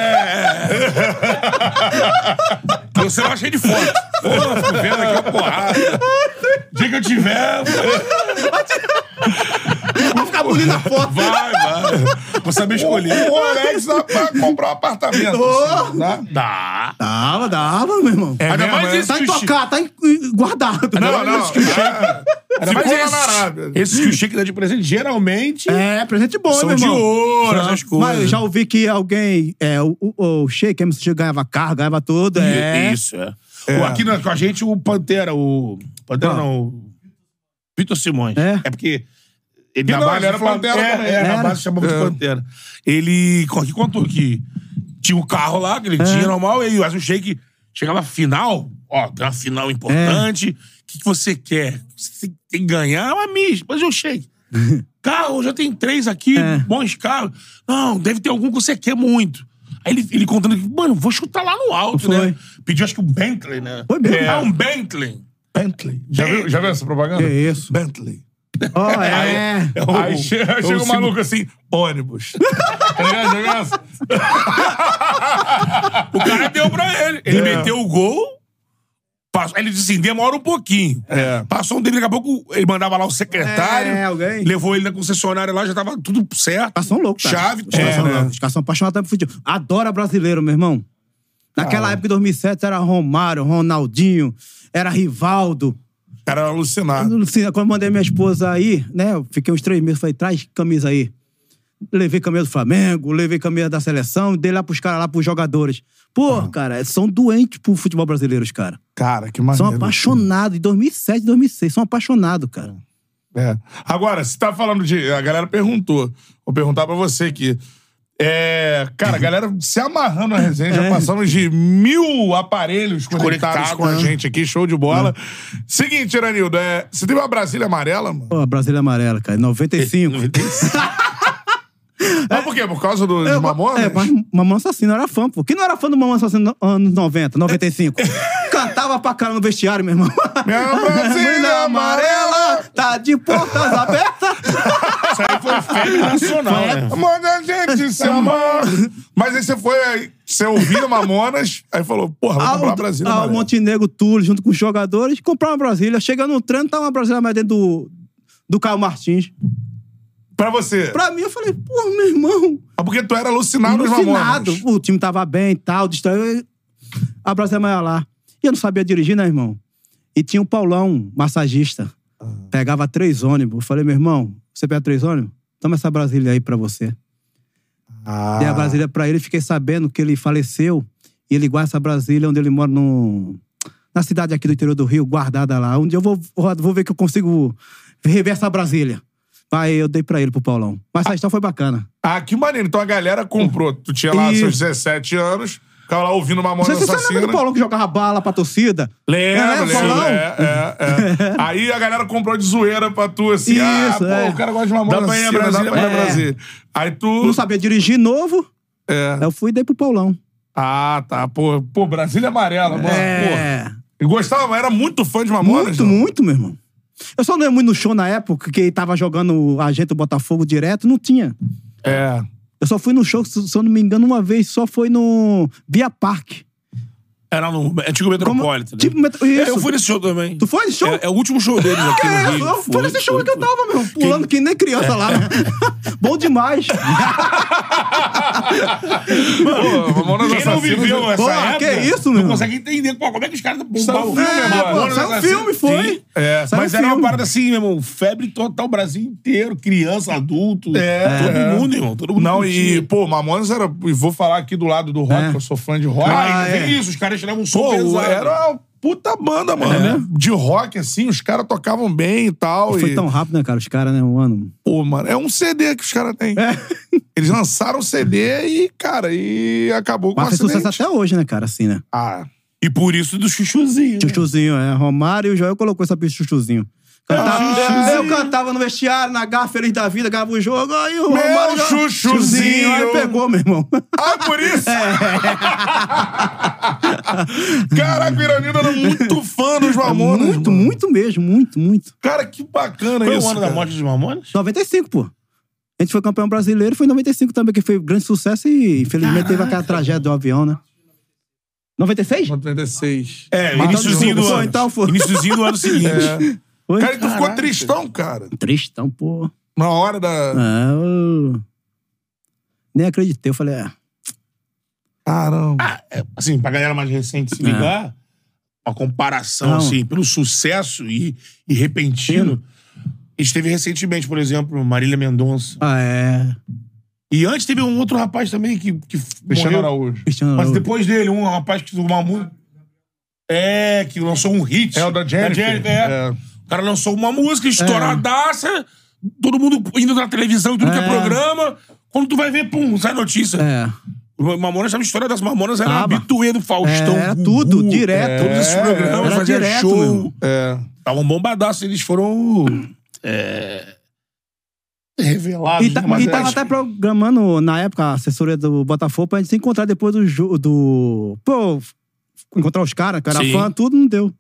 C: Você não achei de foto. Porra, fico vendo aqui uma porrada. Dia que eu tiver,
D: Vai ficar bonito na foto.
C: vai, vai. Vou saber
B: O
C: escolher.
B: Rolex dá pra comprar um apartamento. assim, né?
C: Dá.
D: Dava, dava, meu irmão.
B: É
C: Ainda
B: mesmo,
C: mais
B: é?
C: esse
D: tá
C: que
D: em
C: o Chico-
D: tocar, tá em, guardado.
B: Não, não. é. Ainda mais lá
C: Mas
B: na Arábia.
C: esses, esses que o Chico dá de presente, geralmente...
D: É, presente bom,
C: São
D: meu
C: de
D: irmão.
C: ouro,
D: São.
C: essas coisas.
D: Mas eu já ouvi que alguém. É, o, o, o Sheik, MC, ganhava carro, ganhava tudo. É.
C: Isso, é. O- aqui na- com a gente, o Pantera, o...
B: Ah.
C: Pantera não, o Vitor Simões.
D: É.
C: porque... Ele,
B: Não, ele era
C: do Flam-
B: Pantera
C: é,
B: também.
C: é, na
D: Era.
C: base chamava de
B: É.
C: Pantera. Ele co- que contou que tinha um carro lá, que ele
D: É.
C: tinha normal, e aí, mas o Sheik chegava à final, ó, tem uma final
D: É.
C: importante, o que, que você quer? Você tem- tem que ganhar É uma mídia, mas o
D: (laughs)
C: Sheik... Carro, já tem três aqui,
D: É.
C: bons carros. Não, deve ter algum que você quer muito. Aí ele, ele contando que, mano, vou chutar lá no alto,
D: Foi.
C: né? Pediu acho que um Bentley, né?
D: Foi mesmo?
C: É, um Bentley.
B: Bentley. Já viu, já viu essa propaganda?
D: Que
C: (laughs)
D: isso.
B: Bentley.
D: Ó, é.
C: o-
B: Aí chega,
C: é
B: chega
C: o
B: um maluco assim,
C: (laughs)
B: ônibus. tá ligado? Já viu essa?
C: O cara deu pra ele. Ele meteu o gol. Passou, aí ele disse assim: demora um pouquinho.
B: É.
C: Passou um tempo, daqui a pouco ele mandava lá o secretário.
D: É, alguém.
C: Levou ele na concessionária lá, já tava tudo certo.
D: caras são loucos, cara.
C: Chave,
D: Os caras
C: é,
D: são
C: né?
D: loucos. Os caras são apaixonados pelo futebol. Adora brasileiro, meu irmão. Naquela época, em 2007, era Romário, Ronaldinho, era Rivaldo.
B: O cara era alucinado.
D: Lucina, Ah, quando eu mandei minha esposa aí, né? Eu fiquei uns três meses, falei, traz camisa aí. Levei camisa do Flamengo, levei camisa da seleção, dei lá pros caras, lá pros jogadores. Pô, cara, são doentes pro futebol brasileiro, os caras.
B: Cara, que
D: São
B: maneiro.
D: apaixonados. Em 2007, 2006, são apaixonados, cara.
B: É. Agora, se tá falando de. A galera perguntou. Vou perguntar pra você aqui. É, cara, a galera se amarrando na resenha, já passamos de mil aparelhos conectados
C: Conectado,
B: com a
C: né?
B: gente aqui, show de bola. Seguinte, Iranildo, é, você teve uma Brasília amarela, mano?
D: Pô, a Brasília Amarela, cara. 95.
C: (laughs)
B: Mas por quê? Por causa do, dos mamonas?
D: É, mas Mamão Assassino era fã, pô. Quem não era fã do Mamão Assassino nos anos 90, 95? Cantava pra cara no vestiário, meu irmão.
B: Minha Brasília amarela!
D: tá de portas abertas.
C: Isso aí foi feio nacional, né?
B: Manda a gente se amar! Mas aí você foi, aí, você ouviu Mamonas, aí falou, porra,
D: Ah,
B: vou comprar uma Brasília
D: ao
B: amarela.
D: Montenegro Túlio, junto com os jogadores, comprar uma Brasília. Chega no trem, tá uma Brasília mais dentro do, do Caio Martins.
B: Pra você.
D: Pra mim, eu falei, pô, meu irmão,
B: Ah, Porque tu era alucinado nos
D: alucinado.
B: Mamonas.
D: O time tava bem e tal, distraiu. A Brasília é Maior lá. E eu não sabia dirigir, né, irmão? E tinha o Paulão, massagista. Pegava três ônibus. Eu falei, meu irmão, você pega três ônibus? Toma essa Brasília aí pra você. Dei a Brasília pra ele, fiquei sabendo que ele faleceu. E ele guarda essa Brasília onde ele mora no... Na cidade aqui do interior do Rio, guardada lá. Um dia eu vou, vou vou ver que eu consigo rever essa Brasília. Aí eu dei pra ele, pro Paulão. Mas essa história foi bacana.
B: Ah, que maneiro. Então a galera comprou. Tu tinha lá
D: Hum. Isso.
B: seus 17 anos, ficava lá ouvindo Mamonas
D: Você, você
B: Assassina.
D: lembra do Paulão que jogava bala pra torcida?
B: Lembro,
D: Lembra,
B: lembro.
D: Paulão?
B: É, é, é.
D: (laughs)
B: Aí a galera comprou de zoeira pra tu, assim. ah,
D: Isso,
B: pô,
D: é.
B: o cara gosta de Mamonas
C: Dá pra ir a
B: Assassina,
C: Brasília,
B: dá pra ir a
D: é.
B: Brasília. Aí tu...
D: Não sabia dirigir novo.
B: É.
D: Aí eu fui e dei pro Paulão.
B: Ah, tá. Pô, pô Brasília Amarela, mano. Pô.
D: é.
B: E gostava, mas era muito fã de Mamonas.
D: Muito,
B: não?
D: muito, meu irmão. Eu só não ia muito no show na época, que tava jogando a gente do Botafogo direto, não tinha.
B: É.
D: Eu só fui no show, se se eu não me engano, uma vez, só foi no Bia Park.
C: Era no antigo Metropolitan. né?
D: Tipo, met- isso.
C: Eu fui nesse show também.
D: Tu foi nesse show?
C: É, é o último show deles aqui no
D: É,
C: Rio.
D: eu- foi nesse show
C: foi,
D: que eu
C: foi.
D: tava, meu irmão, pulando que nem criança lá. né?
C: É.
D: Bom demais. Ah,
B: Pô, Mamonas
C: Quem não
B: Assassinas-
C: viveu essa
D: Pô,
C: época...
D: que é isso,
C: não
D: meu irmão?
C: consegue entender. Pô, como é que os caras...
B: Saiu um
C: bombavam o
B: filme,
C: filme,
B: mano.
C: mano?
D: pô, saiu um
C: Assassino.
D: filme, foi.
C: Sim. É,
D: Saiu
C: mas
D: um
C: era uma
D: filme.
C: parada assim, meu irmão. Febre total, Brasil inteiro. Criança, adulto.
B: É.
C: Todo mundo, irmão. Todo mundo
B: Não,
C: curtia.
B: e, pô, Mamonas era. E vou falar aqui do lado do rock,
D: É.
B: que eu sou fã de rock.
C: Ah,
D: Ah,
C: é.
D: é.
C: isso, os caras tiravam um som
B: Pô,
C: pesado. É, né?
B: era uma puta banda, mano. De rock, assim, os caras tocavam bem e tal.
D: Foi
B: e-
D: tão rápido, né, cara? Os caras, né, um ano.
B: Pô, mano, é um CD que os caras têm.
C: É.
B: (laughs) Eles lançaram o CD e, cara, e acabou com o
D: Mas fez
B: acidente.
D: sucesso até hoje, né, cara? Assim, né?
B: Ah,
C: E por isso do chuchuzinho. né?
D: Chuchuzinho, é. Romário e o Joel colocou essa pista de chuchuzinho.
B: Ah,
D: Cantava-
B: é.
D: eu cantava no vestiário, na garra feliz da vida, ganhava o jogo, aí o
B: Meu
D: Romário. já-
B: chuchuzinho.
D: Aí pegou, meu irmão.
B: Ah, por (laughs) isso? Caraca, o Iranildo era muito fã dos Mamonas.
D: muito,
B: mano.
D: muito mesmo, muito, muito.
B: né? Cara, que bacana
C: Foi
B: isso.
C: o ano da
B: cara.
C: morte dos Mamones?
D: 95, pô. A gente foi campeão brasileiro, foi em 95 também, que foi grande sucesso e infelizmente teve aquela tragédia do avião, né? 96?
B: 96.
C: É,
D: Mas
C: iniciozinho
D: então,
C: do
D: foi,
C: ano.
D: então foi. É.
C: Iniciozinho do ano
D: (laughs)
C: seguinte.
D: Foi?
B: Cara, e tu ficou
C: Caraca.
B: tristão, cara.
D: Tristão, pô.
B: Na hora da.
D: Ah, eu... Nem acreditei, eu falei, é.
B: Caramba.
C: Assim, pra galera mais recente se ligar, uma comparação,
D: É. Não.
C: assim, pelo sucesso e, e repentino. A gente teve recentemente, por exemplo, Marília Mendonça.
D: Ah, é.
C: E antes teve um outro rapaz também que, que
B: Cristiano
C: morreu.
B: Araújo.
D: Cristiano
C: Mas
D: Araújo.
C: depois dele, um rapaz que uma música. É, que lançou um hit.
B: É o da Jennifer.
C: é.
B: É.
C: O cara lançou uma música estouradaça, todo mundo indo na televisão, tudo que é
D: É.
C: programa. Quando tu vai ver, pum, sai notícia.
D: É.
C: O Mamonas estava história das Mamonas, era
D: Tava.
C: habituê do Faustão.
B: É,
D: Era
C: Gugu,
D: É,
B: uh,
D: tudo, direto.
C: Todos esses programas,
D: Era
C: fazia
D: direto,
C: show.
D: meu irmão.
B: É.
C: Estavam bombadaços, eles foram. É, revelados.
D: E, tá,
C: né? Mas
B: é
D: e tava
C: era-
D: até programando, na época, a assessoria do Botafogo pra gente se encontrar depois do jogo. Do... Pô, encontrar os caras, que eu era
C: Sim.
D: fã, tudo não deu.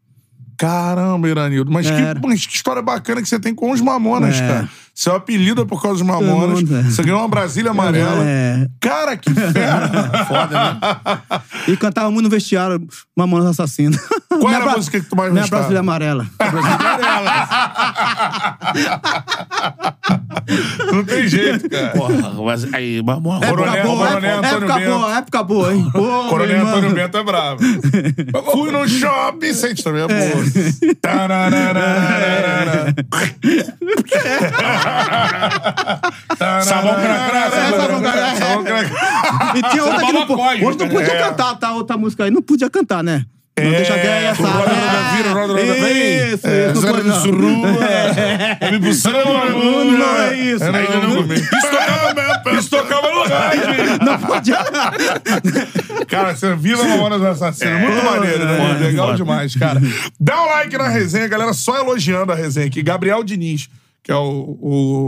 B: Caramba, Iranildo. Mas,
D: Era.
B: que, mas que história bacana que você tem com os Mamonas,
D: É.
B: cara. Seu apelido é por causa dos Mamonas.
D: Todo mundo, é.
B: Você ganhou uma Brasília amarela.
D: É.
B: Cara, (laughs) que fera. Foda, né?
D: E cantava muito no vestiário Mamonas Assassina.
B: Qual
D: (laughs) Minha
B: era a
D: bra-
B: música que tu mais
D: Minha
B: gostava?
D: Brasília Amarela.
B: Não tem jeito, cara.
C: Porra, mas aí,
B: (laughs)
C: Mamonas.
B: Coronel-
D: época boa,
B: Coronel Antônio
D: época, época
B: Bento.
D: boa, época boa, hein? Ô, meu
B: Coronel
D: irmão.
B: Antônio Bento é bravo. Fui no shopping, sente também é boa. Tararararara.
C: Sabão cracrá,
D: É, sabão cracrá.
B: Sabão cracrá.
D: E tinha outra que não, po-
C: Babacóis,
D: outra não
C: cara.
D: podia
C: É.
D: cantar, tá? Outra música aí não podia cantar, né? Não
B: É,
D: deixa ganhar,
C: o
D: sabe?
C: roda, roda, vira, roda, roda, vem.
D: Isso, isso. não
C: Zero
D: pode
C: me
D: não.
C: surrua. É me buçando,
D: Não, não é isso.
C: Era
B: Não,
C: não,
B: não.
C: Isso tocava, isso tocava no rádio.
D: Não pode.
B: Cara, você viva Mamonas Assassinas. Muito maneiro, né?
C: é,
B: Legal
C: foda.
B: demais, cara. Dá o like na resenha, galera. Só elogiando a resenha aqui. Gabriel Diniz, que é o,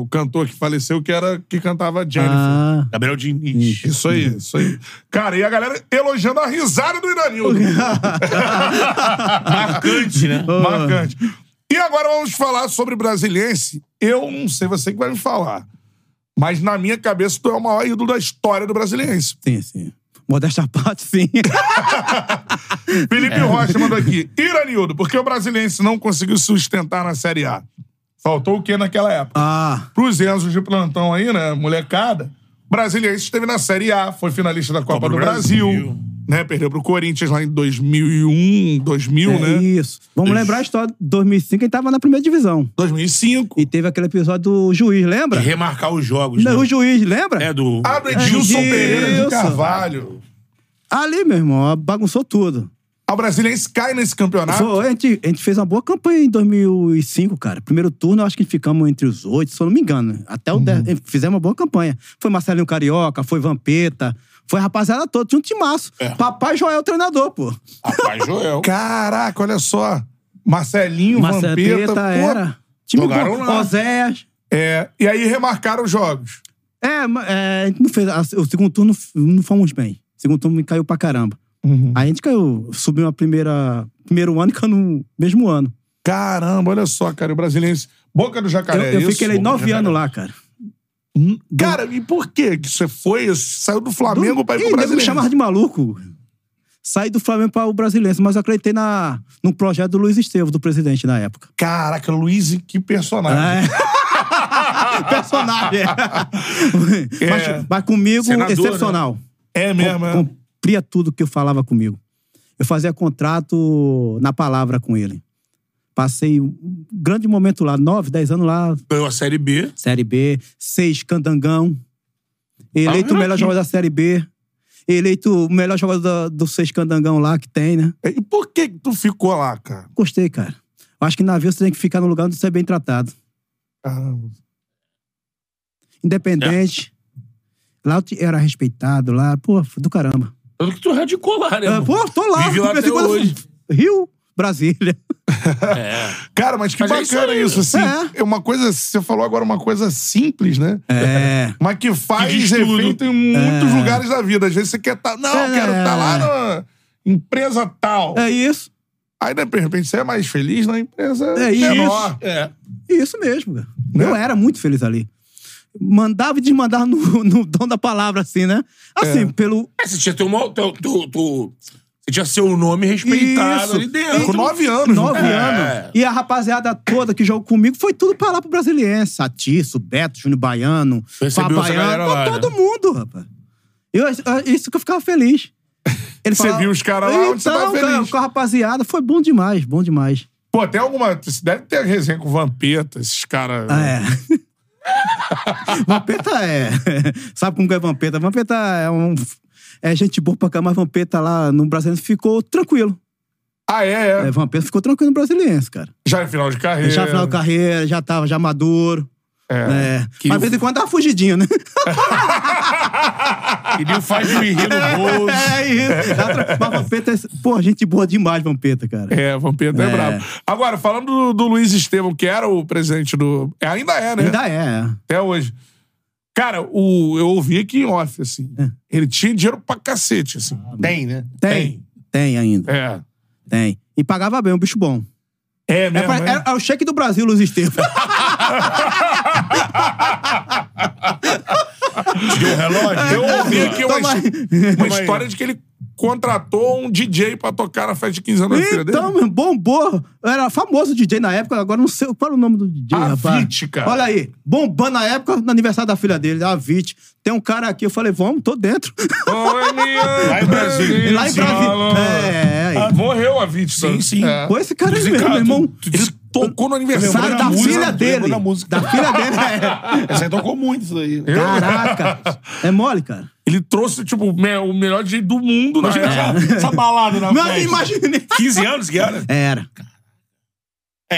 B: o cantor que faleceu, que era que cantava Jennifer.
D: Ah,
C: Gabriel Diniz.
B: Tipo Isso aí, isso aí. Cara, e a galera elogiando a risada do (laughs) Iranildo.
C: Marcante, né?
B: Ah. Marcante. E agora vamos falar sobre Brasiliense. Eu não sei você que vai me falar. Mas na minha cabeça, tu é o maior ídolo da história do Brasiliense.
D: sim, sim. Modesta à parte, (laughs) sim.
B: Felipe Rocha mandou aqui. Iranildo, por que o Brasiliense não conseguiu sustentar na Série A? Faltou o quê naquela época?
D: Ah,
B: Pros Enzos de plantão aí, né? Molecada. Brasiliense esteve na Série A, foi finalista da Copa, do Brasil.
C: Brasil.
B: né? Perdeu pro Corinthians lá em 2001, 2000,
D: é
B: né?
D: isso. Vamos lembrar a história de 2005, ele tava na primeira divisão.
B: 2005.
D: E teve aquele episódio do juiz, lembra?
C: Remarcar os jogos.
D: Não,
C: né?
D: o É, juiz, lembra?
C: É do.
B: Ah, do Edilson
D: Edilson.
B: Pereira de Carvalho.
D: Ali, meu irmão, ó, bagunçou tudo.
B: A Brasiliense cai nesse campeonato.
D: Foi, a, gente, a gente fez uma boa campanha em 2005, cara. Primeiro turno, eu acho que ficamos entre os oito, se eu não me engano. Até o dez- eh, Fizemos uma boa campanha. Foi Marcelinho Carioca, foi Vampeta, foi a rapaziada toda. Tinha um timaço. Papai Joel, treinador, pô.
C: Rapaz, Joel.
B: Caraca, olha só. Marcelinho, Vampeta. pô.
D: tá era. Time
C: jogaram
D: bom.
C: lá.
D: Oséias.
B: É, e aí remarcaram os jogos.
D: É, ma- é, a gente não fez. a- O segundo turno f- não fomos bem. O segundo turno caiu pra caramba. Aí a gente caiu, subiu a primeira. Primeiro ano e caiu no mesmo ano.
B: Caramba, olha só, cara. O Brasiliense... Boca do
D: Eu,
B: Jacaré,
D: eu
B: é isso?
D: fiquei nove anos lá, cara.
B: Cara, e por que que você foi? Saiu do Flamengo pra ir pro
D: Ih, nego me
B: Brasiliense?
D: chamava de maluco. Saí do Flamengo para o Brasilense, mas eu acreditei na, no projeto do Luiz Esteves, do presidente na época.
B: Caraca, Luiz, que
D: Ah,
B: personagem.
D: É. (laughs) Personagem.
B: (laughs) É. né?
D: Mas, mas comigo,
C: Senador,
D: excepcional.
B: É, mesmo, é.
D: Com- Cumpria tudo que eu falava comigo. Eu fazia contrato na palavra com ele. Passei um grande momento lá, nove, dez anos lá,
C: Ganhou a Série B.
D: Série B, seis Candangão, eleito
C: Ah,
D: o melhor
C: aqui.
D: jogador da Série B, eleito o melhor jogador da- do seis Candangão lá que tem, né?
B: E por que que tu ficou lá, cara?
D: Gostei, cara. Eu Acho que na vida você tem que ficar no lugar onde você é bem tratado.
B: Caramba.
D: Independente.
C: É.
D: Lá eu te- eu era respeitado, lá, pô, do caramba.
C: Tanto que tu radicou lá, né?
D: Ah,
C: mano?
D: pô, tô lá.
C: Vive lá
D: de vez em
C: até
D: quando eu- (laughs)
C: hoje.
D: Rio, Brasília.
C: É.
B: Cara, mas que
C: Mas é isso
B: bacana
C: aí,
B: isso,
C: né?
B: assim.
D: É.
B: É. uma coisa, você falou agora uma coisa simples, né?
D: (laughs) É.
B: (laughs) Mas que faz
C: Que diz tudo.
B: efeito em muitos lugares da vida. Às vezes você quer estar. não,
D: É,
B: quero estar
D: né?
B: lá na empresa tal.
D: É isso.
B: Aí, de repente, você é mais feliz na empresa
D: É isso.
B: menor.
C: É.
D: Isso mesmo, cara.
B: Né?
D: Eu era muito feliz ali. Mandava e desmandava no, (laughs) no dom da palavra, assim, né? Assim, pelo.
C: É, você tinha teu, mo- teu, teu, teu- Você tinha seu nome respeitado
D: Isso.
C: ali dentro.
B: Com nove anos.
D: Nove
B: né?
D: anos. É. E a rapaziada toda que jogou comigo foi tudo pra lá pro Brasiliense. Satiço, Beto, Júnior Baiano,
C: Recebeu essa galera
D: Fabaiano,
C: lá,
D: todo mundo, rapaz. Eu, eu- isso que eu ficava feliz. Ele
B: Você viu os caras lá onde você
D: então,
B: tava feliz.
D: cara, com a rapaziada, foi bom demais, bom demais.
B: Pô, tem alguma. Você deve ter resenha com Vampeta, esses caras.
D: É. Vampeta é. (laughs) Sabe como que é Vampeta? Vampeta é um. É gente boa pra cá, mas Vampeta lá no Brasileiro ficou tranquilo.
B: Ah, é, é.
D: É, Vampeta ficou tranquilo no Brasiliense, cara.
B: Já é final de carreira.
D: Já final de carreira, já tava já maduro. É.
C: Que
D: Mas
C: o-
D: de vez em quando tava fugidinho, né?
C: Queria faz me rir no
D: (laughs)
C: bolso.
D: É isso. Dá tra- Mas Vampeta é. Pô, gente boa demais, Vampeta, cara.
B: É, Vampeta é,
D: É.
B: brabo. Agora, falando do, do Luiz Estevam, que era o presidente do. é, Ainda é, né?
D: Ainda é.
B: Até hoje. Cara, o, eu ouvi aqui em off, assim. Ele tinha dinheiro pra cacete, assim.
C: Tem, né?
D: É. Ah, Tem. Tem ainda.
B: É.
D: Tem. E pagava bem, um bicho bom.
B: É
D: É,
B: mesmo,
D: pra-
B: é?
D: é- é o cheque do Brasil, Luiz Estevam.
C: Deu um relógio?
B: Eu ouvi aqui uma,
D: é, Toma aí.
B: uma história de que ele contratou um DJ pra tocar na festa de 15 anos da filha dele.
D: Então, meu, bombou. Era famoso DJ na época, agora não sei qual era o nome do DJ,
B: Avit,
D: rapaz.
B: cara.
D: Olha aí, bombando na época, no aniversário da filha dele, a Vit. Tem um cara aqui, eu falei, vamos,
B: (laughs)
D: tô dentro.
B: Lá
C: em Brasília.
D: (laughs) Lá em Brasília. É, é, é.
B: Morreu a vítima.
C: Sim, sim.
B: É.
D: Pô, esse cara aí mesmo, meu irmão.
C: Tu disse-
B: Tocou no
D: Sai
B: aniversário
D: da
C: música,
D: filha
C: lembrou
D: dele.
C: da música.
D: filha dele, é.
B: (laughs)
D: né?
C: Essa aí tocou muito, isso aí.
D: Caraca. É mole, cara.
B: Ele trouxe, tipo, me- o melhor DJ do mundo. né? É. Imagina essa, essa balada na
D: Não,
B: festa.
D: imaginei.
C: 15 anos que era?
D: Era.
C: É,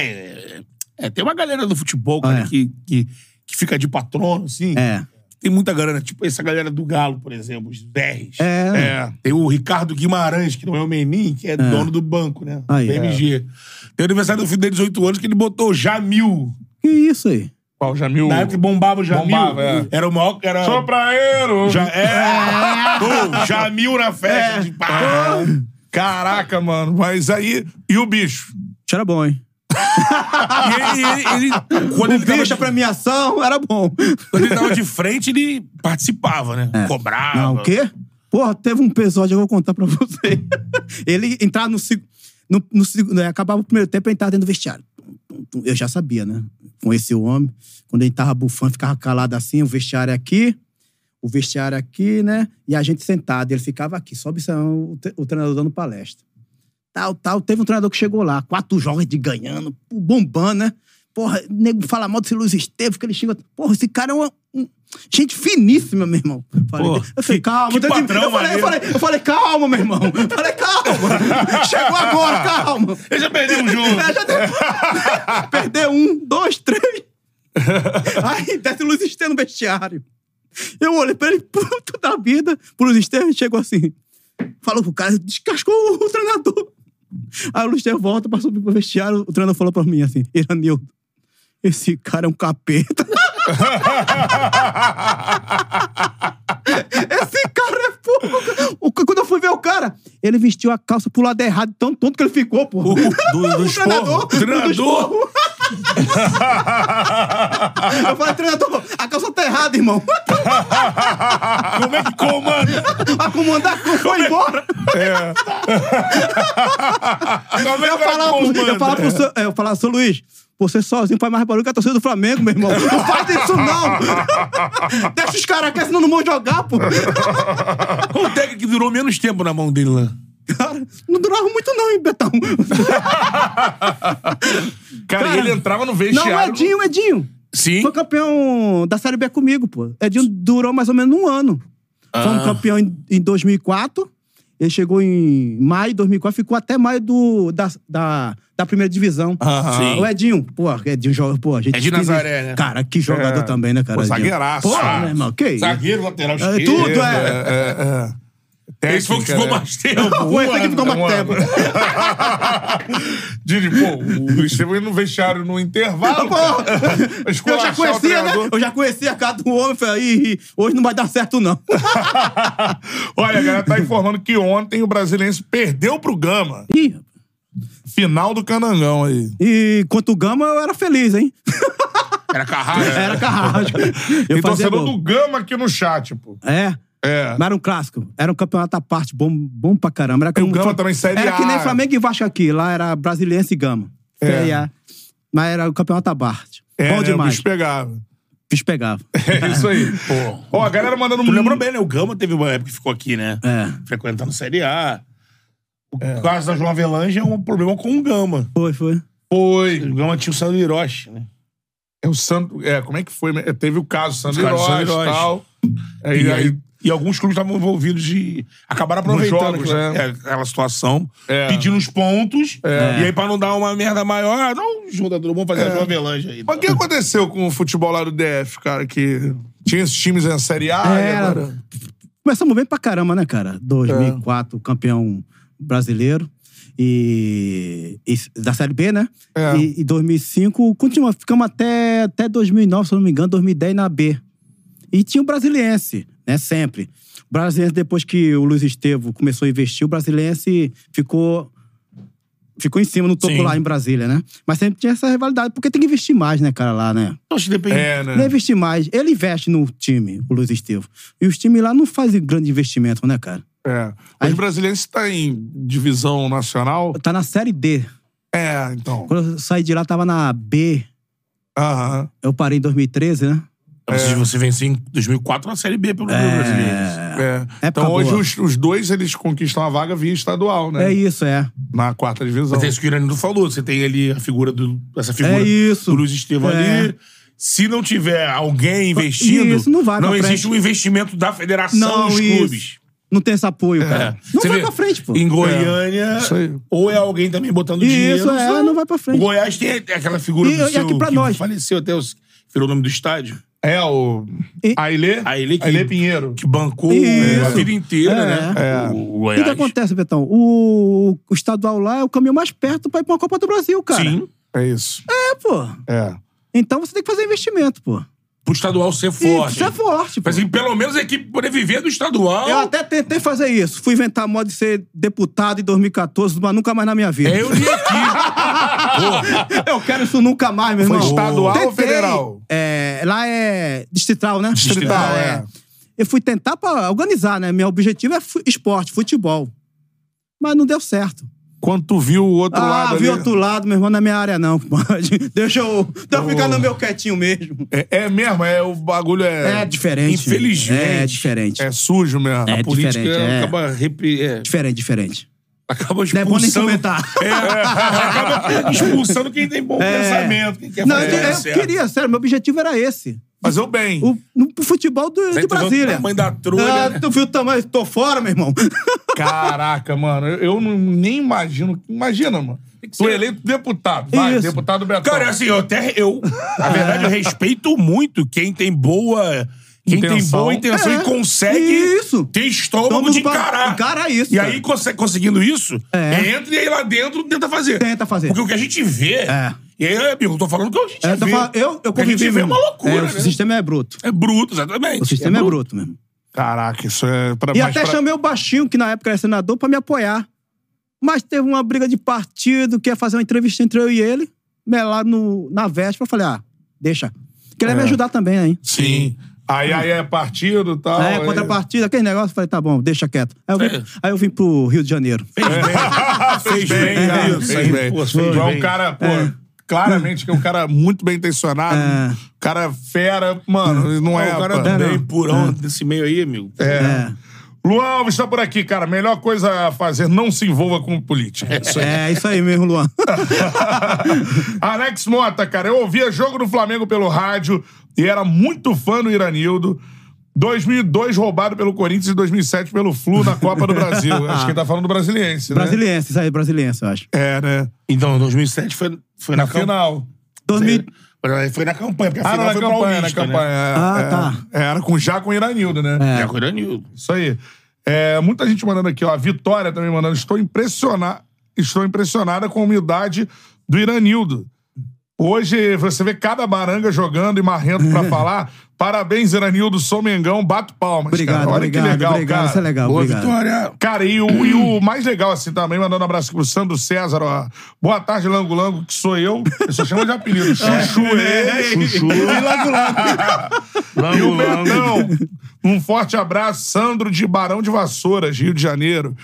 C: é, é, tem uma galera do futebol, cara,
D: Ah, é.
C: que, que, que fica de patrono, assim.
D: É.
C: Tem muita galera, tipo essa galera do Galo, por exemplo, os R's.
D: É.
B: É.
C: Tem o Ricardo Guimarães, que não é o Menin, que é, dono do banco, né?
D: Aí,
C: do
B: é.
C: MG. Tem o aniversário do filho dele, 18 anos, que ele botou Jamil.
D: Que isso aí?
B: Qual, Jamil?
C: Na época que bombava o Jamil.
B: Hum. Bombava, é.
C: Era o maior. Era...
B: Sou praeiro!
C: Ja...
B: (laughs)
C: É! Pô, Jamil na festa. de pá.
B: É. Caraca, mano. Mas aí... E o bicho?
D: Isso era bom, hein?
C: E ele, ele- ele- quando ele tava
D: Bicho,
B: é
D: a premiação era bom.
C: Quando ele tava de frente, ele participava, né? Cobrava.
D: Não, Ah, o quê? Porra, teve um episódio, eu vou contar pra você. ele entrava no segundo. No, no, seg- né, acabava o primeiro tempo, ele entrava dentro do vestiário. Pum, pum, pum. Eu já sabia, né? Conheci o homem. Quando ele tava bufando, ficava calado assim, o vestiário aqui, o vestiário aqui, né? E a gente sentado. Ele ficava aqui, só observando o, tre- o treinador dando palestra. Tal, tal. Teve um treinador que chegou lá, quatro jogos de ganhando, bombando, né? Porra, nego fala mal desse Luiz Esteves, que ele chega. Porra, esse cara é uma- um. Gente finíssima, meu irmão. Falei,
C: Pô,
D: eu falei,
C: que-
D: calma,
C: que
D: tá de-
C: patrão
D: eu, falei, eu,
C: maneiro.
D: falei, eu falei, calma, meu irmão. Eu falei, calma.
C: (laughs)
D: Chegou agora, calma.
C: Ele já perdeu um jogo.
D: (laughs) É, já
C: (laughs)
D: tem- Perdeu um, dois, três. Aí desce o Luiz Esteves no vestiário. Eu olhei pra ele, puto da vida. O Luiz Esteves chegou assim. Falou pro cara, descascou o treinador. Aí o Luiz Esteves volta pra subir pro vestiário. O treinador falou pra mim assim, Iranildo, esse cara é um capeta.
C: (laughs)
D: Esse cara é porra. O- Quando eu fui ver o cara, ele vestiu a calça pro lado errado, tão tonto que ele ficou, porra.
C: do- do esporro.
D: treinador.
C: Treinador.
D: do esporro. eu falei, treinador, a calça tá errada, irmão. (laughs)
C: Como é que comanda?
D: A comandar foi embora.
C: Como é
D: Eu
C: que ela
D: falava, pro, eu
C: comanda?
D: falava pro seu, é, eu falava, seu Luiz, você sozinho faz mais barulho que a torcida do Flamengo, meu irmão. Não (laughs) faz isso, não. Deixa os caras aqui, senão não vão jogar, pô. (laughs)
C: Qual o técnico que durou menos tempo na mão dele né? lá?
D: Cara, não durava muito não, hein, Betão.
B: Cara,
D: Cara,
B: ele entrava no
D: Não,
B: vestiário...
D: o Edinho, o Edinho.
C: Sim.
D: Foi campeão da Série B comigo, pô. Edinho durou mais ou menos um ano. Fomos campeão em, em 2004. Ele chegou em maio de 2004, ficou até maio do, da, da, da primeira divisão.
C: Aham. Sim.
D: O Edinho, pô, Edinho joga, pô, a gente.
C: É de Nazaré, né?
D: Cara, que jogador
B: É.
D: também, né, cara?
B: Pô,
D: Edinho?
B: zagueiraço.
D: Pô,
B: Ah,
D: meu irmão, que isso?
C: Zagueiro, lateral
D: É,
C: esquerdo.
D: tudo,
B: É,
D: é.
B: é, é.
C: Esse foi o que ficou
B: Técnica, né? (laughs)
C: mais tempo.
D: Foi esse que ficou
B: ano,
D: mais tempo.
B: um (laughs) Didi, pô, o Luiz Estevam indo no vestiário no intervalo.
D: Pô, (laughs) eu já
B: Esculachar o
D: conhecia, né?
B: treinador.
D: Eu já conhecia cada um homem. Falei, "Ih, ih, hoje não vai dar certo, não. (laughs)
B: Olha, a galera tá informando que ontem o Brasilense perdeu pro Gama.
D: Ih,
B: Final do Canangão aí.
D: E quanto o Gama, eu era feliz, hein? (laughs)
C: Era carrasco.
D: Era carrasco. Eu
B: Tem
D: fazia
B: torcedor
D: gol.
B: do Gama aqui no chat, pô.
D: É.
B: É.
D: Mas era um clássico. Era um campeonato à parte, bom, bom pra caramba. Era como-
B: o Gama também, Série
D: Era
B: A.
D: que nem Flamengo e Vasco aqui. Lá era Brasiliense e Gama.
B: É.
D: Série A. Mas era o campeonato à parte.
B: É,
D: bom
B: né, o
D: demais.
B: bicho pegava.
D: Bicho pegava.
B: É isso aí.
D: (laughs)
B: Ó, a galera mandando...
C: Tu lembrou bem, né? O Gama teve uma época que ficou aqui, né?
D: É.
C: Frequentando Série A. O caso da João Avelange é um problema com o Gama.
D: Foi, foi.
B: Foi.
C: O Gama tinha o Sandro Hiroshi, né?
B: É o Santo... É, como é que foi? É, teve o caso Sandro
C: Os caras do
B: Hiroshi e
C: Sandro Hiroshi.
B: tal. Aí,
C: E,
B: aí,
C: aí- e alguns clubes estavam envolvidos de. Acabaram aproveitando
B: jogos,
C: aquela,
B: né?
C: aquela situação,
B: É.
C: pedindo os pontos, e aí pra não dar uma merda maior, ah, não, junta todo mundo fazer a João Avelange aí.
B: Mas o que aconteceu com o futebol lá do DF, cara? Que tinha esses times na Série A e
D: É,
B: agora...
D: Começamos bem pra caramba, né, cara? 2004, campeão brasileiro. E, e- da Série B, né?
B: É.
D: E, e 2005, continua, ficamos até, até 2009, se eu não me engano, 2010 na B. E tinha o Brasiliense, né? Sempre. O Brasiliense, depois que o Luiz Estevo começou a investir, o Brasiliense ficou, ficou em cima, no topo
C: Sim.
D: lá em Brasília, né? Mas sempre tinha essa rivalidade, porque tem que investir mais, né, cara, lá, né?
C: Então, acho que depende.
B: É, né?
D: Não investe mais. Ele investe no time, o Luiz Estevo. E os times lá não fazem grande investimento, né, cara?
B: É. Os brasileiros tá em divisão nacional.
D: Tá na Série D.
B: É, então.
D: Quando eu saí de lá, tava na B.
B: Aham.
D: Eu parei em 2013, né?
C: Então, se Você venceu em 2004 na Série B pelo Brasileiro.
B: É.
D: Época
B: Então hoje
D: boa.
B: os, os dois eles conquistam a vaga via estadual,
D: É,
B: né?
D: isso, é.
B: Na quarta divisão.
C: Mas é isso que o Irani falou, você tem ali a figura do. Essa figura
D: É isso.
C: do Luiz Estevão
D: É.
C: ali. se não tiver alguém investindo,
D: Isso, não vai pra
C: existe
D: frente.
C: um investimento da federação
D: Não,
C: dos
D: isso.
C: clubes.
D: Não tem esse apoio, cara.
C: É.
D: Não
C: Você
D: vai
C: vê,
D: pra frente, pô.
C: Em Goiânia,
B: É, isso aí.
C: ou é alguém também botando
D: Isso,
C: dinheiro.
D: é,
C: ou-
D: não vai pra frente.
C: O Goiás tem aquela figura
D: E-
C: do
D: e
C: seu,
D: aqui pra
C: que
D: nós.
C: faleceu até, o, virou o nome do estádio,
B: É, o.
D: E-
B: Ailê?
C: Ailê que-
B: Pinheiro.
C: que bancou
D: Isso.
C: a vida inteira,
D: É.
C: né? O, o
D: O que,
C: Goiás.
D: que acontece, Betão? O, o estadual lá é o caminho mais perto pra ir pra uma Copa do Brasil, cara.
C: Sim,
B: É isso.
D: É, pô.
B: É.
D: Então você tem que fazer investimento, pô.
C: pro estadual ser
D: E
C: forte.
D: Isso é forte, pô.
C: Mas assim, pelo menos a equipe poder viver do estadual.
D: Eu até tentei fazer isso. Fui inventar a moda de ser deputado em 2014, mas nunca mais na minha vida.
C: É, eu li
D: (laughs)
C: aqui.
D: É, Eu quero isso nunca mais, meu
B: Foi
D: irmão.
B: estadual ou
D: Tentei.
B: federal?
D: É, lá é distrital, né?
B: Distrital, é.
D: Eu fui tentar pra organizar, né? Meu objetivo é fu- esporte, futebol. Mas não deu certo.
B: Quando tu viu o outro
D: ah,
B: Tá lado
D: vi
B: ali.
D: outro lado, meu irmão, não é minha área não, (laughs) compadre. Deixa eu, deixa eu ficar no meu quietinho mesmo.
B: É, é mesmo, é, o bagulho é.
D: É diferente.
B: Infelizmente.
D: É diferente.
B: É sujo mesmo.
D: É
C: a política
D: diferente, é.
C: acaba,
B: (laughs)
C: repi- é,
D: Diferente, diferente.
C: acaba
D: Não é bom nem
C: expulsando.
D: comentar.
C: É, acaba expulsando quem tem bom pensamento, quem quer
D: É. Não,
B: é,
C: fazer.
D: eu, eu
C: certo.
D: queria, sério, meu objetivo era esse.
B: Mas eu bem.
D: O, no futebol do,
C: Aí
D: de
C: tu vê O
D: Brasília.
C: tamanho da trolha.
D: Ah,
C: né?
D: tu viu o tamanho? Tô fora, meu irmão. (laughs)
B: Caraca, mano. Eu, eu não, nem imagino. Imagina, mano. Tu
C: ser-
B: eleito deputado. Vai,
D: Isso.
B: deputado Betão.
C: Cara, assim, eu até. Eu, na verdade, eu respeito muito quem tem boa. Quem tem
B: Intenção.
C: boa intenção
D: É.
C: e consegue
D: Isso.
C: ter estômago
D: Todo mundo
C: de
D: pra-
C: encarar.
D: encarar isso,
C: E
D: cara.
C: aí, conse- conseguindo isso,
D: É.
C: entra e aí lá dentro tenta fazer.
D: Tenta fazer.
C: Porque o que a gente vê.
D: É.
C: E aí, amigo, eu tô falando que a gente
D: É, tô
C: vê.
D: falando- eu, eu
C: O que a gente
D: convivi
C: vê é
D: mesmo.
C: uma loucura,
D: É,
C: né?
D: O sistema é bruto.
C: É bruto, exatamente.
D: O sistema é, bruto. mesmo.
B: Caraca, isso é. Pra,
D: E
B: mas
D: até
B: pra-
D: chamei o Baixinho, que na época era senador, pra me apoiar. Mas teve uma briga de partido, que ia fazer uma entrevista entre eu e ele. Melaram no, na véspera. Eu falei, ah, deixa. Que
C: É.
D: ele ia me ajudar também, hein?
B: Sim. Aí, aí é partido e tal.
D: é,
B: aí- (laughs)
D: contrapartida, aquele negócio. Eu falei, tá bom, deixa quieto. Aí eu vim,
C: Ah, É.
D: aí eu vim pro Rio de Janeiro.
C: (laughs)
B: É.
C: Fez bem,
B: cara.
C: isso
B: Fez
C: aí,
B: bem.
C: pô, fez
B: Tu é
C: bem.
B: um cara, pô, claramente que é um cara muito bem intencionado. Um cara fera, mano, não é.
C: o cara
B: pá.
C: é bem
D: não.
C: purão desse meio aí, amigo. É.
D: É.
B: Luan Alves tá por aqui, cara. Melhor coisa a fazer, não se envolva com política. É isso aí.
D: É, isso aí mesmo,
C: (laughs)
D: Luan.
C: Né?
B: Alex Mota, cara, eu ouvia jogo do Flamengo pelo rádio e era muito fã do Iranildo. 2002 roubado pelo Corinthians e 2007 pelo Flu na Copa do
C: (laughs)
B: Brasil. Acho que ele tá falando do Brasiliense, né?
D: brasiliense, isso aí, brasiliense, eu acho.
B: É, né?
C: Então, 2007 foi, foi na, campanha.
B: Final.
D: 2000,
C: Foi na campanha, porque a
B: Ah, não, na
C: final foi
B: campanha, na
C: paulista, né?
B: campanha. é,
D: Ah,
B: é.
D: tá.
B: Era com já com o Iranildo, né?
C: É, agora é Nil.
B: Isso aí. É, muita gente mandando aqui, ó. A Vitória também mandando. Estou impressionada, estou impressionada com a humildade do Iranildo. Hoje você vê cada baranga jogando e marrendo
D: (laughs)
B: pra falar. Parabéns, Iranildo, sou Mengão, bato palmas.
D: obrigado,
B: cara. Olha
D: obrigado,
B: que legal,
D: obrigado.
B: cara.
D: Isso é legal,
C: Boa
D: obrigado.
C: vitória.
B: Cara, e o, e o mais legal, assim, também, mandando um abraço aqui pro Sandro César, ó. Boa tarde, Lango Lango, que sou eu. Eu só chamo de
D: (laughs)
B: apelido. Chuchu,
D: É.
B: ei. Chuchu. E o Betão. Um forte abraço, Sandro de Barão de Vassouras, Rio de Janeiro.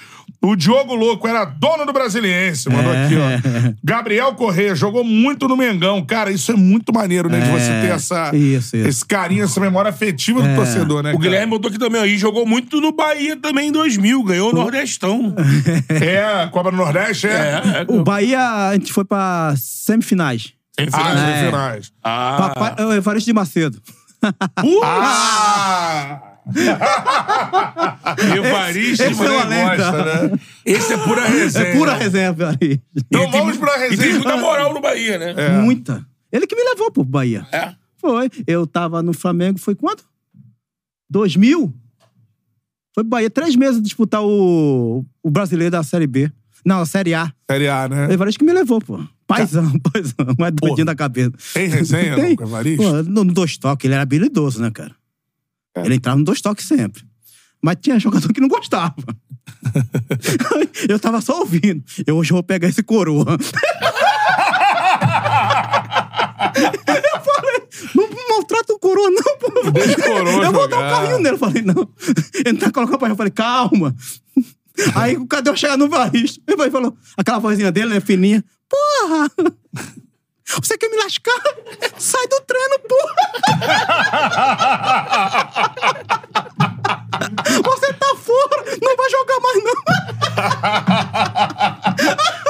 B: O Diogo Louco era dono do Brasiliense, mandou
D: É.
B: aqui, ó. Gabriel Corrêa jogou muito no Mengão. Cara, isso é muito maneiro, né? De você ter essa,
D: É. isso, É. isso.
B: esse carinho, essa memória afetiva do torcedor, né?
C: O
B: cara?
C: Guilherme botou aqui também, ó. E jogou muito no Bahia também em 2000. Ganhou
B: (laughs)
C: o Nordestão.
B: É, Copa do Nordeste,
C: É,
B: é.
C: é.
D: O Bahia, a gente foi pra semifinais.
C: Tem
B: Ah,
C: final.
D: É.
B: as finais.
C: Ah,
D: Papai, é o Evaristo de Macedo.
B: Ah!
C: Evaristo,
D: esse é
C: mano,
D: o
C: eu
D: alento.
C: gosto, né? Esse é pura resenha.
D: É pura resenha, Evaristo.
B: Então vamos pra
C: E tem
B: resenha.
C: muita moral no Bahia, né?
D: Muita. Ele que me levou pro Bahia.
C: É.
D: Foi. Eu tava no Flamengo, foi quando? 2000? Foi pro Bahia. Três meses disputar o, o brasileiro da Série B. Não, a Série A.
B: Série A,
C: É.
B: né?
D: O Evaristo que me levou, pô. Paizão, (laughs) paizão. Mas doidinho da cabeça.
B: Tem resenha
D: Tem.
B: do Evaristo?
D: Pô, no, no dois toques, ele era habilidoso, né, cara?
B: É.
D: Ele entrava no dois toques sempre. Mas tinha jogador que
B: (laughs)
D: não gostava. eu tava só ouvindo. Eu hoje vou pegar esse
B: (laughs)
D: coroa. eu falei, não maltrata o coroa, não, pô.
B: (laughs) Deixa o coroa
D: eu vou dar um
B: jogar.
D: carrinho nele. Eu falei, não. Ele não tá colocando pra Eu falei, calma. Aí, cadê eu chegar no barista? Ele falou, aquela vozinha dele, né, fininha. Porra! Você quer me lascar? Sai do treino, porra! Você tá fora! Não vai jogar mais, não!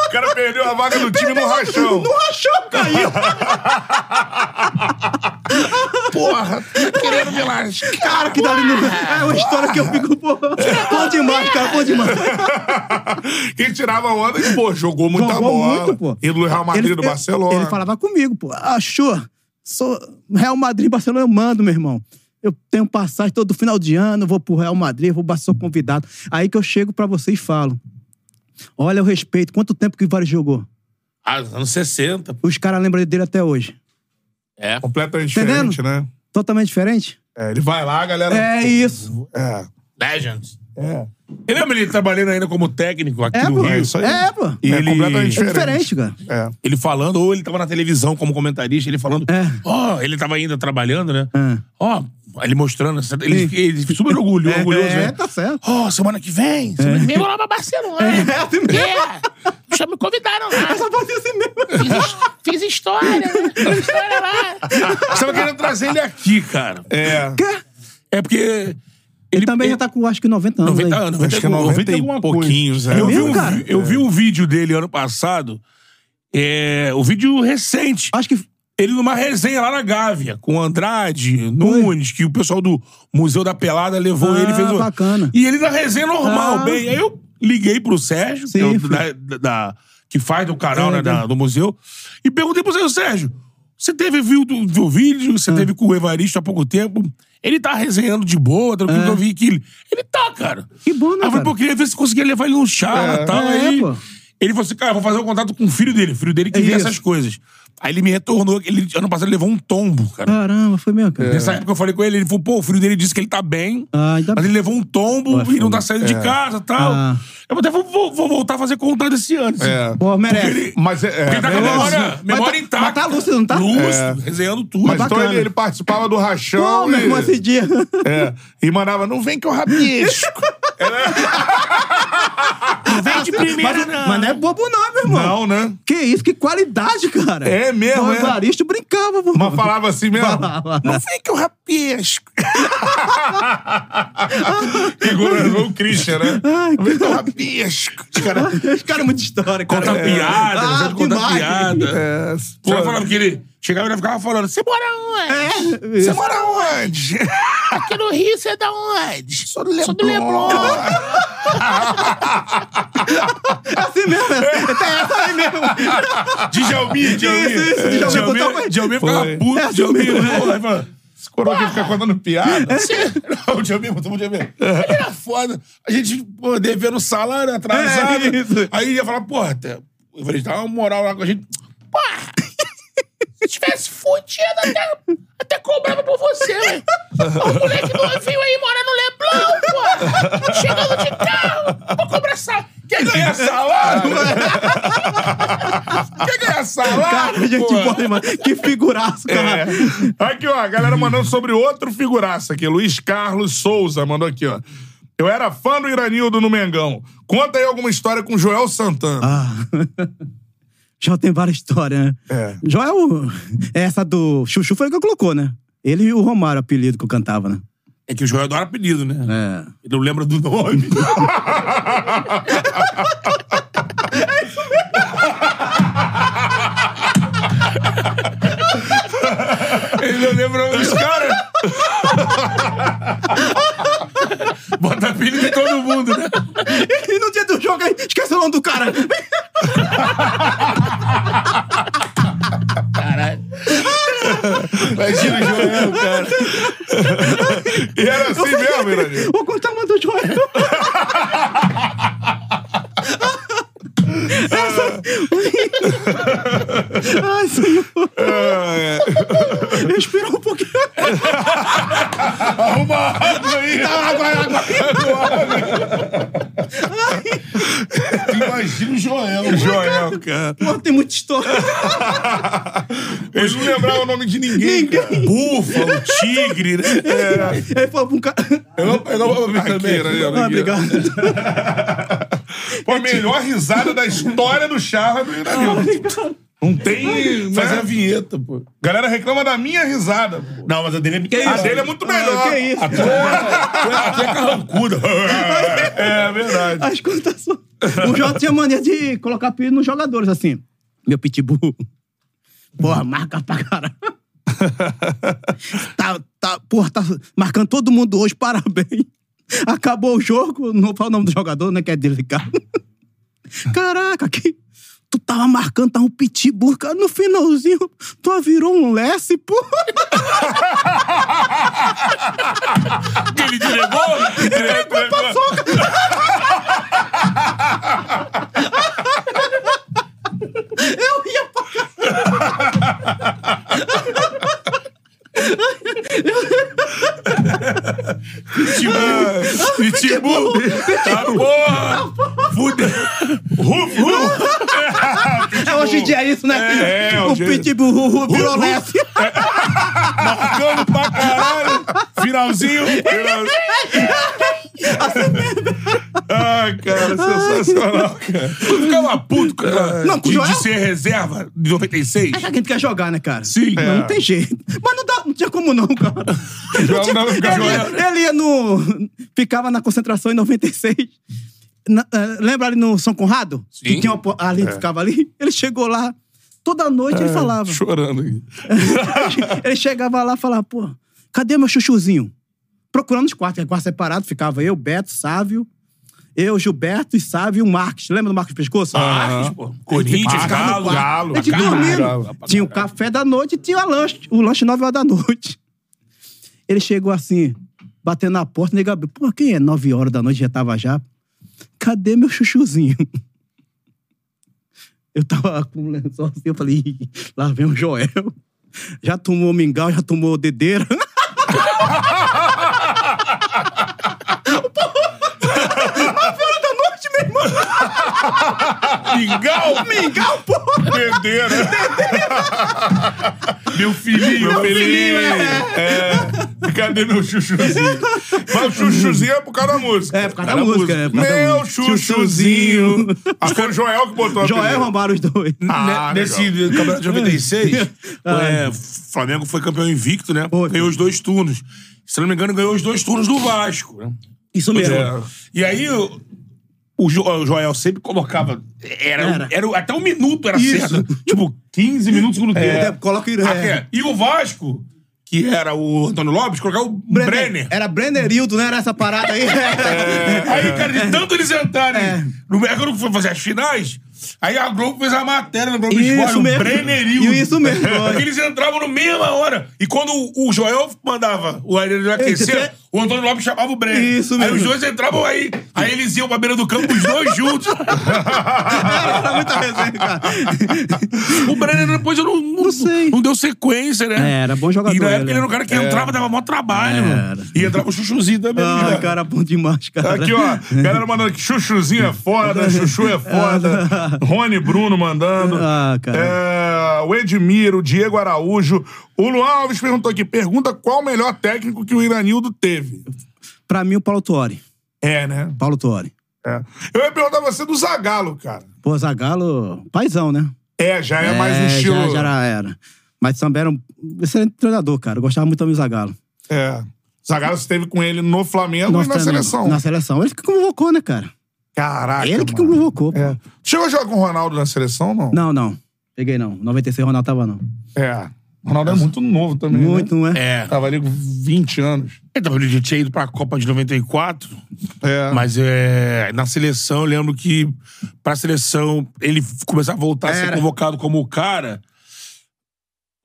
B: O cara perdeu a vaga do time no rachão.
D: No rachão caiu!
C: tá Mas, cara,
D: Que dali no... É uma história que eu fico, pô, bom demais, cara, é bom demais.
B: Quem tirava onda e, pô, jogou muita
D: Jogou
B: bola.
D: muito, pô.
B: Ídolo do Real Madrid, do
D: ele-
B: Barcelona.
D: Ele falava comigo, pô. Achou? Sou Real Madrid, Barcelona, eu mando, meu irmão. Eu tenho passagem todo final de ano, vou pro Real Madrid, vou sou convidado. Aí que eu chego pra você e falo. Olha o respeito, quanto tempo que o Ivari jogou?
C: Ah, nos anos 60.
D: Os caras lembram dele até hoje.
E: É.
B: Completamente
D: Tá Entendendo?
B: diferente, né?
D: Totalmente diferente?
B: É, ele vai lá, a galera.
D: É isso.
B: É.
E: Legends.
B: É.
C: Ele lembra ele trabalhando ainda como técnico aqui
D: É,
C: no
D: pô.
C: Rio.
B: isso aí.
D: É, pô.
C: E
B: É
C: ele-
B: completamente
D: É
B: diferente.
D: diferente,
B: É.
D: cara.
C: Ele falando, ou ele tava na televisão como comentarista, ele falando.
D: É.
C: Ó, ele tava ainda trabalhando, né?
D: É.
C: Ó, ele mostrando. essa- Ele,
D: Sim.
C: ele super orgulhoso, orgulhoso
D: é,
C: né?
D: tá certo.
C: Ó, semana que vem. Semana que vem eu vou lá pra Barcelona.
D: É, assim mesmo.
C: É. Já me convidaram lá.
D: Essa parte é assim mesmo.
C: Fiz, his- fiz história. né? Fiz história
D: (laughs)
C: lá. Estava querendo trazer ele aqui, cara.
B: É.
C: É porque.
D: Ele também já tá com, acho que 90 anos.
C: 90
D: aí.
C: anos, 90,
B: Acho que é
C: 90
B: 90 e
C: e alguma
B: pouquinhos,
C: coisa.
B: é.
C: Eu, vi
D: mesmo,
C: um,
D: cara?
C: vi- eu vi um vídeo dele ano passado, é, o vídeo recente.
D: Acho que
C: Ele numa resenha lá na Gávea, com o Andrade, Nunes, que o pessoal do Museu da Pelada levou
D: Ah,
C: ele e fez um...
D: bacana.
C: E ele na resenha normal,
D: Ah.
C: bem. Aí eu liguei pro Sérgio,
D: Sim,
C: que é o
D: fui.
C: da, da- da- que faz do canal,
D: É,
C: né, da-
D: é.
C: do museu, e perguntei pro Sérgio, Sérgio, você teve, viu, do- viu o vídeo,
D: Ah.
C: você teve com o Evaristo há pouco tempo, ele tá resenhando de boa, tranquilo, eu vi que ele... Ele tá, cara.
D: É. Que bom, né,
C: Aí eu falei, pô,
D: cara?
C: queria ver se conseguia levar ele num charla e tal,
D: É,
C: aí...
D: pô. É
C: Ele falou assim, cara, eu vou fazer um contato com o filho dele. O filho dele que vê
D: Isso.
C: essas coisas. Aí ele me retornou, que ele, ano passado ele levou um tombo, cara.
D: Caramba, foi mesmo, cara.
C: Nessa época eu falei com ele, ele falou, pô, o filho dele disse que ele tá bem,
D: é. Ah, ainda
C: mas ele levou um tombo
D: Poxa,
C: e não tá saindo
B: É.
C: de casa e tal.
D: Ah.
C: Eu até vou, vou- vou voltar a fazer contato esse ano. assim.
B: É.
D: Pô, merece.
B: Mas é. é,
C: Porque ele tá com a
B: beleza.
C: memória, memória
D: Mas tá-
C: intacta.
D: mas tá lúcido, não tá?
C: Lúcido, resenhando tudo.
B: Mas então
D: bacana.
B: ele, ele participava do rachão
D: Pô, meu irmão, assim, esse
B: e,
D: dia.
B: é, e mandava, não vem que eu rabisco.
C: (laughs) não vem de primeira,
D: Mas,
C: não.
D: mas não é bobo, não, meu
B: Não,
D: irmão.
B: né?
D: Que isso, que qualidade, cara.
B: É mesmo,
D: O
B: é.
D: Evaristo brincava, pô.
B: Mas falava assim mesmo.
D: (laughs) Falava.
B: Não vem que eu rabisco. Igual o Christian, né?
D: Ai,
B: Não vem que eu rabisco. Os caras
D: Os caras é muita história, cara.
C: Contar
D: É.
C: piada,
D: ah,
C: ah, contar
D: demais.
C: piada.
B: É,
C: Pô,
B: pô,
C: eu falava que ele chegava e ele ficava falando, você mora onde?
B: Você mora onde?
C: Aqui no Rio você é da onde?
B: Sou do Leblon.
C: (laughs)
D: É assim mesmo, é (laughs) assim. É essa aí mesmo.
B: Djalmin, Djalmin.
D: Isso, isso, Djalmin,
C: Djalmin,
D: totalmente.
C: Djalmin ficava
B: Foi.
C: puto,
D: É assim
C: Djalmin,
D: mesmo,
C: né?
D: é.
C: Pô, aí fala,
B: Esse coroa que fica contando piada. Não, o Djalmin, todo mundo Djalmin.
D: É.
C: Ele era foda. A gente, pô, devendo salário atrasado.
D: É isso.
C: Aí ia falar, porra, até... eu falei, dá uma moral lá com a gente. Porra! Se tivesse fudido, até, até cobrava por você, velho. O moleque novinho aí mora no Leblon, porra! Chegando de carro, vou cobrar salário. Quer ganhar
D: É.
C: salário? Quer ganhar salário?
D: Cara, gente,
C: porra?
D: boa, irmão. Que figuraço,
B: É.
D: cara.
B: (laughs) Aqui, ó, a galera mandando sobre outro figuraça aqui. Luiz Carlos Souza mandou aqui, ó. Eu era fã do Iranildo no Mengão. Conta aí alguma história com Joel Santana.
D: Ah. Joel tem várias histórias, né?
B: É.
D: Joel, é essa do Chuchu foi o que colocou, né? Ele e o Romário, apelido que eu cantava, né?
C: É que o Joel adora apelido, né?
D: É.
C: Ele não lembra do nome. Ele não lembra os caras. Bota apelido em todo mundo, né?
D: (laughs) E no dia do jogo aí, esquece o nome do cara.
B: Imagina o É (laughs) Joel, cara. e era assim mesmo,
C: né?
B: Iranildo.
D: Vou contar uma do Joel. Essa... Ai, senhor. Respira um pouquinho.
B: Arruma a água
C: Então,
B: aí. Água, água,
C: Imagina o Joel.
B: Joel, cara.
D: Pô, tem muita história.
B: Eles não lembravam o nome de ninguém, cara.
C: Búfalo, um tigre, né?
D: Aí falou pra um cara...
B: Eu não, eu não vou beber
C: Aqui,
B: também. Iranildo,
D: Ah,
B: aqui.
D: obrigado.
B: Foi a melhor risada da história do Charla do Iranildo.
D: obrigado.
B: Não tem...
D: É.
B: né?
C: Fazer a vinheta, pô.
B: Galera reclama da minha risada, pô.
C: Não, mas a dele é pequena.
B: A dele é muito melhor.
D: Ah, que isso.
B: A tua, a tua é carrancuda. (laughs) É, é verdade.
D: As contações. O Joel tinha mania de colocar apelido nos jogadores, assim. Meu pitbull. Porra, marca pra caralho. tá, tá, porra, tá marcando todo mundo hoje, parabéns. Acabou o jogo, não fala o nome do jogador, né? Que é delicado. Caraca, que. Tu tava marcando, tava um pitbull, cara. No finalzinho, tu virou um Lessie, pô.
C: Ele delegou? Ele delegou.
D: Eu ia pra
C: Pitbull. Pitbull. Tá porra. Fudeu. Ruf, ruf.
D: É, hoje em dia é isso, né?
C: É, é,
D: o
C: hoje-
D: pitbull Ruhu virou
C: Ruhu.
D: Lessie.
C: Marcando pra caralho. Finalzinho. Final- Ai, cara, sensacional, cara. Tu ficava puto, cara,
D: É. Não, com
C: de,
D: Joel?
C: de ser reserva de 96?
D: A gente quer jogar, né, cara?
C: Sim. É.
D: Não, não tem jeito. Mas não, dá, não tinha como não,
C: (laughs)
D: cara.
C: Joel não dava pra ficar
D: ele,
C: jogando.
D: ia- ele ia no... Ficava na concentração em 96. Na- eh, lembra ali no São Conrado?
C: Sim. É.
D: Que tinha uma, po- ali ficava ali. Ele chegou lá. Toda noite ele falava.
B: Chorando aqui.
D: ele (laughs) chegava lá e falava, pô, cadê meu chuchuzinho? Procurando os quartos, que é quarto separado, ficava eu, Beto, Sávio, eu, Gilberto e Sávio e o Marques. Lembra do Marcos Pescoço?
C: Marques, pô. Corinthians,
D: ficava
C: Galo,
D: no quarto.
C: Galo.
D: A gente
C: Caralho.
D: dormindo. Tinha o café da noite e tinha o lanche. O lanche 9 horas da noite. Ele chegou assim, batendo na porta, nega, abriu. pô, quem é 9 horas da noite? Já tava já. Cadê meu chuchuzinho? (laughs) Eu tava com um lençol assim, eu falei, "Ih, lá vem o Joel. Já tomou mingau, já tomou dedeira. (laughs)
C: Mingau.
D: Mingau, pô!
C: Perderam. meu filhinho, meu filhinho. É. Cadê meu chuchuzinho?
B: Mas o chuchuzinho é por causa da música.
D: É, por causa da música, é, por causa da
B: Meu
D: música.
B: chuchuzinho. Ah, foi o Joel que botou a
D: Joel roubaram os dois.
B: Ah,
C: Ne- Né, Nesse
B: legal.
C: campeonato de 96,
D: Ah.
C: é, Flamengo foi campeão invicto, né?
D: Foi.
C: Ganhou os dois turnos. Se não me engano, ganhou os dois turnos do Vasco, né?
D: Isso mesmo.
C: E aí, o, o Jo- o Joel sempre colocava. Era,
D: Era.
C: era. até um minuto era
D: Isso. É.
C: certo. Tipo, 15 minutos no segundo tempo.
D: né, Coloca o
C: Ah, é. E o Vasco, que era o Antônio Lopes, colocava o Brenner.
D: Era Brennerildo, né? Era essa parada aí. (laughs)
C: Aí, cara, de tanto eles entrarem
D: É.
C: no Mercado que foi fazer as finais, aí a Globo fez a matéria no Globo
D: Isso
C: Esporte, o
D: mesmo.
C: Brennerildo. (laughs)
D: Isso mesmo.
C: Porque eles entravam na mesma hora. E quando o o Joel mandava o Arena
D: Esse
C: aquecer,
D: é-
C: o Antônio Lopes chamava o Brenner.
D: Isso mesmo.
C: Aí os dois entravam aí. Aí eles iam pra beira do campo, os dois
D: (laughs)
C: juntos.
D: Era muita resenha, cara.
C: o Brenner depois eu não, não,
D: Não sei.
C: não deu sequência, né?
D: É, era bom jogador, É.
C: E na época
D: ele
C: ele era um cara que entrava, dava mó trabalho, mano. E entrava o Chuchuzinho também.
D: Ah,
C: né?
D: cara, bom demais, cara.
B: Aqui, ó.
D: (laughs)
B: Galera mandando aqui. Chuchuzinho é foda, Chuchu é foda. Rony Bruno mandando.
D: Ah, cara.
B: É, o Edmiro, o Diego Araújo. O Luan Alves perguntou aqui: pergunta qual o melhor técnico que o Iranildo teve.
D: Pra mim, o Paulo Tuori.
B: É, né?
D: Paulo Tuori.
B: É. Eu ia perguntar você do Zagalo, cara.
D: Pô, Zagalo, paizão, né?
B: É, já é, mais um
D: É,
B: estilo.
D: Já, já era, era. Mas também era um excelente treinador, cara. Eu gostava muito do Zagalo.
B: É. Zagalo esteve com ele no Flamengo e na seleção.
D: Na seleção. Ele que convocou, né, cara?
B: Caraca.
D: Ele que
B: mano.
D: convocou. pô.
B: É. Chegou a jogar com o Ronaldo na seleção, não?
D: Não, não. Peguei não. 96 Ronaldo tava não.
B: É. O Ronaldo é muito novo também. né?
D: Muito, não é?
C: É.
B: Tava ali com 20 anos.
C: Então, ele já tinha ido pra Copa de 94,
B: É.
C: mas é, na seleção, eu lembro que pra seleção ele f- começar a voltar a ser
D: Era.
C: convocado como o cara.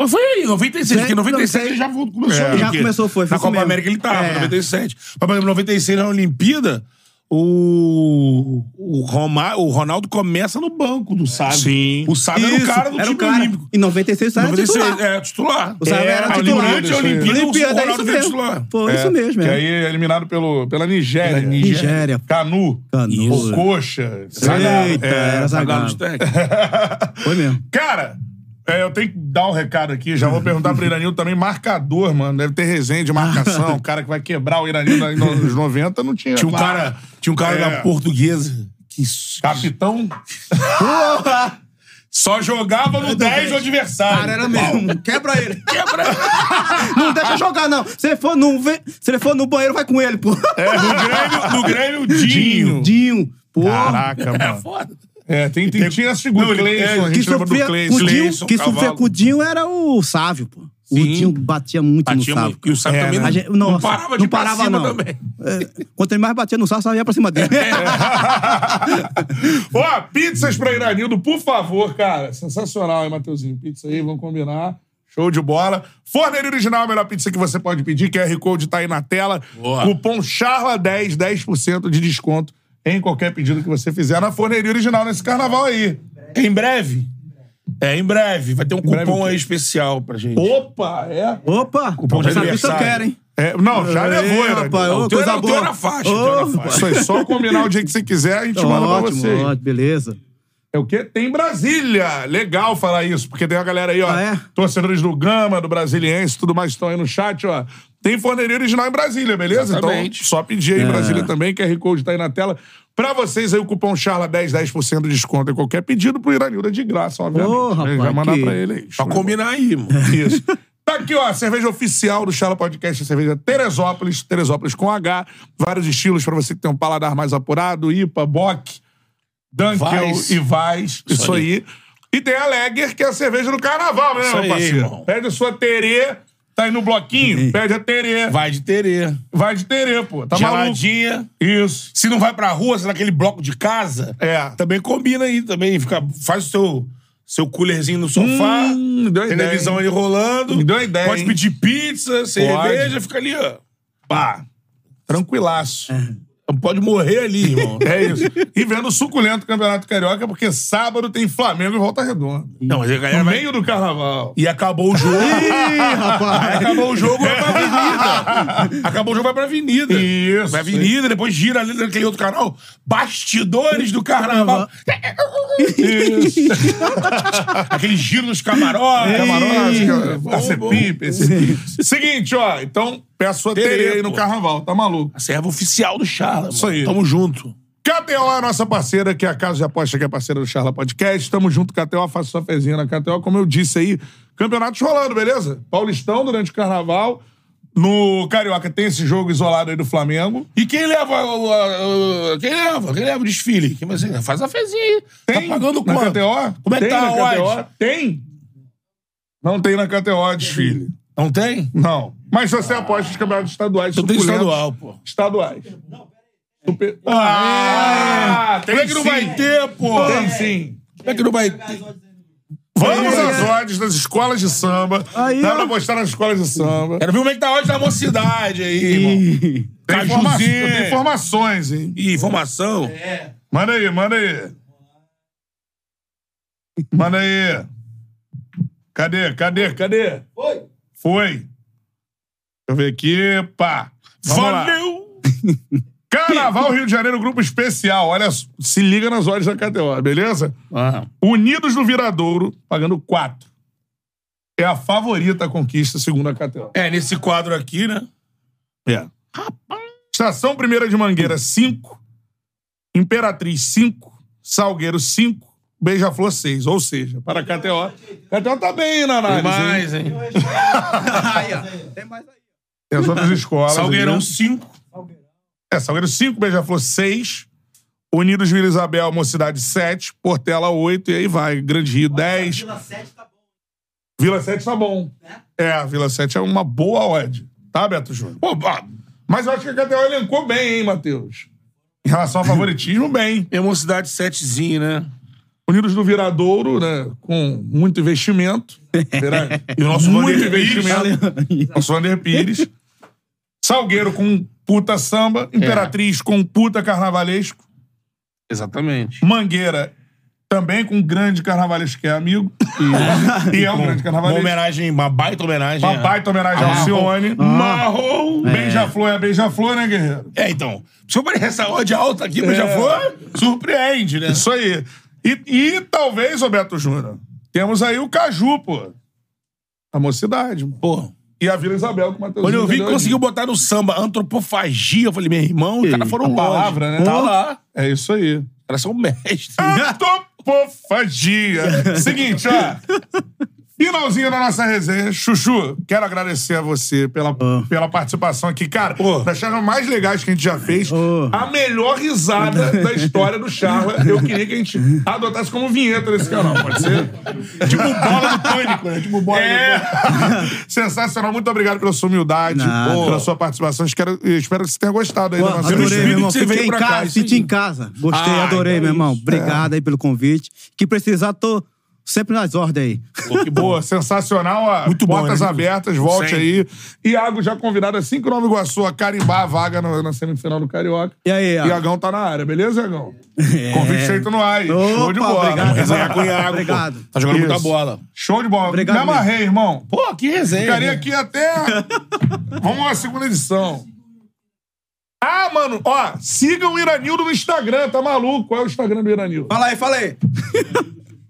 C: Mas Foi aí, 96, porque
D: Sim,
C: 97 ele já vo- começou.
B: É.
C: né,
D: Já
C: porque
D: começou, foi, foi
C: Na
D: isso
C: Copa
D: mesmo.
C: América ele tava,
D: É.
C: 97. Mas, por exemplo, 96 na Olimpíada, o, o, Roma, o Ronaldo começa no banco do Sábio.
B: Sim.
C: O Sábio era o cara do
D: era
C: time
D: o cara.
C: olímpico.
D: Em 96 saiu
C: 96,
D: titular.
C: é, titular.
D: O Sábio era
C: a
D: titular.
C: Olimpíada, a
B: Isso aí.
C: Olimpíada, o
D: Olimpíada, é
C: Ronaldo
D: isso
C: veio
D: mesmo.
C: titular.
D: Pô,
B: É,
D: isso mesmo,
B: Que
D: é.
B: aí é eliminado pelo, pela Nigéria.
C: Pela
D: Nigéria.
B: Canu.
D: Canu.
B: O Coxa. Zagalo.
D: Eita, era
C: Zagalo dos
D: Zagalo.
C: técnicos.
D: Foi mesmo.
B: Cara, é, eu tenho que dar um recado aqui. Já vou perguntar pro Iranil também. Marcador, mano. Deve ter resenha de marcação. O cara que vai quebrar o Iranil na- nos 90 não tinha.
C: Tinha um
B: Claro.
C: cara, tinha um cara
B: É.
C: da portuguesa que s-
B: Capitão
C: só jogava no 10 do adversário.
D: Cara, era mesmo. Quebra ele.
C: Quebra.
D: (laughs) Não
C: (laughs)
D: deixa jogar, não. Se ele, for no, ve- se ele for no banheiro, vai com ele, pô.
C: No Grêmio, no Grêmio, É,
D: (laughs)
C: Dinho.
D: Dinho. Pô.
B: Caraca, mano.
C: Foda.
D: um
B: É, tem, tem, tinha essa figura.
C: Não, ele-
B: Cleison,
C: é,
B: a
D: Que
B: gente lembra do
D: sofria, com o
B: Cleison.
D: Dinho,
C: Cleison,
D: que sofria
C: Cavalo.
D: com o Dinho era o Sávio, pô. O
C: Sim.
D: Dinho batia muito
C: Batia
D: no
C: Ah, muito.
D: Savo.
C: E o Sávio
B: É,
C: também
B: né?
D: A gente- nossa,
C: não parava de
D: não
C: ir pra
D: parava,
C: cima
D: não.
C: também. É.
D: É, quanto ele mais batia no Savo, Sávio ia pra
C: (laughs)
D: cima dele.
B: (laughs) Ó, pizzas pra Iranildo, por favor, cara. Sensacional, hein, Mateuzinho? Pizza aí, vamos combinar. Show de bola. Forneria Original, a melhor pizza que você pode pedir. QR Code tá aí na tela.
C: Boa.
B: Cupom CHARLA10, 10% de desconto em qualquer pedido que você fizer na Forneria Original nesse carnaval aí.
C: Em breve. É, em breve. Vai ter um
B: breve o
C: cupom
B: quê?
C: aí especial pra gente.
B: Opa, é?
D: Opa!
C: Cupom de
D: essa pizza eu
C: aniversário.
D: quero, hein?
B: É, não, já levou,
D: Ei,
B: Iranildo.
D: rapaz, ô,
C: O teu
D: coisa
C: era- o
B: é
C: teu
D: boa.
C: era faixa, o teu era
D: Ô,
C: faixa.
B: Isso aí, só combinar o dia que você quiser, a gente manda pra
D: Ótimo,
B: você.
D: ótimo, beleza.
B: É o quê? Tem Brasília. Legal falar isso, porque tem uma galera aí, ó.
D: Ah, é?
B: Torcedores do Gama, do Brasiliense, tudo mais estão aí no chat, ó. Tem forneria original em Brasília, beleza?
C: Exatamente.
B: Então, só pedir
D: É.
B: aí em Brasília também, QR Code tá aí na tela. Pra vocês aí, o cupom CHARLA10, 10% de desconto em qualquer pedido pro Iranildo, é de graça, obviamente.
D: Ô,
B: A gente
D: rapaz,
B: vai mandar
D: que-
B: pra ele aí.
C: Pra combinar aí,
D: (laughs)
C: mano.
B: Isso. (laughs) Tá aqui, ó, a cerveja oficial do Charla Podcast, a cerveja Teresópolis, Teresópolis com H, vários estilos pra você que tem um paladar mais apurado, IPA, Bock, Dunkel
C: Weiss.
B: e Vaz, isso,
C: Isso
B: aí.
C: aí.
B: E tem a Lager, que é a cerveja do carnaval, né,
C: Isso
B: meu
C: aí,
B: parceiro?
C: irmão.
B: Pede a sua Terê, tá aí no bloquinho, pede a Terê. Vai,
C: Vai de terê.
B: de Terê, pô, tá maluco?
C: Geladinha.
B: Isso.
C: Se não vai pra rua, se é naquele bloco de casa,
B: É.
C: também combina aí também. Fica, faz o seu, seu coolerzinho no sofá,
B: Hum, deu ideia,
C: televisão
B: hein?
C: ali rolando.
B: Me deu ideia,
C: Pode
B: hein?
C: pedir pizza, cerveja, fica ali, ó.
B: Pá, tranquilaço.
C: Pode morrer ali, irmão.
B: (laughs) É isso. E vendo o suculento Campeonato Carioca, porque sábado tem Flamengo e Volta Redonda.
C: não, mas a galera
B: No
C: vai-
B: meio do carnaval.
C: E acabou o jogo. (laughs)
D: Ih, rapaz!
C: acabou o jogo,
B: (laughs)
C: vai pra avenida. Acabou o jogo, vai pra avenida.
B: Isso.
C: Vai pra avenida, depois gira ali naquele outro canal. Bastidores do carnaval. (laughs) Aquele giro nos camarotes. é
B: Camarote,
C: Bom,
B: a CEPIP, esse
C: tipo.
B: pipe. Seguinte, ó. Então, peço a Terê aí no
C: pô.
B: carnaval, tá maluco?
C: A serva oficial do Charla. Isso
B: aí.
C: Tamo junto.
B: KTO é a nossa parceira, que é a Casa de Aposta, que é parceira do Charla Podcast. Tamo junto, KTO, faça sua fezinha na KTO. Como eu disse aí, campeonatos rolando, beleza? Paulistão durante o carnaval. No Carioca tem esse jogo isolado aí do Flamengo.
C: E quem leva. o- a- o- Quem leva? Quem leva o desfile? Quem vai ser? Faz a fezinha aí.
B: Tem
C: tá pagando
B: na
C: quanto?
B: KTO?
C: Como é que
B: tem
C: tá
B: na
C: a
B: KTO?
C: odd?
B: Tem. Não tem na KTO, desfile.
C: Não tem?
B: Não. Mas se você aposta nos campeonatos estaduais,
C: Não tem
B: suculentos,
C: Ah. estadual, pô.
B: Estaduais. Super...
C: Ah,
B: Ah,
C: Como é que não
B: sim.
C: vai ter, pô?
B: Tem sim.
C: Como é que não vai ter?
B: Vamos
C: Tem.
B: às odds das escolas de samba.
D: Aí,
B: Dá
D: ó.
B: pra apostar nas escolas de samba.
C: Quero ver como é que tá a ordem da mocidade aí, irmão.
D: Ih,
B: Tem, informa...
C: Cajuzinho.
B: tem informações, hein?
C: Ih, informação.
B: Manda aí, manda aí. Manda aí. Cadê, cadê, cadê? Foi. Foi. Deixa eu ver aqui. Pá. Vamos lá.
C: Valeu!
B: Carnaval Rio de Janeiro, grupo especial. Olha, se liga nas horas da KTO, beleza?
C: Ah,
B: Unidos do Viradouro, pagando 4. É a favorita à conquista, segundo a KTO.
C: É, nesse quadro aqui, né?
B: É. Estação Primeira de Mangueira, 5. Imperatriz, 5. Salgueiro, 5. Beija-Flor, 6. Ou seja, para a KTO. KTO tá bem na
C: Tem
B: análise. hein?
C: mais, hein?
B: Tem as outras escolas.
C: Salgueirão
B: ali.
C: 5.
B: É, Salgueiro 5, Beija-Flor 6, Unidos Vila Isabel, Mocidade 7, Portela 8, e aí vai. Grande Rio 10. Vila 7 tá bom. É, Vila 7 é uma boa odd. Tá, Beto Júnior?
C: Pô, ah,
B: Mas eu acho que a KTO elencou bem, hein, Matheus? Em relação ao favoritismo, bem.
C: minha mocidade 7zinho, né?
B: Unidos do Viradouro, né? Com muito investimento. Vira-
C: E o (laughs) nosso
B: muito
C: Vander Pires.
B: investimento. Nosso Vander Pires. Salgueiro com puta samba.
C: É.
B: Imperatriz com puta carnavalesco.
C: Exatamente.
B: Mangueira, também com um grande carnavalesco que é amigo. E, e é um grande
C: Uma
B: carnavalesco.
C: homenagem, uma baita homenagem.
B: Uma baita homenagem ao
C: Ah,
B: Alcione.
C: Marrom.
B: Beija-flor é beija-flor, né, guerreiro?
C: É, então. Se eu aparecer essa odd alta aqui, mas já foi, surpreende, né?
B: É. Isso aí. E, e talvez, Roberto Júnior, temos aí o Caju, pô. A mocidade. mano.
C: Pô.
B: E a Vila Isabel com o Matheus.
C: Quando eu vi que conseguiu botar no samba antropofagia, eu falei, meu irmão, os caras foram
B: A
C: longe.
B: palavra, né? Ah,
C: Tá lá.
B: É isso aí.
C: Os (laughs) caras são mestres.
B: Antropofagia. Seguinte, ó. Finalzinho da nossa resenha. Chuchu, quero agradecer a você pela, pela participação aqui. Cara, das charlas mais legais que a gente já fez.
D: Oh.
B: A melhor risada da história do charla. Eu queria que a gente adotasse como vinheta nesse canal, pode ser? tipo bola do pânico, né? Tipo bola é. do pânico. Sensacional. Muito obrigado pela sua humildade,
D: Nada.
B: pela sua participação. Espero, espero que você tenha gostado aí
D: Pô,
B: da nossa
D: adorei,
C: espírito
D: meu irmão.
C: que você veio
D: Fiquei em
C: pra cá,
D: casa,
C: isso aí.
D: senti em casa. Gostei,
C: Ah,
D: adorei,
C: então é
D: meu irmão.
C: isso.
D: Obrigado aí pelo convite. Que precisar, tô sempre nas ordens aí.
C: Pô, que boa.
B: Boa, sensacional. Ó.
C: Muito bom,
B: Portas
C: né?
B: abertas, volte
C: Sempre.
B: aí. Iago já convidado assim que o Nova Iguaçu a carimbar a vaga na, na semifinal do Carioca.
D: E aí, ó. É.
B: Iagão tá na área, beleza, Iagão? Convite feito no ar. aí. Show de
D: Opa,
B: bola.
D: obrigado.
C: Resenha com o Iago, pô.
D: Obrigado.
C: Tá jogando muita
B: Isso.
C: bola.
B: Show de bola.
D: Obrigado
B: Me amarrei, irmão.
C: Pô, que resenha.
B: Ficaria
C: né?
B: aqui até. Vamos à segunda edição. Ah, mano, ó, sigam o Iranildo no Instagram, tá maluco? Qual é o Instagram do Iranildo?
D: Fala aí, fala aí.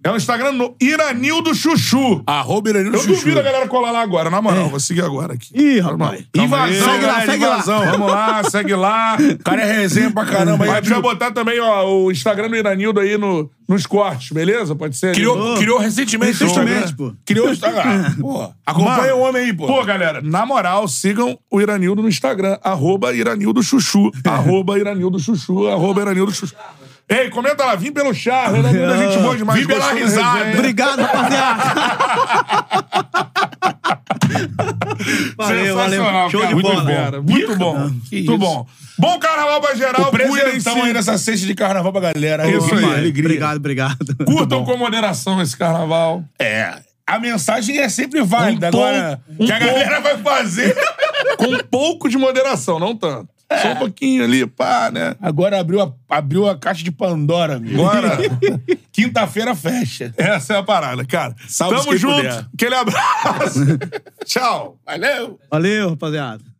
B: É o Instagram no Iranildo Chuchu.
C: Arroba Iranil
B: Eu
C: Chuchu.
B: duvido a galera colar lá agora, na moral. Vou seguir agora aqui.
D: Ih, rapaz.
B: Calma aí.
C: É. Invasão,
D: Segue lá,
C: galera,
D: segue lá.
C: invasão.
B: Vamos lá, segue lá.
C: O cara é resenha pra caramba. aí,
B: Mas vai botar também, ó, o Instagram do Iranildo aí no, nos cortes, beleza? Pode ser?
C: Criou, criou recentemente o
D: Recentemente,
C: Instagram.
D: pô.
C: Criou o Instagram. Ah, Pô, acompanha
B: Mano,
C: o homem aí, pô.
B: Pô, galera, na moral, sigam o Iranildo no Instagram. Arroba Iranildo
C: (laughs)
B: Chuchu. Arroba Iranildo Chuchu. Arroba Iranildo Chuchu. Ei, comenta lá. Vim pelo charro. Iranildo é gente boa demais.
C: Vim pela
B: gostou da
C: risada.
B: resenha.
D: Obrigado, rapaziada. valeu,
B: Sensacional,
D: valeu. Show
B: cara.
D: de
B: Muito
D: bola.
B: bom, muito bom. Muito bom. Bom carnaval pra geral.
C: o
B: Cuidem-se.
C: presentão aí nessa sexta de carnaval pra galera.
B: Isso aí.
C: Alegria.
D: Obrigado, obrigado.
B: Curtam com moderação esse carnaval.
C: É. A mensagem é sempre válida.
B: Um tom-
C: Agora,
B: um
C: que a
B: tom-
C: galera vai fazer.
B: (laughs)
C: É.
B: Com um pouco de moderação, não tanto. Só um pouquinho ali, pá, né?
C: Agora abriu a, abriu a caixa de Pandora, amigo.
B: Bora.
C: (laughs) Quinta-feira fecha.
B: Essa é a parada, cara.
C: Salve-se
B: Tamo
C: quem
B: junto.
C: puder.
D: (laughs)
B: Aquele abraço. Tchau. Valeu.
D: Valeu, rapaziada.